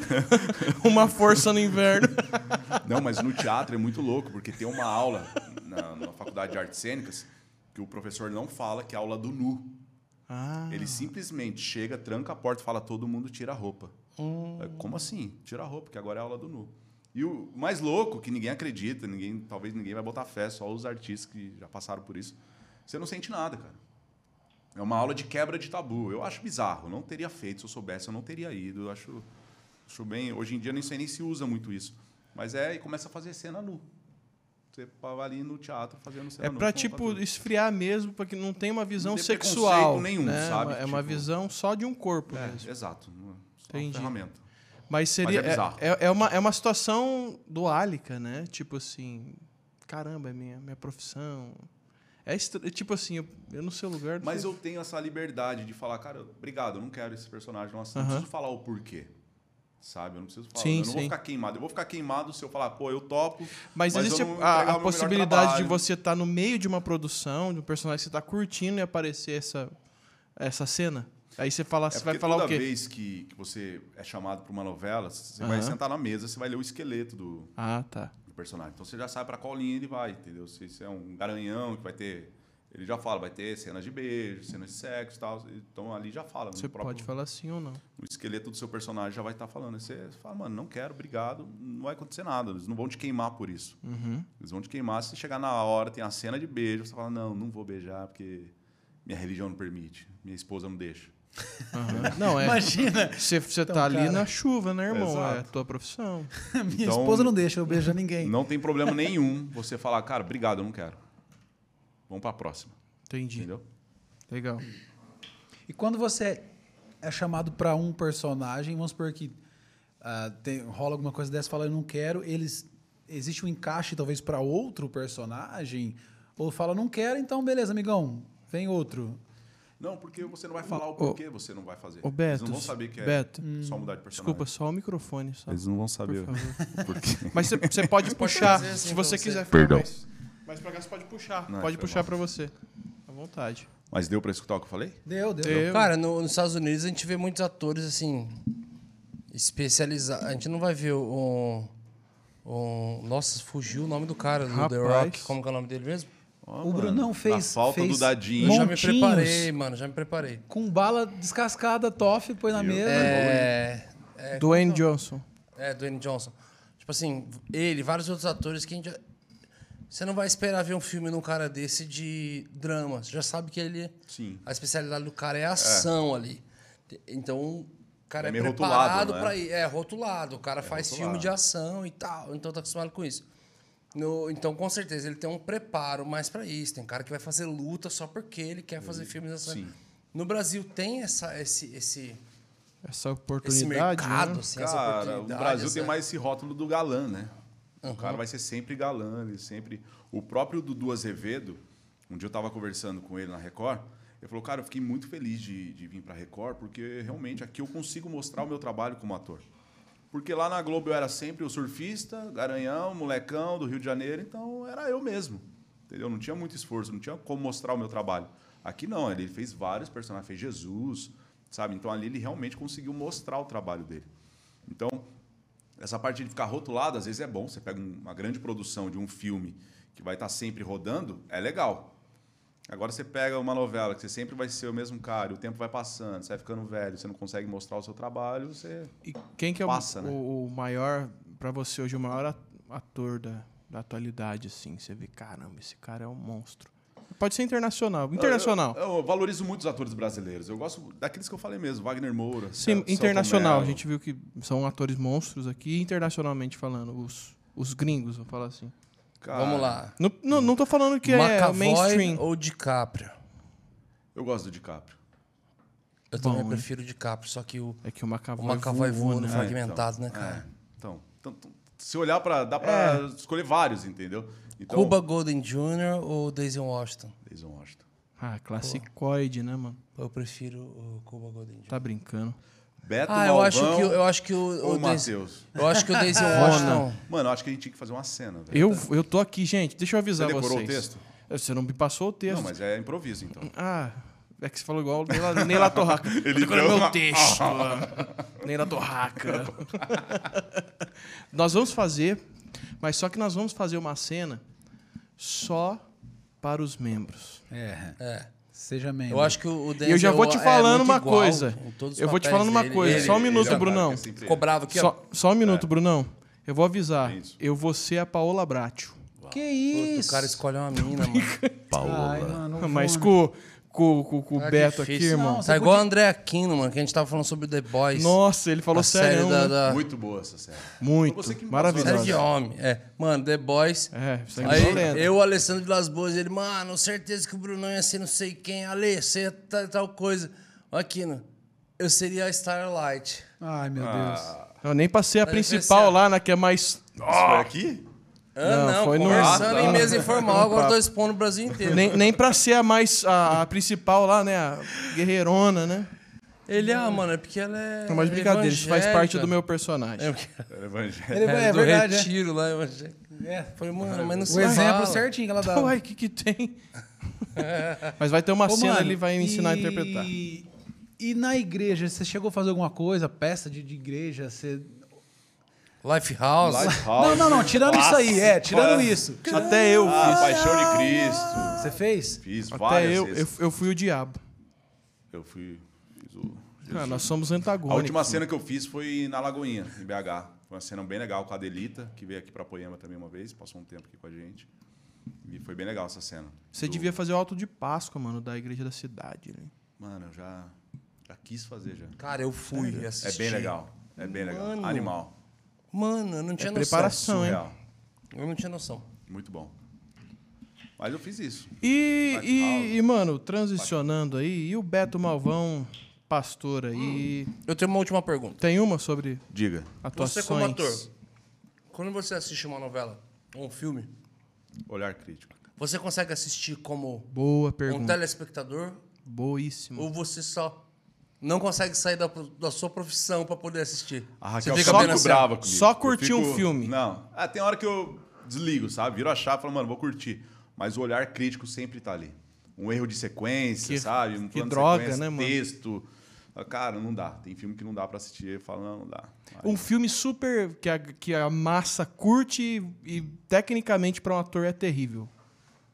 Speaker 3: Uma força no inverno.
Speaker 4: Não, mas no teatro é muito louco, porque tem uma aula na, na Faculdade de Artes Cênicas que o professor não fala que é aula do nu.
Speaker 3: Ah,
Speaker 4: Ele simplesmente chega, tranca a porta e fala: todo mundo tira a roupa. É, Como assim? Tira a roupa, que agora é aula do nu. E o mais louco, que ninguém acredita, ninguém, talvez ninguém vai botar fé, só os artistas que já passaram por isso. Você não sente nada, cara. É uma aula de quebra de tabu. Eu acho bizarro. Eu não teria feito se eu soubesse, eu não teria ido. Eu acho, acho bem. Hoje em dia nem sei nem se usa muito isso. Mas é, e começa a fazer cena nu. Você vai ali no teatro fazendo cena
Speaker 3: É
Speaker 4: nu
Speaker 3: pra,
Speaker 4: com-
Speaker 3: tipo,
Speaker 4: com-
Speaker 3: esfriar mesmo, pra que não tem uma visão
Speaker 4: tem
Speaker 3: sexual.
Speaker 4: preconceito nenhum,
Speaker 3: né?
Speaker 4: sabe?
Speaker 3: É uma
Speaker 4: Tipo-
Speaker 3: visão só de um corpo
Speaker 4: É,
Speaker 3: mesmo.
Speaker 4: exato. Uma- só uma
Speaker 3: Entendi.
Speaker 4: ferramenta.
Speaker 3: Mas seria.
Speaker 4: Mas é bizarro.
Speaker 3: é, é uma, é uma situação duálica, né? Tipo assim. Caramba, é minha, minha profissão. É estra- tipo assim, eu, eu no seu lugar. não
Speaker 4: Mas
Speaker 3: sei-
Speaker 4: eu tenho essa liberdade de falar, cara, obrigado, eu não quero esse personagem. Nossa, não
Speaker 3: Aham.
Speaker 4: preciso falar o porquê. Sabe? Eu não preciso falar.
Speaker 3: Sim,
Speaker 4: eu não vou
Speaker 3: sim.
Speaker 4: ficar queimado. Eu vou ficar queimado se eu falar, pô, eu topo.
Speaker 3: Mas,
Speaker 4: mas
Speaker 3: existe
Speaker 4: eu não vou
Speaker 3: a-
Speaker 4: entregar
Speaker 3: a,
Speaker 4: o meu melhor
Speaker 3: possibilidade de
Speaker 4: trabalho.
Speaker 3: você estar no meio de uma produção, de um personagem que você está curtindo e aparecer essa, essa cena? Aí você fala,
Speaker 4: É
Speaker 3: você vai
Speaker 4: porque
Speaker 3: falar
Speaker 4: toda
Speaker 3: o quê?
Speaker 4: vez que, que você é chamado para uma novela, você vai
Speaker 3: Aham.
Speaker 4: sentar na mesa, você vai ler o esqueleto do,
Speaker 3: Ah, tá.
Speaker 4: do personagem. Então você já sabe para qual linha ele vai, entendeu? Se isso é um garanhão que vai ter. Ele já fala, vai ter cenas de beijo, cenas de sexo e tal. Então ali já fala. no
Speaker 3: Você
Speaker 4: próprio-
Speaker 3: pode falar sim ou não.
Speaker 4: o esqueleto do seu personagem já vai estar falando. Aí você fala, mano, não quero, obrigado, não vai acontecer nada. Eles não vão te queimar por isso.
Speaker 3: Uhum.
Speaker 4: Eles vão te queimar se chegar na hora, tem a cena de beijo, você fala, não, não vou beijar porque minha religião não permite, minha esposa não deixa.
Speaker 3: Aham. Não, é.
Speaker 2: Imagina!
Speaker 3: Você, você
Speaker 2: Então,
Speaker 3: tá ali
Speaker 2: cara.
Speaker 3: na chuva, né, irmão? É a
Speaker 4: Exato.
Speaker 3: tua profissão.
Speaker 2: Minha
Speaker 4: Então-
Speaker 2: esposa não deixa eu beijar ninguém.
Speaker 4: Não tem problema nenhum você falar, cara, obrigado, eu não quero. Vamos para a próxima,
Speaker 3: Entendi.
Speaker 4: entendeu?
Speaker 3: Legal.
Speaker 2: E quando você é chamado pra um personagem, vamos supor que ah, tem- rola alguma coisa dessa, fala eu não quero, eles existe um encaixe talvez pra outro personagem ou fala não quero, então beleza, amigão, vem outro.
Speaker 4: Não, porque você não vai falar o porquê você não vai fazer.
Speaker 3: ô, Beto,
Speaker 4: Eles não vão saber que é
Speaker 3: Beto, hum,
Speaker 4: só mudar de personagem.
Speaker 3: Desculpa, só o microfone, só.
Speaker 4: Eles não vão saber
Speaker 3: Por
Speaker 4: o porquê.
Speaker 3: Mas você- você pode puxar,
Speaker 1: fazer assim
Speaker 3: se
Speaker 1: pra
Speaker 3: você
Speaker 1: você.
Speaker 3: quiser.
Speaker 4: Perdão.
Speaker 3: Mas, mas pra cá você pode puxar.
Speaker 4: Não,
Speaker 3: pode
Speaker 4: foi
Speaker 3: puxar
Speaker 4: mal.
Speaker 3: pra você. À vontade.
Speaker 4: Mas deu para escutar o que eu falei?
Speaker 2: Deu, deu.
Speaker 3: Eu-
Speaker 1: Cara, no- nos Estados Unidos a gente vê muitos atores assim especializados. A gente não vai ver um, um- Nossa, fugiu o nome do cara do The
Speaker 3: Rapaz.
Speaker 1: Rock. Como que é o nome dele mesmo?
Speaker 4: Ó,
Speaker 2: O Brunão
Speaker 4: mano,
Speaker 2: fez-
Speaker 4: Na falta
Speaker 2: fez-
Speaker 4: do
Speaker 3: um
Speaker 4: dadinho.
Speaker 1: Eu já me
Speaker 2: Montinhos.
Speaker 1: preparei, mano. Já me preparei.
Speaker 2: Com bala descascada, toff, põe na mesa.
Speaker 1: É,
Speaker 3: Dwayne Johnson.
Speaker 1: é, Dwayne Johnson. Tipo assim, ele, vários outros atores que a gente. já- Você não vai esperar ver um filme num cara desse de drama. Você já sabe que ele.
Speaker 4: Sim.
Speaker 1: A especialidade do cara é ação ali. Te- Então, o cara
Speaker 4: É
Speaker 1: é,
Speaker 4: meio
Speaker 1: preparado
Speaker 4: rotulado, né?
Speaker 1: pra ir. É, rotulado. O cara faz
Speaker 4: rotulado.
Speaker 1: filme de ação e tal. Então, tá acostumado com isso. No- então, com certeza, ele tem um preparo mais pra isso. Tem cara que vai fazer luta só porque ele quer fazer filmes de ação.
Speaker 4: sim.
Speaker 1: No Brasil, tem essa, esse, esse,
Speaker 3: Essa
Speaker 1: esse
Speaker 3: oportunidade.
Speaker 1: mercado,
Speaker 3: né?
Speaker 1: assim, essa
Speaker 4: Cara, o
Speaker 1: oportunidade.
Speaker 4: Brasil tem
Speaker 1: essa-
Speaker 4: mais esse rótulo do galã, né?
Speaker 1: Uhum.
Speaker 4: O cara vai ser sempre galã, ele sempre. O próprio Dudu Azevedo, um dia eu tava conversando com ele na Record, ele falou: Cara, eu fiquei muito feliz de, de vir pra Record, porque realmente aqui eu consigo mostrar o meu trabalho como ator. Porque lá na Globo eu era sempre o surfista, garanhão, molecão do Rio de Janeiro, então era eu mesmo. Entendeu? Não tinha muito esforço, não tinha como mostrar o meu trabalho. Aqui não, ele fez vários personagens, fez Jesus, sabe? Então ali ele realmente conseguiu mostrar o trabalho dele. Então, essa parte de ficar rotulado, às vezes é bom. Você pega um- uma grande produção de um filme que vai estar sempre rodando, é legal. Agora você pega uma novela que você sempre vai ser o mesmo cara, o tempo vai passando, você vai ficando velho, você não consegue mostrar o seu trabalho, você.
Speaker 3: E quem que é o-
Speaker 4: Passa,
Speaker 3: o,
Speaker 4: né?
Speaker 3: o maior, pra você hoje, o maior at- ator da, da atualidade, assim? que Você vê, caramba, esse cara é um monstro. Pode ser internacional. Internacional.
Speaker 4: Eu, eu- eu valorizo muito os atores brasileiros. Eu gosto daqueles que eu falei mesmo, Wagner Moura.
Speaker 3: Sim,
Speaker 4: Celton
Speaker 3: internacional. A
Speaker 4: Mello.
Speaker 3: gente viu que são atores monstros aqui, internacionalmente falando. Os, os gringos, vou falar assim.
Speaker 4: Cara,
Speaker 1: Vamos lá.
Speaker 3: Não, não, não tô falando que é
Speaker 1: McAvoy
Speaker 3: mainstream.
Speaker 1: ou DiCaprio?
Speaker 4: Eu gosto do DiCaprio.
Speaker 1: Eu
Speaker 3: Bom,
Speaker 1: também
Speaker 3: hein?
Speaker 1: prefiro o DiCaprio, só que o,
Speaker 3: É que o Macavoy,
Speaker 1: o McAvoy voa no
Speaker 4: É,
Speaker 1: fragmentado,
Speaker 4: então,
Speaker 1: né, cara?
Speaker 4: é, então, tanto- se olhar para dá para
Speaker 3: É.
Speaker 4: escolher vários, entendeu? Então,
Speaker 1: Cuba Golden Jr. ou Daisy Washington?
Speaker 4: Denzel Washington.
Speaker 3: Ah, classicoide, né, mano?
Speaker 1: Eu prefiro o Cuba Golden Jr.
Speaker 3: Tá brincando.
Speaker 4: Beto
Speaker 1: Ah, eu acho
Speaker 4: Malvão
Speaker 1: que eu acho que o,
Speaker 4: ou
Speaker 1: o Daisy-
Speaker 4: Matheus?
Speaker 1: Eu acho que o Daisy Washington.
Speaker 4: Mano, eu acho que a gente tinha que fazer uma cena,
Speaker 1: é
Speaker 4: velho.
Speaker 3: Eu, eu tô aqui, gente. Deixa eu avisar
Speaker 4: Você decorou
Speaker 3: vocês. É,
Speaker 4: o texto?
Speaker 3: Você não me passou o texto.
Speaker 4: Não, mas é improviso, então.
Speaker 3: Ah, é que você falou igual o Neila, Neila Torraca.
Speaker 4: Ele
Speaker 3: Ele decorou
Speaker 4: deu
Speaker 3: meu
Speaker 4: uma-
Speaker 3: texto. Neila Torraca. nós vamos fazer, mas só que nós vamos fazer uma cena só para os membros.
Speaker 2: É.
Speaker 1: É.
Speaker 2: Seja membro.
Speaker 1: Eu acho que o o
Speaker 3: E
Speaker 1: Denzel
Speaker 3: eu já vou te
Speaker 1: é
Speaker 3: falando
Speaker 1: muito
Speaker 3: uma
Speaker 1: igual
Speaker 3: coisa.
Speaker 1: em todos os
Speaker 3: Eu vou te
Speaker 1: papéis
Speaker 3: falando uma
Speaker 1: dele.
Speaker 3: coisa.
Speaker 1: Ele-
Speaker 3: Só um
Speaker 1: ele- tá
Speaker 3: minuto,
Speaker 4: é um cara
Speaker 3: Brunão.
Speaker 4: que é sempre-
Speaker 1: Ficou bravo aqui, ó.
Speaker 3: Só, só um minuto, Brunão. Eu vou avisar.
Speaker 4: É isso.
Speaker 3: Eu vou ser a Paola Brat.
Speaker 2: Que
Speaker 1: Puta,
Speaker 2: isso?
Speaker 1: O cara escolheu uma mina, mano.
Speaker 2: Ai, mano, o
Speaker 3: Mas
Speaker 2: Vona.
Speaker 3: com, com, com- com o
Speaker 1: Ah,
Speaker 3: Beto
Speaker 1: difícil.
Speaker 3: aqui, irmão.
Speaker 2: Não,
Speaker 1: Tá igual o André Aquino, mano, que a gente tava falando sobre The Boys.
Speaker 3: Nossa, ele falou
Speaker 1: a série
Speaker 3: sério.
Speaker 1: da,
Speaker 3: né?
Speaker 1: da-
Speaker 4: Muito boa essa série.
Speaker 3: Muito.
Speaker 4: Você que me
Speaker 3: Maravilhoso.
Speaker 1: série de homem. É, mano, The Boys.
Speaker 3: É, isso aí é violento.
Speaker 1: Aí, eu, Alessandro de Las Boas, ele, mano, certeza que o Brunão ia ser não sei quem, Ale, você ia tal, tal coisa. Ó, Aquino, eu seria a Starlight.
Speaker 2: Ai, meu
Speaker 4: Ah,
Speaker 2: Deus.
Speaker 3: Eu nem passei a
Speaker 1: Mas
Speaker 3: principal
Speaker 1: esse é-
Speaker 3: lá, na que é mais.
Speaker 4: Isso foi aqui?
Speaker 1: Ah,
Speaker 3: Não,
Speaker 1: não,
Speaker 3: foi no-
Speaker 1: conversando
Speaker 4: Ah, tá.
Speaker 1: em mesa informal,
Speaker 3: Um
Speaker 1: agora eu
Speaker 3: papo.
Speaker 1: tô expondo o Brasil inteiro.
Speaker 3: Nem, nem pra ser a mais. A, a principal lá, né? A guerreirona, né?
Speaker 1: Ele, ah, mano, é porque ela é.
Speaker 3: Não, mas brincadeira, isso faz parte do meu
Speaker 1: É,
Speaker 3: personagem.
Speaker 1: porque-
Speaker 4: Era evangélico.
Speaker 1: é,
Speaker 2: Ele, é
Speaker 1: do
Speaker 3: né?
Speaker 2: verdade, é.
Speaker 1: retiro lá, evangélico.
Speaker 2: É.
Speaker 1: Falei, mano, mas não
Speaker 2: O
Speaker 1: se
Speaker 2: exemplo
Speaker 1: fala.
Speaker 2: certinho que ela dá.
Speaker 3: Uai, o que que tem? mas vai ter uma
Speaker 2: Ô,
Speaker 3: cena,
Speaker 2: mano,
Speaker 3: assim ele vai me ensinar
Speaker 2: e-
Speaker 3: a interpretar.
Speaker 2: E na igreja, você chegou a fazer alguma coisa, peça de, de igreja? Você...
Speaker 1: Lifehouse.
Speaker 2: Não, não, não, tirando isso aí, é, tirando
Speaker 4: Clássica.
Speaker 2: isso.
Speaker 3: Até eu.
Speaker 4: Ah,
Speaker 3: fiz.
Speaker 4: Paixão de Cristo.
Speaker 2: Você fez?
Speaker 4: Fiz
Speaker 3: Até
Speaker 4: várias
Speaker 3: eu, eu,
Speaker 4: vezes.
Speaker 3: eu fui o diabo.
Speaker 4: Eu, fui. Fiz o,
Speaker 3: Cara,
Speaker 4: Jesus.
Speaker 3: nós somos
Speaker 4: a
Speaker 3: antagônicos.
Speaker 4: última cena que eu fiz foi na Lagoinha, em BH. Foi uma cena bem legal com a Adelita, que veio aqui pra Poema também uma vez, passou um tempo aqui com a gente. E foi bem legal essa cena.
Speaker 3: Você
Speaker 4: Do-
Speaker 3: devia fazer o alto de Páscoa, mano, da igreja da cidade. Né?
Speaker 4: Mano, eu já, já quis fazer já.
Speaker 1: Cara, eu fui
Speaker 4: É
Speaker 1: assistir.
Speaker 4: bem legal. É bem legal.
Speaker 1: Mano.
Speaker 4: Animal.
Speaker 1: Mano, eu não tinha noção.
Speaker 3: É preparação. Não, hein?
Speaker 4: Surreal.
Speaker 1: Eu não tinha noção.
Speaker 4: Muito bom. Mas eu fiz isso.
Speaker 3: E,
Speaker 4: Bate
Speaker 3: e,
Speaker 4: aula.
Speaker 3: e, mano, transicionando aí, e o Beto Malvão, pastor aí.
Speaker 4: Hum.
Speaker 1: Eu tenho uma última pergunta.
Speaker 3: Tem uma sobre
Speaker 4: Diga.
Speaker 3: atuações?
Speaker 1: Você como ator, quando você assiste uma novela ou um filme,
Speaker 4: Olhar crítico.
Speaker 1: você consegue assistir como
Speaker 3: Boa
Speaker 1: um
Speaker 3: pergunta.
Speaker 1: telespectador
Speaker 3: Boíssima.
Speaker 1: ou você só não consegue sair da, da sua profissão pra poder assistir?
Speaker 4: A Raquel
Speaker 1: fica
Speaker 4: só
Speaker 1: apenas
Speaker 4: fica brava
Speaker 1: assim,
Speaker 4: comigo.
Speaker 3: só
Speaker 4: Eu
Speaker 3: curtir
Speaker 4: fico-
Speaker 3: um filme.
Speaker 4: Não. Ah, tem hora que eu desligo, sabe? Viro a chave e falo, mano, vou curtir. Mas o olhar crítico sempre tá ali. Um erro de sequência,
Speaker 3: Que-
Speaker 4: sabe? Um
Speaker 3: que
Speaker 4: plano de
Speaker 3: droga,
Speaker 4: sequência,
Speaker 3: né, mano?
Speaker 4: Texto. Ah, Cara, não dá. Tem filme que não dá pra assistir. Eu falo, não, não dá. Aí-
Speaker 3: Um filme super que a, que a massa curte e, e tecnicamente pra um ator é terrível.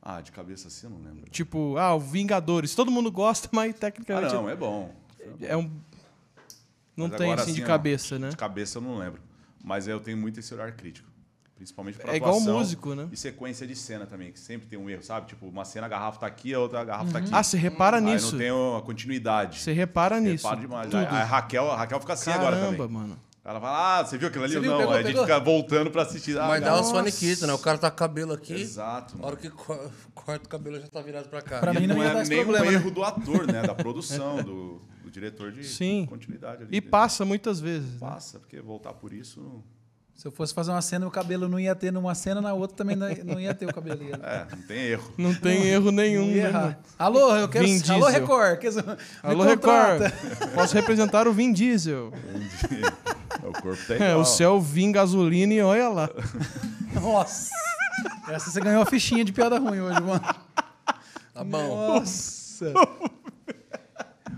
Speaker 4: Ah, de cabeça assim eu não lembro.
Speaker 3: Tipo, ah, o Vingadores. Todo mundo gosta, mas
Speaker 4: Ah,
Speaker 3: tecnicamente
Speaker 4: não, é bom.
Speaker 3: é um. Não
Speaker 4: Mas
Speaker 3: tem
Speaker 4: agora,
Speaker 3: assim de
Speaker 4: ó, Hum,
Speaker 3: cabeça, né?
Speaker 4: De cabeça eu não lembro. Mas eu tenho muito esse olhar crítico. Principalmente pra
Speaker 3: É igual
Speaker 4: atuação
Speaker 3: músico, né?
Speaker 4: E sequência de cena também, que sempre tem um erro, sabe? Tipo, uma cena a garrafa tá aqui, a outra a garrafa tá aqui.
Speaker 3: Ah, você repara
Speaker 4: Aí
Speaker 3: nisso.
Speaker 4: não tem uma continuidade.
Speaker 3: Você repara nisso.
Speaker 4: Repara demais.
Speaker 3: Tudo.
Speaker 4: Aí A Raquel, a Raquel fica assim
Speaker 3: Caramba,
Speaker 4: agora também.
Speaker 3: mano.
Speaker 4: Ela fala, ah, você viu aquilo ali?
Speaker 2: Você
Speaker 4: ou
Speaker 2: viu?
Speaker 4: não,
Speaker 2: Pegou,
Speaker 4: aí a gente
Speaker 2: pegou.
Speaker 4: fica voltando pra assistir. Ah,
Speaker 1: Mas dá
Speaker 4: cara,
Speaker 1: uma sonequita, né? O cara tá com o cabelo aqui.
Speaker 4: Exato,
Speaker 1: A
Speaker 4: mano.
Speaker 1: hora que co- corta o cabelo já tá virado pra cá.
Speaker 2: Pra
Speaker 4: E
Speaker 2: mim não
Speaker 4: não
Speaker 2: ia dar
Speaker 4: é
Speaker 2: esse
Speaker 4: nem um
Speaker 2: problema, né?
Speaker 4: erro do ator, né? Da produção, do, do diretor de
Speaker 3: Sim.
Speaker 4: continuidade ali.
Speaker 3: E
Speaker 4: né?
Speaker 3: passa muitas vezes. né?
Speaker 4: Passa, porque voltar por isso... não-
Speaker 2: Se eu fosse fazer uma cena, o cabelo não ia ter numa cena, na outra também não ia- não ia ter o cabelo. Ia,
Speaker 4: É, não tem erro.
Speaker 3: Não tem erro nenhum.
Speaker 2: não ia
Speaker 3: né, mano?
Speaker 2: errar. Alô, eu quero.
Speaker 3: Vin
Speaker 2: Alô,
Speaker 3: Diesel.
Speaker 2: Record. quer dizer, me
Speaker 3: Alô,
Speaker 2: contrata.
Speaker 3: Record. Posso representar o Vin Diesel.
Speaker 4: o corpo tá
Speaker 3: É,
Speaker 4: igual.
Speaker 3: o céu vim gasolina e olha lá.
Speaker 1: Tá
Speaker 2: Nossa. Essa você ganhou a fichinha de piada ruim hoje, mano.
Speaker 1: Tá bom.
Speaker 2: Nossa.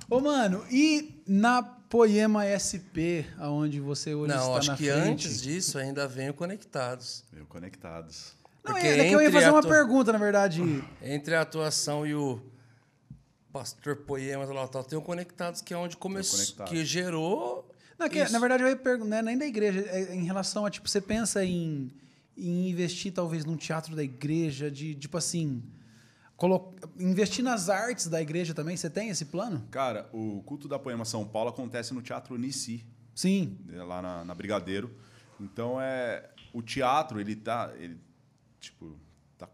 Speaker 2: Ô, mano, e na Poema SP, aonde você hoje
Speaker 1: Não,
Speaker 2: está
Speaker 1: acho
Speaker 2: tá na
Speaker 1: que
Speaker 2: frente...
Speaker 1: antes disso ainda vem o Conectados.
Speaker 4: Meio conectados.
Speaker 2: Não,
Speaker 1: Porque
Speaker 2: é, é que eu ia
Speaker 1: entre
Speaker 2: fazer uma
Speaker 1: ator-
Speaker 2: pergunta, na verdade.
Speaker 1: Entre a atuação e o Pastor Poemas lá tal, tem o Conectados que é onde começou,
Speaker 4: Conectados.
Speaker 1: que gerou
Speaker 2: Não, é que,
Speaker 1: Isso.
Speaker 2: na verdade, eu ia perguntar, não é nem da igreja, é em relação a, tipo, você pensa em, em investir talvez num teatro da igreja, de, tipo assim, colo- investir nas artes da igreja também, você tem esse plano?
Speaker 4: Cara, o culto da Poema São Paulo acontece no Teatro Nici,
Speaker 2: Sim.
Speaker 4: lá na, na Brigadeiro. Então é o teatro ele tá ele tipo tá,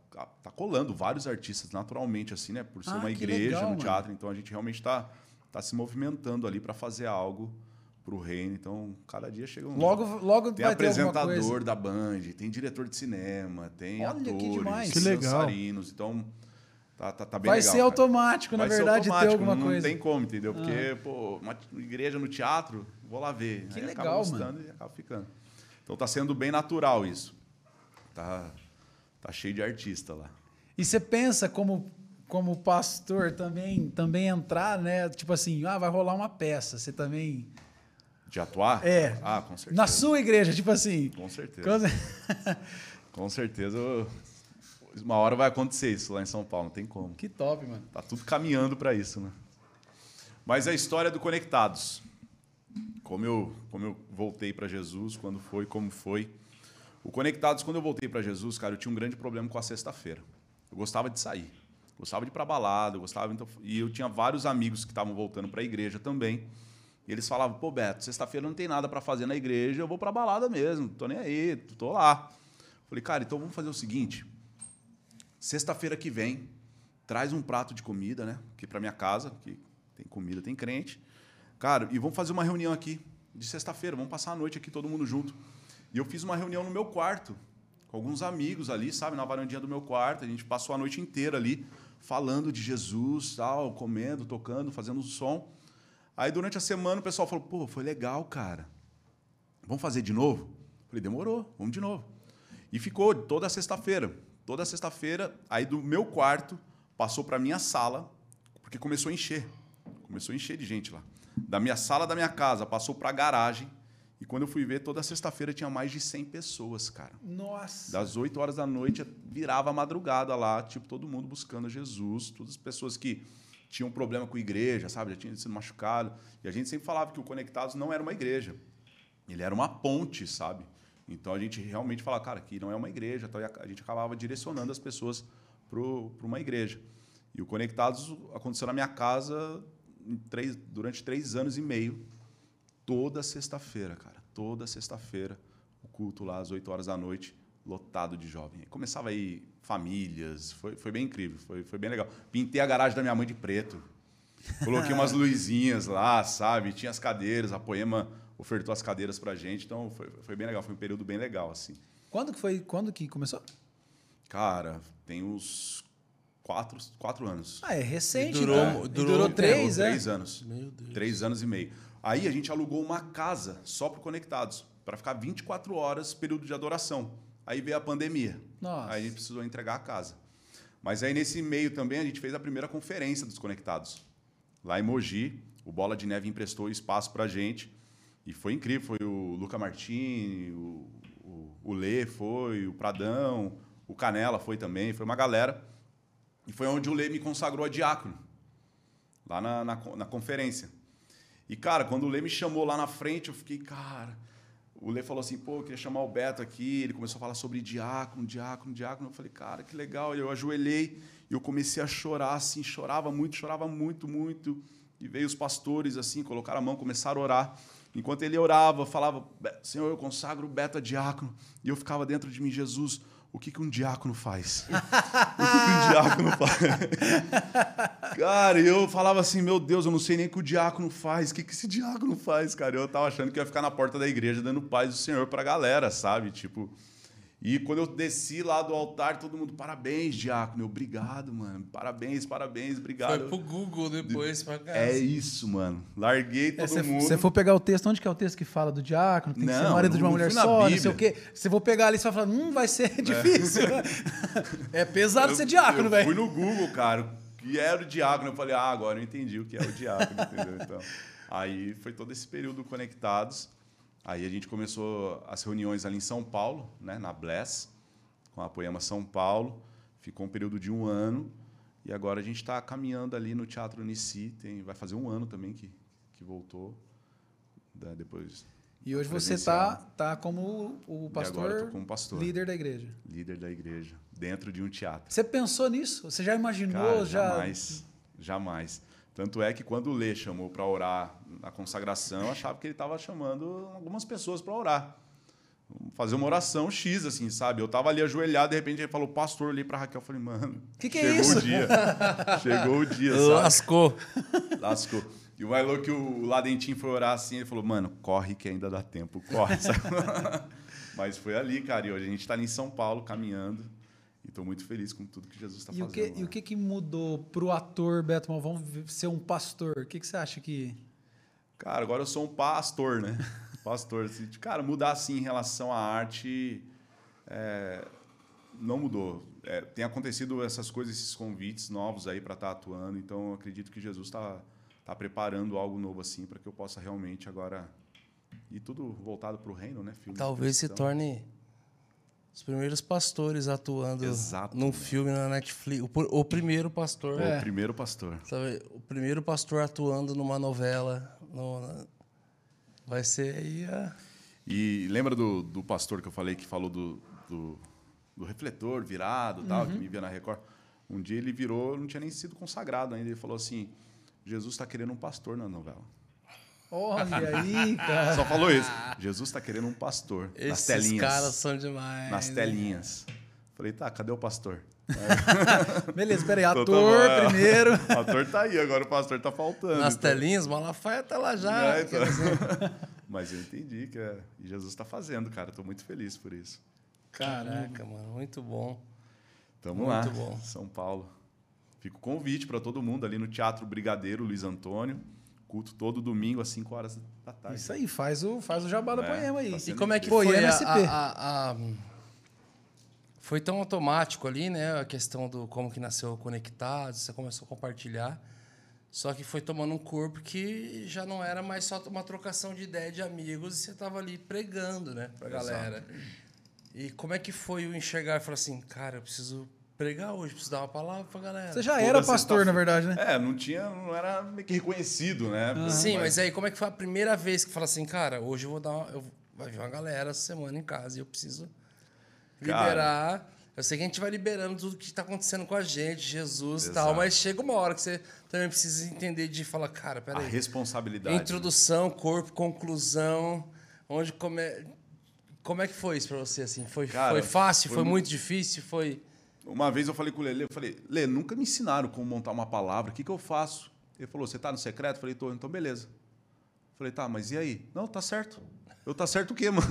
Speaker 4: tá colando vários artistas naturalmente assim, né? Por ser
Speaker 2: Ah,
Speaker 4: uma
Speaker 2: que
Speaker 4: igreja
Speaker 2: legal,
Speaker 4: no
Speaker 2: mano.
Speaker 4: teatro, então a gente realmente tá tá se movimentando ali para fazer algo pro reino. Então cada dia chega um
Speaker 2: Logo, logo
Speaker 4: tem
Speaker 2: vai ter alguma coisa.
Speaker 4: apresentador da Band, tem diretor de cinema, tem
Speaker 2: Olha que demais.
Speaker 4: atores,
Speaker 3: Que legal.
Speaker 4: dançarinos, então tá, tá, tá bem
Speaker 2: Vai
Speaker 4: legal.
Speaker 2: ser
Speaker 4: cara.
Speaker 2: automático, na
Speaker 4: Vai ser
Speaker 2: verdade, ter
Speaker 4: automático,
Speaker 2: alguma
Speaker 4: não
Speaker 2: coisa. Ah.
Speaker 4: tem como, entendeu? Porque, pô, uma t- igreja no teatro, vou lá ver.
Speaker 2: Que
Speaker 4: Aí acaba
Speaker 2: legal,
Speaker 4: gostando e acaba ficando. Então tá sendo bem natural isso. Tá, tá cheio de artista lá.
Speaker 2: E você pensa como como pastor também também entrar, né? Tipo assim, ah, vai rolar uma peça, você também
Speaker 4: De atuar?
Speaker 2: É.
Speaker 4: Ah, com certeza.
Speaker 2: na sua igreja, tipo assim.
Speaker 4: Com certeza.
Speaker 2: Quando-
Speaker 4: Com certeza. eu- Uma hora vai acontecer isso lá em São Paulo, não tem como.
Speaker 2: que top, mano.
Speaker 4: Tá tudo caminhando para isso, né? Mas é a história do Conectados. Como eu, como eu voltei para Jesus, quando foi, como foi. O Conectados, quando eu voltei para Jesus, cara, eu tinha um grande problema com a sexta-feira. Eu gostava de sair. Gostava de ir pra balada, eu gostava. Então, e eu tinha vários amigos que estavam voltando pra igreja também. E eles falavam, pô, Beto, sexta-feira não tem nada pra fazer na igreja, eu vou pra balada mesmo, tô nem aí, tô lá. Falei, cara, então vamos fazer o seguinte: sexta-feira que vem, traz um prato de comida, né? Aqui pra minha casa, que tem comida, tem crente. Cara, e vamos fazer uma reunião aqui de sexta-feira, vamos passar a noite aqui todo mundo junto. E eu fiz uma reunião no meu quarto, com alguns amigos ali, sabe, na varandinha do meu quarto. A gente passou a noite inteira ali falando de Jesus, tal, comendo, tocando, fazendo som. Aí durante a semana o pessoal falou: "Pô, foi legal, cara. Vamos fazer de novo?" Falei: "Demorou, vamos de novo." E ficou toda sexta-feira. Toda sexta-feira, aí do meu quarto passou para minha sala, porque começou a encher. Começou a encher de gente lá. Da minha sala da minha casa passou para a garagem. E quando eu fui ver, toda sexta-feira tinha mais de 100 pessoas, cara.
Speaker 2: Nossa.
Speaker 4: Das 8 horas da noite, virava a madrugada lá, tipo, todo mundo buscando Jesus, todas as pessoas que tinham problema com a igreja, sabe? Já tinham sido machucado. E a gente sempre falava que o Conectados não era uma igreja. Ele era uma ponte, sabe? Então a gente realmente falava, cara, aqui não é uma igreja. Tal, e a a gente acabava direcionando as pessoas para uma igreja. E o Conectados aconteceu na minha casa em três- durante três anos e meio toda sexta-feira, cara. Toda sexta-feira, o culto lá às 8 horas da noite, lotado de jovem. Aí começava aí famílias, foi, foi bem incrível, foi, foi bem legal. Pintei a garagem da minha mãe de preto. Coloquei umas luzinhas lá, sabe? Tinha as cadeiras, a Poema ofertou as cadeiras pra gente, então foi, foi bem legal, foi um período bem legal, assim.
Speaker 2: Quando que foi? Quando que começou?
Speaker 4: Cara, tem uns quatro, quatro anos.
Speaker 2: Ah, é recente.
Speaker 1: E durou-
Speaker 2: então. E
Speaker 1: durou-
Speaker 2: durou
Speaker 1: é,
Speaker 2: três,
Speaker 4: É,
Speaker 2: é?
Speaker 4: Três anos.
Speaker 1: Meu Deus.
Speaker 4: Três anos e meio. Aí a gente alugou uma casa só para conectados, para ficar 24 horas período de adoração. Aí veio a pandemia.
Speaker 2: Nossa.
Speaker 4: Aí a gente precisou entregar a casa. Mas aí nesse meio também a gente fez a primeira conferência dos conectados. Lá em Mogi, o Bola de Neve emprestou espaço para gente. E foi incrível. Foi o Luca Martini, o, o, o Lê foi, o Pradão, o Canela foi também. Foi uma galera. E foi onde o Lê me consagrou a diácono lá na, na, con- na conferência. E, cara, quando o Lê me chamou lá na frente, eu fiquei, cara. O Lê falou assim, pô, eu queria chamar o Beto aqui. Ele começou a falar sobre diácono, diácono, diácono. Eu falei, cara, que legal. E eu ajoelhei e eu comecei a chorar, assim, chorava muito, chorava muito, muito. E veio os pastores, assim, colocaram a mão, começaram a orar. Enquanto ele orava, falava, "Be- Senhor, eu consagro o Beto a diácono. E eu ficava dentro de mim, Jesus, o que, que um diácono faz? o que,
Speaker 1: Ah.
Speaker 4: que um diácono faz? Cara, e eu falava assim, meu Deus, eu não sei nem o que o diácono faz. O que, que esse diácono faz, cara? Eu tava achando que eu ia ficar na porta da igreja dando paz do Senhor pra galera, sabe? Tipo. E quando eu desci lá do altar, todo mundo, parabéns, diácono. Eu, obrigado, mano. Parabéns, parabéns, obrigado.
Speaker 1: Foi pro Google depois pra cá.
Speaker 4: É isso, mano. Larguei todo
Speaker 1: é,
Speaker 2: Se
Speaker 4: mundo.
Speaker 2: você É, for pegar o texto, onde que é o texto que fala do diácono? Tem que ser
Speaker 4: Não,
Speaker 2: marido de uma
Speaker 4: não
Speaker 2: mulher
Speaker 4: fui na
Speaker 2: só, não sei
Speaker 4: Bíblia.
Speaker 2: o quê. Se for pegar ali, você vai falar, hum, vai ser difícil. é pesado ser diácono,
Speaker 4: eu
Speaker 2: velho.
Speaker 4: Fui no Google, cara, que era o diácono. Eu falei, ah, agora eu entendi o que é o diácono, entendeu? Então, aí foi todo esse período conectados. Aí a gente começou as reuniões ali em São Paulo, né, na Bless, com a Poema São Paulo. Ficou um período de um ano. E agora a gente está caminhando ali no Teatro Unici. Tem, vai fazer um ano também que, que voltou. da- depois,
Speaker 2: E hoje você tá,
Speaker 4: Presencial.
Speaker 2: tá como o pastor,
Speaker 4: agora eu tô como pastor.
Speaker 2: líder da igreja.
Speaker 4: líder da igreja, dentro de um teatro.
Speaker 2: Você pensou nisso? Você já imaginou?
Speaker 4: Cara,
Speaker 2: já...
Speaker 4: jamais, jamais. Tanto é que quando o Lê chamou para orar na consagração, eu achava que ele estava chamando algumas pessoas para orar. Fazer uma oração X, assim, sabe? Eu tava ali ajoelhado, de repente ele falou, pastor, olhei pra Raquel, eu falei, mano,
Speaker 2: Que que é
Speaker 4: chegou
Speaker 2: isso?
Speaker 4: o dia. chegou o dia, sabe?
Speaker 1: Lascou.
Speaker 4: Lascou. E o mais louco que o Ladentim foi orar assim, ele falou, mano, corre que ainda dá tempo, corre. sabe? Mas foi ali, cara, e hoje a gente tá ali em São Paulo, caminhando, e tô muito feliz com tudo que Jesus tá
Speaker 2: E o,
Speaker 4: fazendo.
Speaker 2: que, e
Speaker 4: lá.
Speaker 2: o que que mudou pro ator Beto Malvão ser um pastor? O que, que você acha que...
Speaker 4: Cara, agora eu sou um pastor, né? Pastor. assim, de- Cara, mudar assim em relação à arte é, não mudou. É, tem acontecido essas coisas, esses convites novos aí para estar atuando, então eu acredito que Jesus está tá preparando algo novo assim para que eu possa realmente agora. E tudo voltado para o reino, né? Filme de
Speaker 1: Talvez se
Speaker 4: cristão.
Speaker 1: torne os primeiros pastores atuando
Speaker 4: Exato,
Speaker 1: num
Speaker 4: mano.
Speaker 1: filme na Netflix. O, pr- o primeiro pastor.
Speaker 4: O primeiro pastor.
Speaker 1: Sabe, o primeiro pastor atuando numa novela. no- na- vai ser aí a.
Speaker 4: E lembra do, do
Speaker 1: Uhum.
Speaker 4: pastor que eu falei que falou do, do, do refletor virado e tal, que me via na Record? Um dia ele virou, não tinha nem sido consagrado ainda. Ele falou assim: Jesus está querendo um pastor na novela.
Speaker 2: Olha aí, cara.
Speaker 4: Só falou isso. Jesus está querendo um pastor. nas
Speaker 1: Esses
Speaker 4: telinhas.
Speaker 1: caras são demais.
Speaker 4: nas telinhas. Falei, tá, cadê o pastor?
Speaker 2: Beleza, peraí.
Speaker 4: Então,
Speaker 2: Ator
Speaker 4: tá bom, é.
Speaker 2: primeiro.
Speaker 4: O ator tá aí, agora o pastor tá faltando.
Speaker 1: Nas
Speaker 4: Então,
Speaker 1: telinhas, Malafaia tá lá já.
Speaker 4: é, então. Mas eu entendi que é- e Jesus está fazendo, cara. Tô muito feliz por isso.
Speaker 1: Caraca, mano, muito bom.
Speaker 4: Tamo
Speaker 1: Muito
Speaker 4: lá.
Speaker 1: bom.
Speaker 4: São Paulo. Fica o convite para todo mundo ali no Teatro Brigadeiro Luiz Antônio. Culto todo domingo às 5 horas da tarde.
Speaker 2: Isso aí, faz o, faz o jabá do
Speaker 4: É,
Speaker 2: poema aí.
Speaker 4: tá
Speaker 1: E
Speaker 4: sendo-
Speaker 1: como é que
Speaker 2: Pô, e
Speaker 1: foi a,
Speaker 2: MSP?
Speaker 1: a- a- Foi tão automático ali, né? A questão do como que nasceu o Conectados, você começou a compartilhar. Só que foi tomando um corpo que já não era mais só uma trocação de ideia de amigos e você tava ali pregando, né? Pra
Speaker 4: Exato.
Speaker 1: galera. E como é que foi o enxergar e falar assim, cara, eu preciso pregar hoje, preciso dar uma palavra pra galera.
Speaker 2: Você já
Speaker 4: Toda
Speaker 2: era pastor,
Speaker 4: sexta-feira.
Speaker 2: na verdade, né? Ah.
Speaker 4: É, não tinha, não era meio que reconhecido, né?
Speaker 1: Sim, mas aí como é que foi a primeira vez que fala assim, cara, hoje eu vou dar uma, eu, vai vir uma galera essa semana em casa e eu preciso
Speaker 4: Cara.
Speaker 1: liberar. Eu sei que a gente vai liberando tudo que tá acontecendo com a gente, Jesus e tal,
Speaker 4: Exato.
Speaker 1: mas chega uma hora que você também precisa entender de falar, cara,
Speaker 4: A
Speaker 1: peraí.
Speaker 4: responsabilidade. né?
Speaker 1: Introdução, corpo, conclusão, onde come... como é que foi isso pra você assim? Foi
Speaker 4: Cara,
Speaker 1: foi fácil,
Speaker 4: foi
Speaker 1: foi,
Speaker 4: mu-
Speaker 1: muito difícil, foi
Speaker 4: Uma vez eu falei com o Lele, eu falei, Lê, nunca me ensinaram como montar uma palavra, o que, que eu faço? Ele falou, você tá no secreto? Eu falei, tô, então beleza. Eu falei, tá, mas e aí? Não, tá certo. Eu tá certo o quê, mano?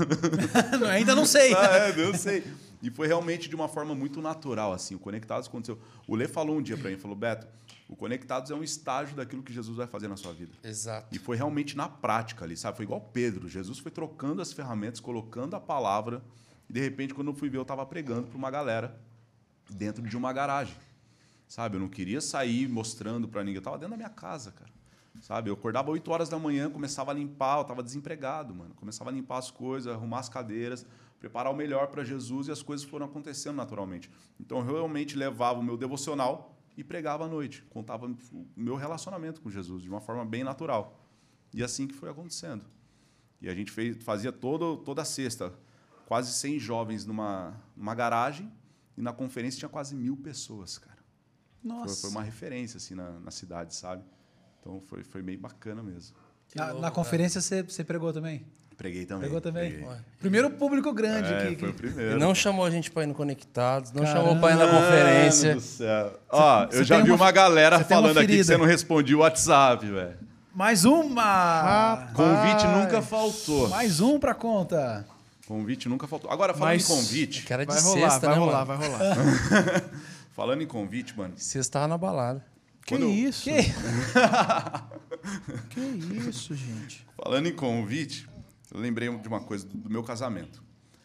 Speaker 2: Ainda não sei.
Speaker 4: Ah, é, eu sei. E foi realmente de uma forma muito natural, assim. O Conectados aconteceu. O Lê falou um dia pra mim, falou, Beto, o Conectados é um estágio daquilo que Jesus vai fazer na sua vida.
Speaker 1: exato.
Speaker 4: E foi realmente na prática ali, sabe? Foi igual Pedro. Jesus foi trocando as ferramentas, colocando a palavra. E de repente, quando eu fui ver, eu estava pregando para uma galera dentro de uma garagem. Sabe? Eu não queria sair mostrando para ninguém. Eu estava dentro da minha casa, cara. Sabe? Eu acordava 8 horas da manhã, começava a limpar. Eu estava desempregado, mano. Começava a limpar as coisas, arrumar as cadeiras, preparar o melhor para Jesus e as coisas foram acontecendo naturalmente. Então, eu realmente levava o meu devocional e pregava à noite. Contava o meu relacionamento com Jesus de uma forma bem natural. E assim que foi acontecendo. E a gente fez, fazia todo, toda sexta, quase 100 jovens numa, numa garagem, e na conferência tinha quase mil pessoas, cara. Foi,
Speaker 2: Nossa.
Speaker 4: foi uma referência, assim, na, na cidade, sabe? Então, foi, foi meio bacana mesmo.
Speaker 1: Que louco,
Speaker 2: Na, Ah, na
Speaker 4: né?
Speaker 1: cara.
Speaker 2: conferência você, você pregou também?
Speaker 4: Preguei também.
Speaker 2: Pregou também?
Speaker 4: preguei.
Speaker 1: Ué.
Speaker 2: Primeiro público grande
Speaker 4: É,
Speaker 2: aqui.
Speaker 4: foi o
Speaker 2: que-
Speaker 1: E
Speaker 4: primeiro.
Speaker 1: não chamou a gente pra ir no Conectados, não chamou pra ir na conferência.
Speaker 4: Mano do céu. Ó,
Speaker 2: você
Speaker 4: eu já
Speaker 2: tem
Speaker 4: vi
Speaker 2: uma-
Speaker 4: uma galera
Speaker 2: você tem uma
Speaker 4: falando aqui que
Speaker 2: ferida.
Speaker 4: você não respondia o WhatsApp, velho.
Speaker 2: Mais uma!
Speaker 4: Convite nunca faltou.
Speaker 2: Mais um pra conta.
Speaker 4: Convite nunca faltou. Agora, falando
Speaker 3: Mas-
Speaker 4: em convite,
Speaker 1: Cara de
Speaker 3: Vai rolar,
Speaker 1: sexta,
Speaker 3: vai
Speaker 1: né,
Speaker 3: rolar,
Speaker 1: mano?
Speaker 3: vai rolar.
Speaker 4: falando em convite, mano,
Speaker 1: Sexta tava na balada.
Speaker 3: Que
Speaker 4: Quando eu-
Speaker 3: isso?
Speaker 2: Que?
Speaker 3: Que isso, gente?
Speaker 4: Falando em convite, eu lembrei de uma coisa do meu casamento.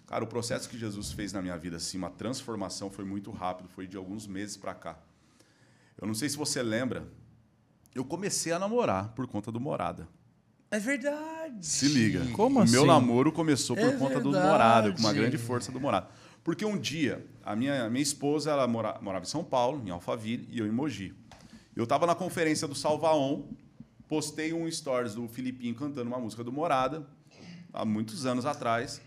Speaker 4: Cara, o processo que Jesus fez na minha vida, assim, uma transformação foi muito rápido, foi de alguns meses pra cá. Eu não sei se você lembra, eu comecei a namorar por conta do Morada.
Speaker 1: É verdade.
Speaker 4: Se liga.
Speaker 1: Tá,
Speaker 3: Como
Speaker 4: o
Speaker 3: assim?
Speaker 4: Meu namoro começou por
Speaker 1: É
Speaker 4: conta do
Speaker 1: verdade.
Speaker 4: Morada, com uma grande força do Morada. Porque um dia, a minha, a minha esposa ela mora- morava em São Paulo, em Alphaville, e eu em Mogi. Eu estava na conferência do Salvaon, postei um stories do Filipinho cantando uma música do Morada, há muitos anos atrás.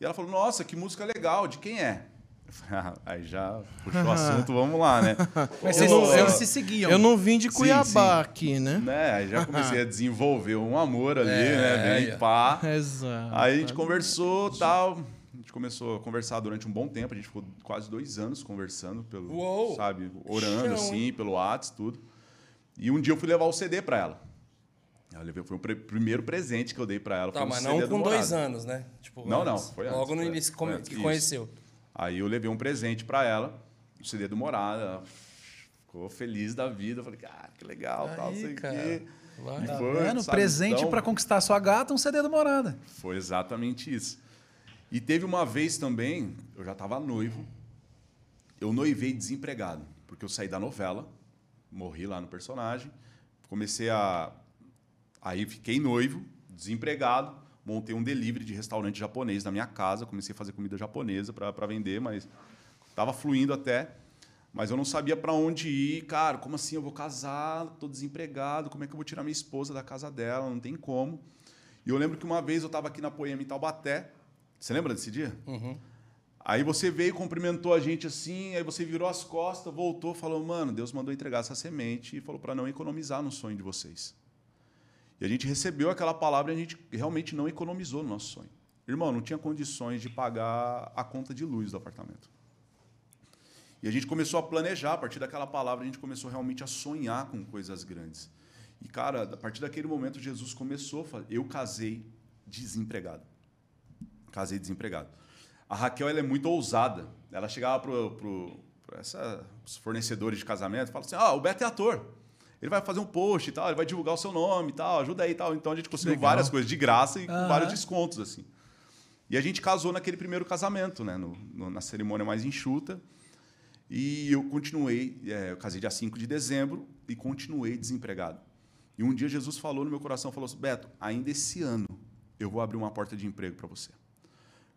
Speaker 4: E ela falou, nossa, que música legal, de quem é? Eu falei, "Ah, Aí já puxou o assunto, vamos lá, né?
Speaker 2: Mas
Speaker 4: Eu
Speaker 2: vocês,
Speaker 4: não-
Speaker 2: vocês se seguiam.
Speaker 3: Eu não vim de Cuiabá
Speaker 4: sim.
Speaker 3: aqui, né?
Speaker 4: né? Aí já comecei a desenvolver um amor ali,
Speaker 1: É,
Speaker 4: né?
Speaker 1: aí,
Speaker 4: Bem
Speaker 1: ó.
Speaker 4: pá.
Speaker 3: Exato.
Speaker 4: Aí a
Speaker 1: tá,
Speaker 4: gente conversou tal. A gente começou a conversar durante um bom tempo. A gente ficou quase dois anos conversando pelo,
Speaker 1: Uou!
Speaker 4: sabe, orando
Speaker 1: Chão,
Speaker 4: assim, pelo Whats, tudo. E um dia eu fui levar o CD pra ela. Eu levei, foi o pre- primeiro presente que eu dei pra ela.
Speaker 1: Tá,
Speaker 4: foi um
Speaker 1: mas
Speaker 4: CD
Speaker 1: não
Speaker 4: do
Speaker 1: com dois
Speaker 4: Morada.
Speaker 1: anos, né? Tipo,
Speaker 4: Não, não,
Speaker 1: antes.
Speaker 4: foi antes,
Speaker 1: Logo no
Speaker 4: foi
Speaker 1: início
Speaker 4: antes,
Speaker 1: come-
Speaker 4: foi antes,
Speaker 1: que
Speaker 4: isso.
Speaker 1: conheceu.
Speaker 4: Aí eu levei um presente pra ela, o CD do Morada. Ela ficou feliz da vida. Eu falei, cara, que legal, tal,
Speaker 1: Aí,
Speaker 4: sei o
Speaker 1: cara.
Speaker 4: quê.
Speaker 1: Vai.
Speaker 4: E
Speaker 2: Tá
Speaker 4: foi,
Speaker 2: vendo?
Speaker 4: sabe,
Speaker 2: Presente
Speaker 4: então-
Speaker 2: pra conquistar sua gata, um CD do Morada.
Speaker 4: Foi exatamente isso. E teve uma vez também, eu já estava noivo, eu noivei desempregado, porque eu saí da novela, morri lá no personagem, comecei a. Aí fiquei noivo, desempregado, montei um delivery de restaurante japonês na minha casa, comecei a fazer comida japonesa para vender, mas estava fluindo até. Mas eu não sabia para onde ir, cara. Como assim? Eu vou casar, tô desempregado, como é que eu vou tirar minha esposa da casa dela? Não tem como. E eu lembro que uma vez eu estava aqui na Poema em Taubaté. Você lembra desse dia? Aí você veio, cumprimentou a gente assim, aí você virou as costas, voltou, falou: "Mano, Deus mandou entregar essa semente e falou para não economizar no sonho de vocês". E a gente recebeu aquela palavra e a gente realmente não economizou no nosso sonho. Irmão, não tinha condições de pagar a conta de luz do apartamento. E a gente começou a planejar, a partir daquela palavra, a gente começou realmente a sonhar com coisas grandes. E, cara, a partir daquele momento, Jesus começou. a falar, Eu casei desempregado. Casei desempregado. A Raquel ela é muito ousada. Ela chegava para pro, pro essa- os fornecedores de casamento e falava assim: Ah, o Beto é ator. Ele vai fazer um post e tal, ele vai divulgar o seu nome e tal, ajuda aí e tal. Então a gente conseguiu
Speaker 3: legal.
Speaker 4: várias coisas de graça e com
Speaker 2: Aham.
Speaker 4: vários descontos, assim. E a gente casou naquele primeiro casamento, né? no- no- na cerimônia mais enxuta. E eu continuei, eh, eu casei dia 5 de dezembro e continuei desempregado. E um dia Jesus falou no meu coração, falou assim, Beto, ainda esse ano eu vou abrir uma porta de emprego para você.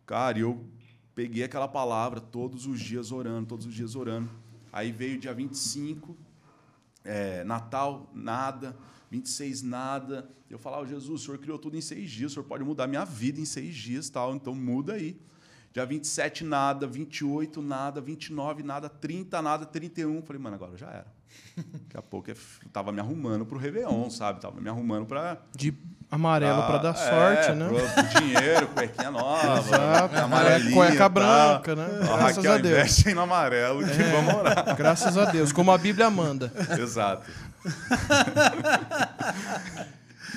Speaker 4: Cara, e eu peguei aquela palavra todos os dias orando, todos os dias orando. Aí veio dia 25, é, Natal, nada. 26, nada. Eu falava, Jesus, o senhor criou tudo em seis dias, o senhor pode mudar minha vida em seis dias, tal, então muda aí. Dia 27, nada. 28, nada. 29, nada. 30, nada. 31. Falei, mano, agora já era. Daqui a pouco eu f- tava me arrumando pro Réveillon, sabe? Tava me arrumando pra.
Speaker 3: De amarelo pra dar
Speaker 4: é,
Speaker 3: sorte, né?
Speaker 4: Pro, pro dinheiro, cuequinha nova.
Speaker 3: Exato. é,
Speaker 4: amarelinha,
Speaker 3: Cueca
Speaker 4: tá?
Speaker 3: branca, né?
Speaker 4: A
Speaker 3: Graças a
Speaker 4: Raquel
Speaker 3: Deus. É.
Speaker 4: investe aí no amarelo que vamos orar.
Speaker 3: Graças a Deus, como a Bíblia manda.
Speaker 4: Exato.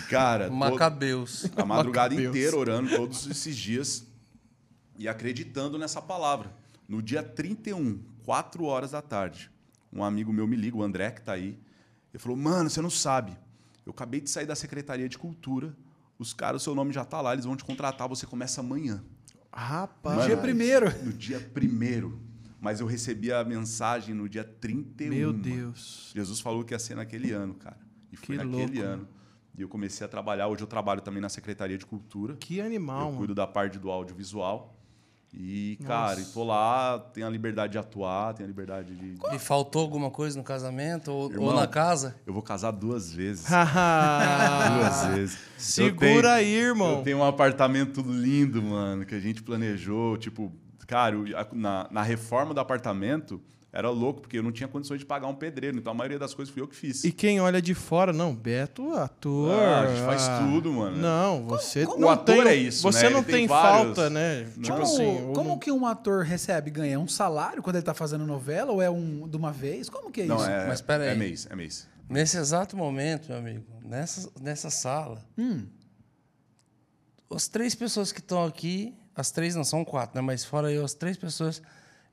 Speaker 4: Cara, to-
Speaker 1: Macabeus.
Speaker 4: a madrugada
Speaker 3: Macabeus.
Speaker 4: inteira orando todos esses dias e acreditando nessa palavra. No dia 31, 4 horas da tarde, um amigo meu me liga, o André, que tá aí, ele falou: Mano, você não sabe. Eu acabei de sair da Secretaria de Cultura, os caras, o seu nome já tá lá, eles vão te contratar, você começa amanhã.
Speaker 3: Rapaz.
Speaker 2: Dia
Speaker 4: Mano,
Speaker 2: primeiro.
Speaker 4: No dia primeiro. Mas eu recebi a mensagem no dia 31.
Speaker 3: Meu
Speaker 4: mano.
Speaker 3: Deus.
Speaker 4: Jesus falou que ia ser naquele ano, cara. E foi
Speaker 3: Que
Speaker 4: naquele
Speaker 3: louco,
Speaker 4: ano. E eu comecei a trabalhar. Hoje eu trabalho também na Secretaria de Cultura.
Speaker 3: Que animal,
Speaker 4: eu
Speaker 3: mano.
Speaker 4: cuido da parte do audiovisual. E,
Speaker 3: Nossa.
Speaker 4: cara, e tô lá, tenho a liberdade de atuar, tenho a liberdade de.
Speaker 1: E faltou alguma coisa no casamento ou, ou
Speaker 4: Irmão,
Speaker 1: na casa?
Speaker 4: Eu vou casar duas vezes. duas
Speaker 3: Haha.
Speaker 4: vezes. Eu
Speaker 3: Segura
Speaker 4: tenho-
Speaker 3: aí, irmão.
Speaker 4: Eu tenho um apartamento lindo, mano, que a gente planejou. Tipo, cara, eu- a- na, na reforma do apartamento era louco, porque eu não tinha condições de pagar um pedreiro. Então a maioria das coisas fui eu que fiz.
Speaker 3: E quem olha de fora, não, Beto, ator.
Speaker 4: Ah, a gente faz
Speaker 3: ah.
Speaker 4: tudo, mano.
Speaker 3: Não, você
Speaker 4: como-
Speaker 3: não
Speaker 4: O ator
Speaker 3: tem,
Speaker 4: é isso,
Speaker 3: Você
Speaker 4: né?
Speaker 3: não
Speaker 4: Ele
Speaker 3: tem,
Speaker 4: tem vários-
Speaker 3: falta, né? Tipo
Speaker 2: como,
Speaker 3: assim, ou
Speaker 2: como
Speaker 3: não-
Speaker 2: que um ator recebe, ganha um salário quando ele tá fazendo novela ou é um de uma vez? Como que é
Speaker 4: Não,
Speaker 2: isso?
Speaker 4: é,
Speaker 1: Mas pera
Speaker 4: é
Speaker 1: aí.
Speaker 4: mês, é mês.
Speaker 1: Nesse exato momento, meu amigo, nessa, nessa sala,
Speaker 4: Hum.
Speaker 1: as três pessoas que estão aqui, as três não são quatro, né? Mas fora eu, as três pessoas,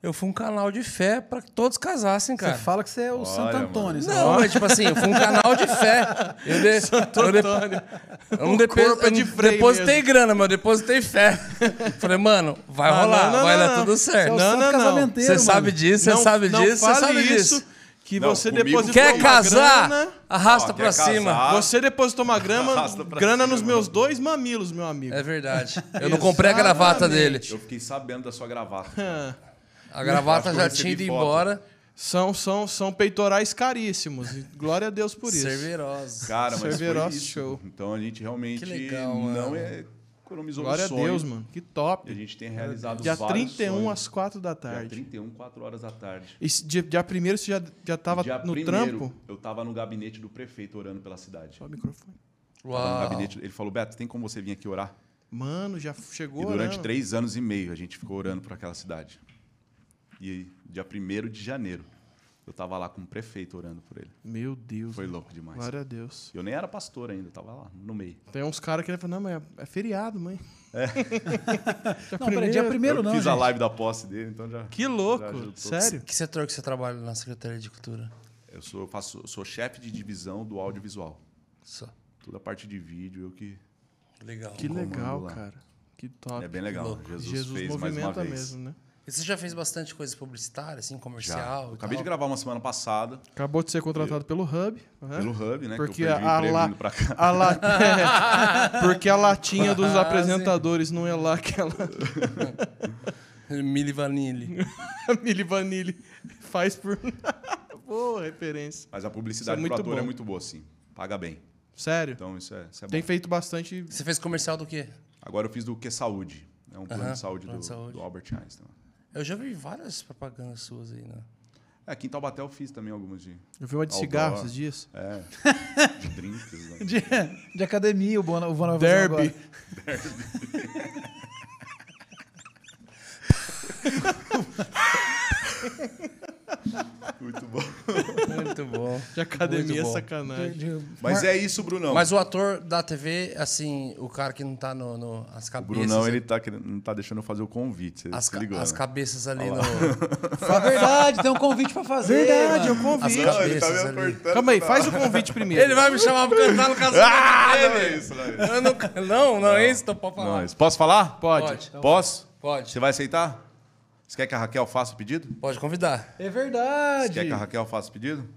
Speaker 1: eu fui um canal de fé para que todos casassem,
Speaker 2: Você
Speaker 1: cara.
Speaker 2: fala que você é o
Speaker 4: Olha,
Speaker 2: Santo Antônio. sabe?
Speaker 1: Não, mas tipo assim, eu fui um canal de fé. Eu de, eu de, eu não
Speaker 3: O
Speaker 1: depo-
Speaker 3: corpo é
Speaker 1: eu
Speaker 3: de
Speaker 1: não
Speaker 3: freio
Speaker 1: depositei grana, mas eu depositei fé. Falei, mano, vai rolar, vai dar tudo certo.
Speaker 2: Você é o
Speaker 3: Ah, Não,
Speaker 2: santo
Speaker 3: não, não.
Speaker 2: casamenteiro,
Speaker 1: Você
Speaker 2: mano.
Speaker 1: sabe disso, você
Speaker 3: Não-
Speaker 1: sabe
Speaker 3: não
Speaker 1: disso, você
Speaker 3: fale
Speaker 1: sabe
Speaker 3: isso,
Speaker 1: disso.
Speaker 3: Que
Speaker 4: Não,
Speaker 3: você
Speaker 4: comigo-
Speaker 3: depositou
Speaker 1: Quer
Speaker 3: uma
Speaker 1: casar?
Speaker 3: grana.
Speaker 1: Arrasta
Speaker 4: Ó, quer
Speaker 1: pra cima.
Speaker 4: casar?
Speaker 3: Você depositou uma grama,
Speaker 4: Arrasta pra
Speaker 3: grana
Speaker 4: cima, né?
Speaker 3: nos
Speaker 4: mano.
Speaker 3: meus dois mamilos, meu amigo.
Speaker 1: É verdade. Eu não comprei a gravata dele.
Speaker 4: Eu fiquei sabendo da sua gravata.
Speaker 1: A
Speaker 4: Acho
Speaker 1: gravata
Speaker 4: que eu
Speaker 1: já tinha ido
Speaker 4: recebi foto.
Speaker 1: embora.
Speaker 3: É. São, são, são peitorais caríssimos. e Glória a Deus por isso.
Speaker 1: Cerverosa.
Speaker 4: Cara, mas foi
Speaker 3: Cerverosa
Speaker 4: isso.
Speaker 3: é show.
Speaker 4: Então a gente realmente
Speaker 1: Que legal,
Speaker 4: não
Speaker 1: mano.
Speaker 4: é, economizou no
Speaker 3: Glória a
Speaker 4: sonho.
Speaker 3: Deus, mano. Que
Speaker 4: E a
Speaker 3: top.
Speaker 4: gente tem realizado
Speaker 3: Dia
Speaker 4: vários
Speaker 3: 31
Speaker 4: sonhos.
Speaker 3: às 4 da
Speaker 4: Dia
Speaker 3: tarde.
Speaker 4: 31, 4 horas da tarde.
Speaker 3: E se- dia, dia 1 você já, já tava
Speaker 4: Dia
Speaker 3: no
Speaker 4: primeiro,
Speaker 3: trampo?
Speaker 4: Eu tava no gabinete do prefeito orando pela cidade.
Speaker 3: Só o microfone. tá
Speaker 4: Tava No
Speaker 1: Uau.
Speaker 4: gabinete, ele falou, Beto, tem como você vir aqui orar?
Speaker 3: Mano, já chegou.
Speaker 4: E durante
Speaker 3: né?
Speaker 4: três anos e meio a gente ficou orando por aquela cidade. E dia 1 de janeiro, eu tava lá com o prefeito orando por ele.
Speaker 3: Meu Deus.
Speaker 4: Foi
Speaker 3: mano.
Speaker 4: louco demais.
Speaker 3: Glória a Deus.
Speaker 4: Eu nem era pastor ainda, eu tava lá no meio.
Speaker 3: Tem uns caras que ele fala, não, mas é, é feriado, mãe. É.
Speaker 2: Não, peraí, dia primeiro
Speaker 4: tá eu
Speaker 2: não,
Speaker 4: fiz a
Speaker 2: gente.
Speaker 4: live da posse dele, então já.
Speaker 3: Que
Speaker 4: Já
Speaker 3: louco.
Speaker 4: ajudou.
Speaker 3: Sério?
Speaker 1: Que setor que você trabalha na Secretaria de Cultura?
Speaker 4: Eu sou, eu faço, eu sou chefe de divisão do audiovisual.
Speaker 1: Só.
Speaker 4: Toda a parte de vídeo, eu que.
Speaker 1: Legal.
Speaker 3: Que legal,
Speaker 4: lá.
Speaker 3: cara. Que top.
Speaker 4: É bem legal.
Speaker 1: louco.
Speaker 4: Jesus,
Speaker 3: Jesus
Speaker 4: fez mais uma
Speaker 3: movimenta
Speaker 4: vez.
Speaker 3: mesmo, né?
Speaker 1: E você já fez bastante coisa publicitária, assim,
Speaker 4: Já.
Speaker 1: comercial?
Speaker 4: Eu
Speaker 1: e
Speaker 4: acabei de
Speaker 1: tal?
Speaker 4: gravar uma semana passada
Speaker 3: Acabou de ser contratado pelo Hub. né?
Speaker 4: pelo Hub, né?
Speaker 3: Porque
Speaker 4: que eu perdi o
Speaker 3: a,
Speaker 4: emprego
Speaker 3: la-
Speaker 4: vindo pra cá.
Speaker 3: a la- É, porque a latinha dos
Speaker 1: Quase.
Speaker 3: apresentadores não é lá aquela
Speaker 1: Mili Vanille.
Speaker 3: Mili Vanille faz por boa referência.
Speaker 4: Mas a
Speaker 3: Isso
Speaker 4: publicidade
Speaker 3: é
Speaker 4: do
Speaker 3: muito
Speaker 4: ator é
Speaker 3: bom.
Speaker 4: muito boa, sim. Paga bem.
Speaker 3: Sério?
Speaker 4: Então isso é, isso é
Speaker 3: Tem
Speaker 4: bom.
Speaker 3: feito bastante.
Speaker 1: Você fez comercial do quê?
Speaker 4: Agora eu fiz do Que Saúde. É um plano
Speaker 1: Aham,
Speaker 4: de saúde,
Speaker 1: plano
Speaker 4: do,
Speaker 1: de saúde.
Speaker 4: do Albert Einstein.
Speaker 1: Eu já vi várias propagandas suas aí, né?
Speaker 4: É, aqui em Taubaté eu fiz também algumas de.
Speaker 3: Eu vi uma de
Speaker 4: Outdoor.
Speaker 3: cigarro esses dias.
Speaker 4: É. de drinks. né?
Speaker 2: De, de academia, o Bona, o Bona vai fazer
Speaker 3: Derby.
Speaker 2: agora.
Speaker 4: Muito bom.
Speaker 1: Muito bom.
Speaker 3: De academia,
Speaker 1: Muito bom.
Speaker 3: sacanagem.
Speaker 2: De- de-
Speaker 4: Mas é isso, Brunão.
Speaker 1: Mas o ator da TV, assim, o cara que não tá no, no- as
Speaker 4: o
Speaker 1: cabeças.
Speaker 4: Brunão, ele tá, querendo- não tá deixando eu fazer o convite. Você
Speaker 1: as,
Speaker 4: se
Speaker 1: ca-
Speaker 4: ligou,
Speaker 1: as
Speaker 4: né?
Speaker 1: cabeças ali no.
Speaker 2: Fala a verdade, tem um convite pra fazer.
Speaker 3: Verdade,
Speaker 2: mano.
Speaker 3: eu convite.
Speaker 1: As
Speaker 4: Não, ele tá me
Speaker 1: cabeças ali.
Speaker 4: apertando.
Speaker 3: Calma aí, faz o convite primeiro.
Speaker 1: Ele vai me chamar pra cantar no
Speaker 4: Ah,
Speaker 1: casamento
Speaker 4: não é
Speaker 1: dele.
Speaker 4: isso, não é isso.
Speaker 1: Eu não, não, não é isso, então pode falar.
Speaker 4: Não, é isso. Posso falar?
Speaker 3: Pode.
Speaker 1: Pode.
Speaker 4: Posso?
Speaker 1: Pode.
Speaker 4: Você Então vai aceitar? Você quer que a Raquel faça o pedido?
Speaker 1: Pode convidar.
Speaker 2: É
Speaker 4: Você quer que a
Speaker 2: verdade.
Speaker 4: Raquel faça o pedido?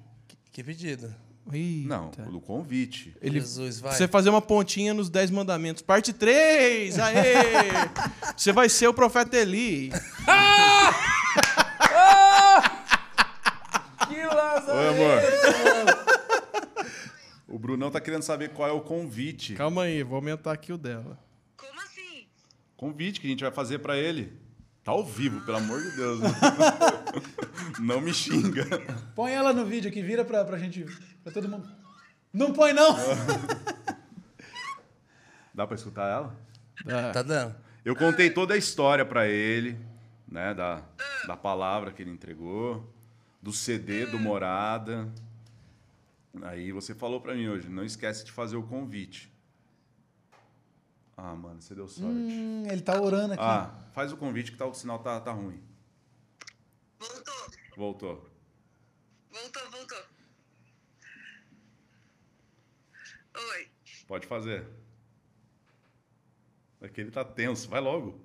Speaker 1: Que pedido.
Speaker 3: Eita.
Speaker 4: Não, o convite.
Speaker 3: Ele-
Speaker 1: Jesus, vai.
Speaker 3: Você fazer uma pontinha nos 10 mandamentos. Parte 3! Aê! Você vai ser o profeta Eli.
Speaker 1: Que laza...
Speaker 4: Oi, amor. o Brunão tá querendo saber qual é o convite.
Speaker 3: Calma aí, vou aumentar aqui o dela.
Speaker 5: Como assim?
Speaker 4: Convite que a gente vai fazer pra ele. Tá ao vivo, pelo amor de Deus. Não me xinga.
Speaker 2: Põe ela no vídeo aqui, vira pra, pra gente. pra todo mundo. Não põe, não!
Speaker 4: Dá pra escutar ela?
Speaker 3: Tá.
Speaker 1: Tá dando?
Speaker 4: Eu contei toda a história pra ele, né, da, da palavra que ele entregou, do CD do Morada. Aí você falou pra mim hoje, não esquece de fazer o convite. Ah, mano, você deu sorte.
Speaker 2: Hum, ele tá orando aqui.
Speaker 4: ah, faz o convite que tá, o sinal tá, tá ruim.
Speaker 5: Voltou,
Speaker 4: Voltou.
Speaker 5: voltou, voltou. Oi.
Speaker 4: Pode fazer. É que ele tá tenso, vai logo.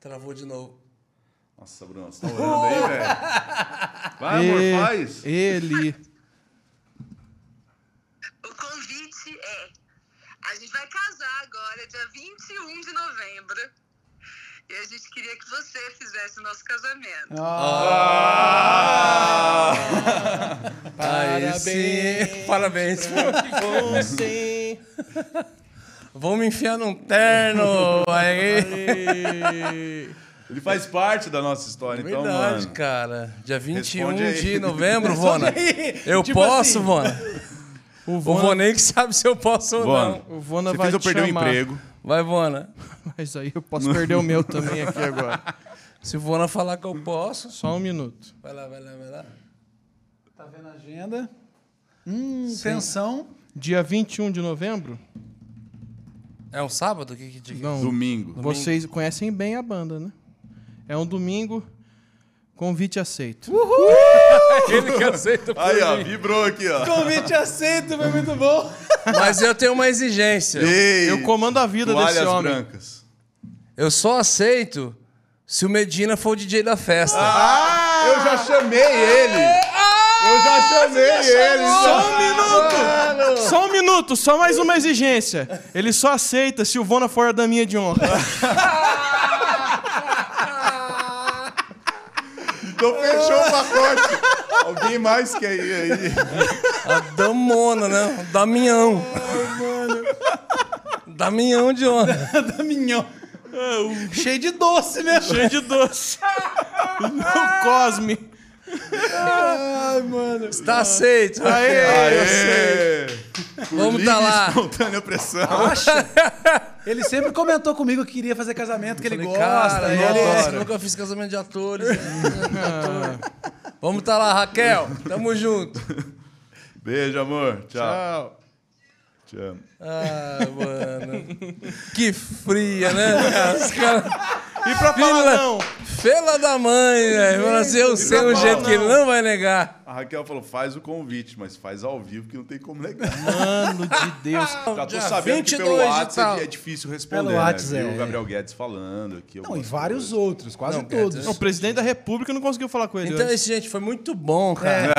Speaker 1: Travou de novo.
Speaker 4: Nossa, Bruno, você tá orando aí, velho. Vai,
Speaker 3: E-
Speaker 4: amor, faz.
Speaker 3: Ele.
Speaker 5: O convite é: a gente vai casar agora, dia 21 de novembro. E a gente queria que você fizesse o nosso casamento.
Speaker 2: Ah,
Speaker 1: Parabéns. Parabéns.
Speaker 3: Você.
Speaker 1: Vão me enfiar num terno. Aí.
Speaker 4: Ele faz parte da nossa história, então,
Speaker 1: Verdade,
Speaker 4: mano.
Speaker 1: cara. Dia 21
Speaker 4: Responde aí.
Speaker 1: de novembro,
Speaker 2: Responde
Speaker 1: Vona.
Speaker 2: aí.
Speaker 1: Eu
Speaker 2: Tipo
Speaker 1: posso,
Speaker 2: assim.
Speaker 1: Vona?
Speaker 3: O
Speaker 1: O
Speaker 3: Vona,
Speaker 1: Vonei que sabe se eu posso ou
Speaker 4: Vona,
Speaker 1: não.
Speaker 3: o Vona
Speaker 4: você
Speaker 3: vai
Speaker 4: fez eu
Speaker 3: te
Speaker 4: perder o
Speaker 3: chamar.
Speaker 4: emprego.
Speaker 1: Vai, Vona.
Speaker 3: Mas aí eu posso perder o meu também aqui agora.
Speaker 1: Se o Vona falar que eu posso...
Speaker 3: Só um minuto.
Speaker 1: Vai lá, vai lá, vai lá.
Speaker 2: tá vendo a agenda? Hum, tensão.
Speaker 3: Dia 21 de novembro?
Speaker 1: É um sábado? Que, que, que...
Speaker 3: Não.
Speaker 4: Domingo.
Speaker 3: Vocês conhecem bem a banda, né? É um domingo. Convite aceito.
Speaker 1: Ele que aceita por
Speaker 4: Aí, ó,
Speaker 1: mim.
Speaker 4: vibrou aqui, ó.
Speaker 3: Então,
Speaker 2: Convite aceito, foi muito bom.
Speaker 1: Mas eu tenho uma exigência.
Speaker 4: Ei,
Speaker 3: Eu comando a vida
Speaker 4: toalhas
Speaker 3: desse homem.
Speaker 4: brancas.
Speaker 1: Eu só aceito se o Medina for o DJ da festa.
Speaker 4: Ah, eu já chamei ele. eu
Speaker 3: Ah,
Speaker 4: já chamei ele.
Speaker 3: Só um minuto! Só um minuto, só mais uma exigência. Ele só aceita se o Vona for a daminha de honra.
Speaker 4: Então fechou o pacote. Alguém mais quer ir aí?
Speaker 1: A Damona, né? O Damião. Damião de honra.
Speaker 2: da Minhão. Cheio de doce, né?
Speaker 3: Cheio de doce. O Cosme.
Speaker 2: Ai, mano.
Speaker 1: Está aceito.
Speaker 4: Aê! Por
Speaker 1: Vamos
Speaker 4: livre
Speaker 1: tá lá.
Speaker 4: e espontânea pressão.
Speaker 2: Ele sempre comentou comigo que queria fazer casamento, que ele
Speaker 1: Falei,
Speaker 2: gosta.
Speaker 1: cara,
Speaker 2: e
Speaker 1: nossa,
Speaker 2: ele
Speaker 1: eu é nunca fiz casamento de atores. Vamos tá lá, Raquel. Tamo junto.
Speaker 4: Beijo, amor. Tchau.
Speaker 3: Tchau.
Speaker 4: Te amo.
Speaker 1: Ah, mano. Que fria, né, cara? Os caras...
Speaker 3: E pra Paladão?
Speaker 1: Fela da mãe, velho. Falou assim, eu sei um
Speaker 4: não.
Speaker 1: jeito que ele não vai negar.
Speaker 4: A Raquel falou, faz o convite, mas faz ao vivo que não tem como negar.
Speaker 3: Mano de Deus.
Speaker 4: Já tô
Speaker 1: Dia
Speaker 4: sabendo que pelo
Speaker 1: 22 de
Speaker 4: WhatsApp
Speaker 1: tal.
Speaker 4: é difícil responder,
Speaker 2: Pelo
Speaker 4: né?
Speaker 2: WhatsApp,
Speaker 4: Viu
Speaker 2: é.
Speaker 4: o Gabriel Guedes falando aqui.
Speaker 2: Não, e
Speaker 4: algumas
Speaker 2: vários
Speaker 4: coisas.
Speaker 2: outros, quase
Speaker 1: Não, quer
Speaker 2: todos.
Speaker 1: dizer-
Speaker 3: O presidente da República não conseguiu falar com ele.
Speaker 1: Então,
Speaker 3: hoje.
Speaker 1: esse, gente, foi muito bom, cara.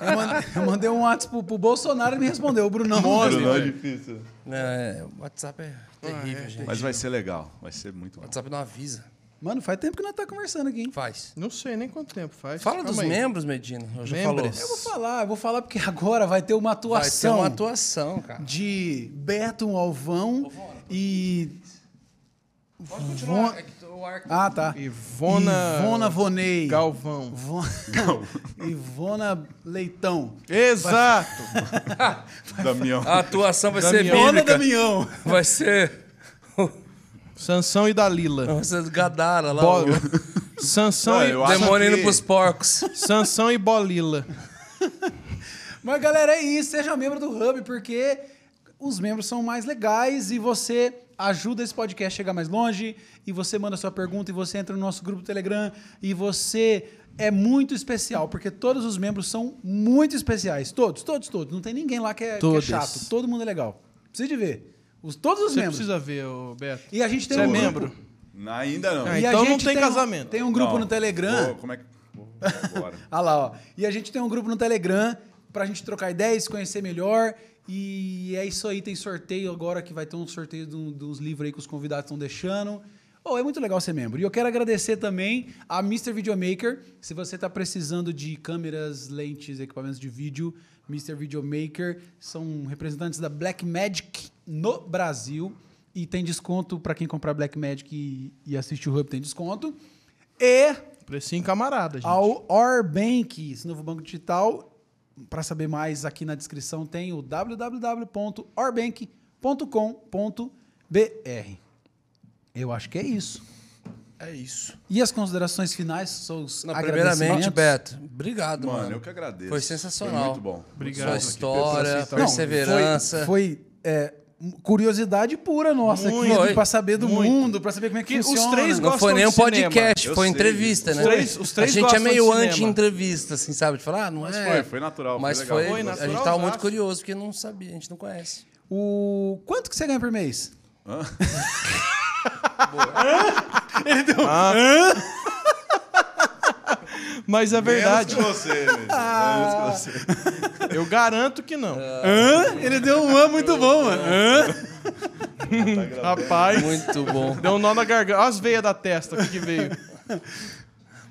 Speaker 2: Eu mandei, eu mandei um WhatsApp pro, pro Bolsonaro e ele me respondeu. O Brunão.
Speaker 4: Bruno, não é difícil.
Speaker 1: É, o WhatsApp é terrível, gente.
Speaker 4: Mas vai ser legal, vai ser muito
Speaker 1: O
Speaker 4: bom.
Speaker 1: WhatsApp não avisa.
Speaker 2: Mano, faz tempo que nós tá conversando aqui, hein?
Speaker 1: Faz.
Speaker 3: Não sei nem quanto tempo faz.
Speaker 1: Fala
Speaker 3: Calma
Speaker 1: dos
Speaker 3: aí.
Speaker 1: membros, Medina. Eu já
Speaker 3: Membros.
Speaker 2: Eu vou
Speaker 1: falou.
Speaker 2: falar, eu vou falar porque agora vai ter uma
Speaker 1: Vai ter
Speaker 2: atuação
Speaker 1: uma atuação, cara.
Speaker 2: de Beto Alvão e.
Speaker 1: Pode continuar. É que o
Speaker 3: Buarque.
Speaker 2: Ah, tá.
Speaker 3: Ivona-
Speaker 2: Ivona Vonei.
Speaker 3: Galvão.
Speaker 2: Ivon- Ivona Leitão.
Speaker 3: Exato!
Speaker 4: Damião.
Speaker 1: A atuação vai ser
Speaker 3: Damião.
Speaker 2: Ivona
Speaker 1: bíblica.
Speaker 2: Damião.
Speaker 1: Vai ser.
Speaker 3: Sansão e Dalila.
Speaker 1: Vai ser Gadara lá.
Speaker 3: Bo-
Speaker 1: o
Speaker 3: Sansão,
Speaker 4: Não,
Speaker 3: e...
Speaker 4: eu acho
Speaker 1: Demônio indo
Speaker 4: que-
Speaker 1: pros porcos.
Speaker 3: Sansão e Bolila.
Speaker 2: Mas, galera, é isso. Seja membro do Hub, porque os membros são mais legais e você ajuda esse podcast a chegar mais longe. E você manda sua pergunta e você entra no nosso grupo do Telegram. E você é muito especial, porque todos os membros são muito especiais. Todos, todos, todos. Não tem ninguém lá que é, que é
Speaker 3: Todos.
Speaker 2: chato. Todo mundo é legal. Precisa de ver. Os, todos os
Speaker 3: Você
Speaker 2: membros.
Speaker 3: precisa ver, ô Beto.
Speaker 2: E a gente tem
Speaker 3: Você é
Speaker 2: um grupo-
Speaker 3: membro?
Speaker 4: Ainda não.
Speaker 3: Ah,
Speaker 2: E a
Speaker 3: então não
Speaker 2: gente
Speaker 3: tem
Speaker 2: um-
Speaker 3: casamento.
Speaker 2: Tem um grupo
Speaker 4: Não.
Speaker 2: no Telegram.
Speaker 4: Vou- como é que. Vou agora.
Speaker 2: Ah lá, ó. E a gente tem um grupo no Telegram pra gente trocar ideias, se conhecer melhor. E é isso aí, tem sorteio agora que vai ter um sorteio de um- de uns livros aí que os convidados estão deixando. Oh, é muito legal ser membro. E eu quero agradecer também a Mr. Videomaker. Se você está precisando de câmeras, lentes, equipamentos de vídeo, Mr. Videomaker são representantes da Blackmagic no Brasil. E tem desconto para quem comprar Blackmagic e, e assistir o Hub, tem desconto. E
Speaker 3: Precinho camarada, gente.
Speaker 2: ao Orbank, esse novo banco digital. Para saber mais, aqui na descrição tem o www.orbank.com.br. Eu acho que é isso.
Speaker 3: É isso.
Speaker 2: E as considerações finais são os
Speaker 1: Não,
Speaker 2: agradecimentos?
Speaker 1: primeiramente, Beto, obrigado, mano.
Speaker 4: Mano, eu que agradeço.
Speaker 1: Foi sensacional.
Speaker 4: Foi muito bom.
Speaker 3: Obrigado.
Speaker 1: Sua
Speaker 3: Aqui,
Speaker 1: história,
Speaker 3: Beto,
Speaker 2: Não,
Speaker 1: perseverança.
Speaker 2: Foi, foi, é, curiosidade pura nossa
Speaker 1: Muito.
Speaker 2: aqui, para saber do
Speaker 3: Muito.
Speaker 2: mundo, para saber como é que,
Speaker 3: Que os
Speaker 2: funciona.
Speaker 3: três
Speaker 1: Não foi
Speaker 3: gostam
Speaker 1: nem um
Speaker 3: de cinema.
Speaker 1: podcast,
Speaker 4: Eu
Speaker 1: foi
Speaker 4: sei.
Speaker 1: entrevista,
Speaker 4: Os
Speaker 1: né?
Speaker 3: três- os três
Speaker 1: a gente é
Speaker 3: gostam
Speaker 1: meio
Speaker 3: de cinema.
Speaker 1: anti-entrevista, assim, sabe? De falar, ah, não é.
Speaker 4: foi- foi natural, foi
Speaker 1: Mas
Speaker 4: legal.
Speaker 1: foi,
Speaker 4: Foi
Speaker 1: a gente
Speaker 3: natural,
Speaker 1: tava muito
Speaker 3: zaço.
Speaker 1: curioso, porque não sabia, a gente não conhece.
Speaker 2: O quanto que você ganha por mês?
Speaker 3: Mas é verdade.
Speaker 4: Menos que você, mesmo. Menos que você.
Speaker 3: Eu garanto que não.
Speaker 2: É. Hã? Ele deu um hã muito bom, mano. Hã?
Speaker 3: Rapaz,
Speaker 1: Muito bom,
Speaker 3: deu um nó na garganta. Olha as veias da testa aqui que veio.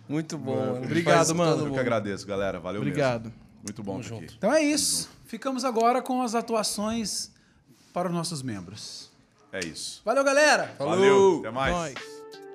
Speaker 1: muito bom. mano.
Speaker 3: Obrigado,
Speaker 1: Faz todo
Speaker 3: mano.
Speaker 4: Eu
Speaker 1: mundo.
Speaker 4: que agradeço, galera. Valeu
Speaker 3: Obrigado.
Speaker 4: mesmo. Muito bom estar aqui.
Speaker 2: Então é isso. Ficamos agora com as atuações para os nossos membros.
Speaker 4: É isso.
Speaker 2: Valeu, galera!
Speaker 4: Valeu. Até mais.
Speaker 3: Nós.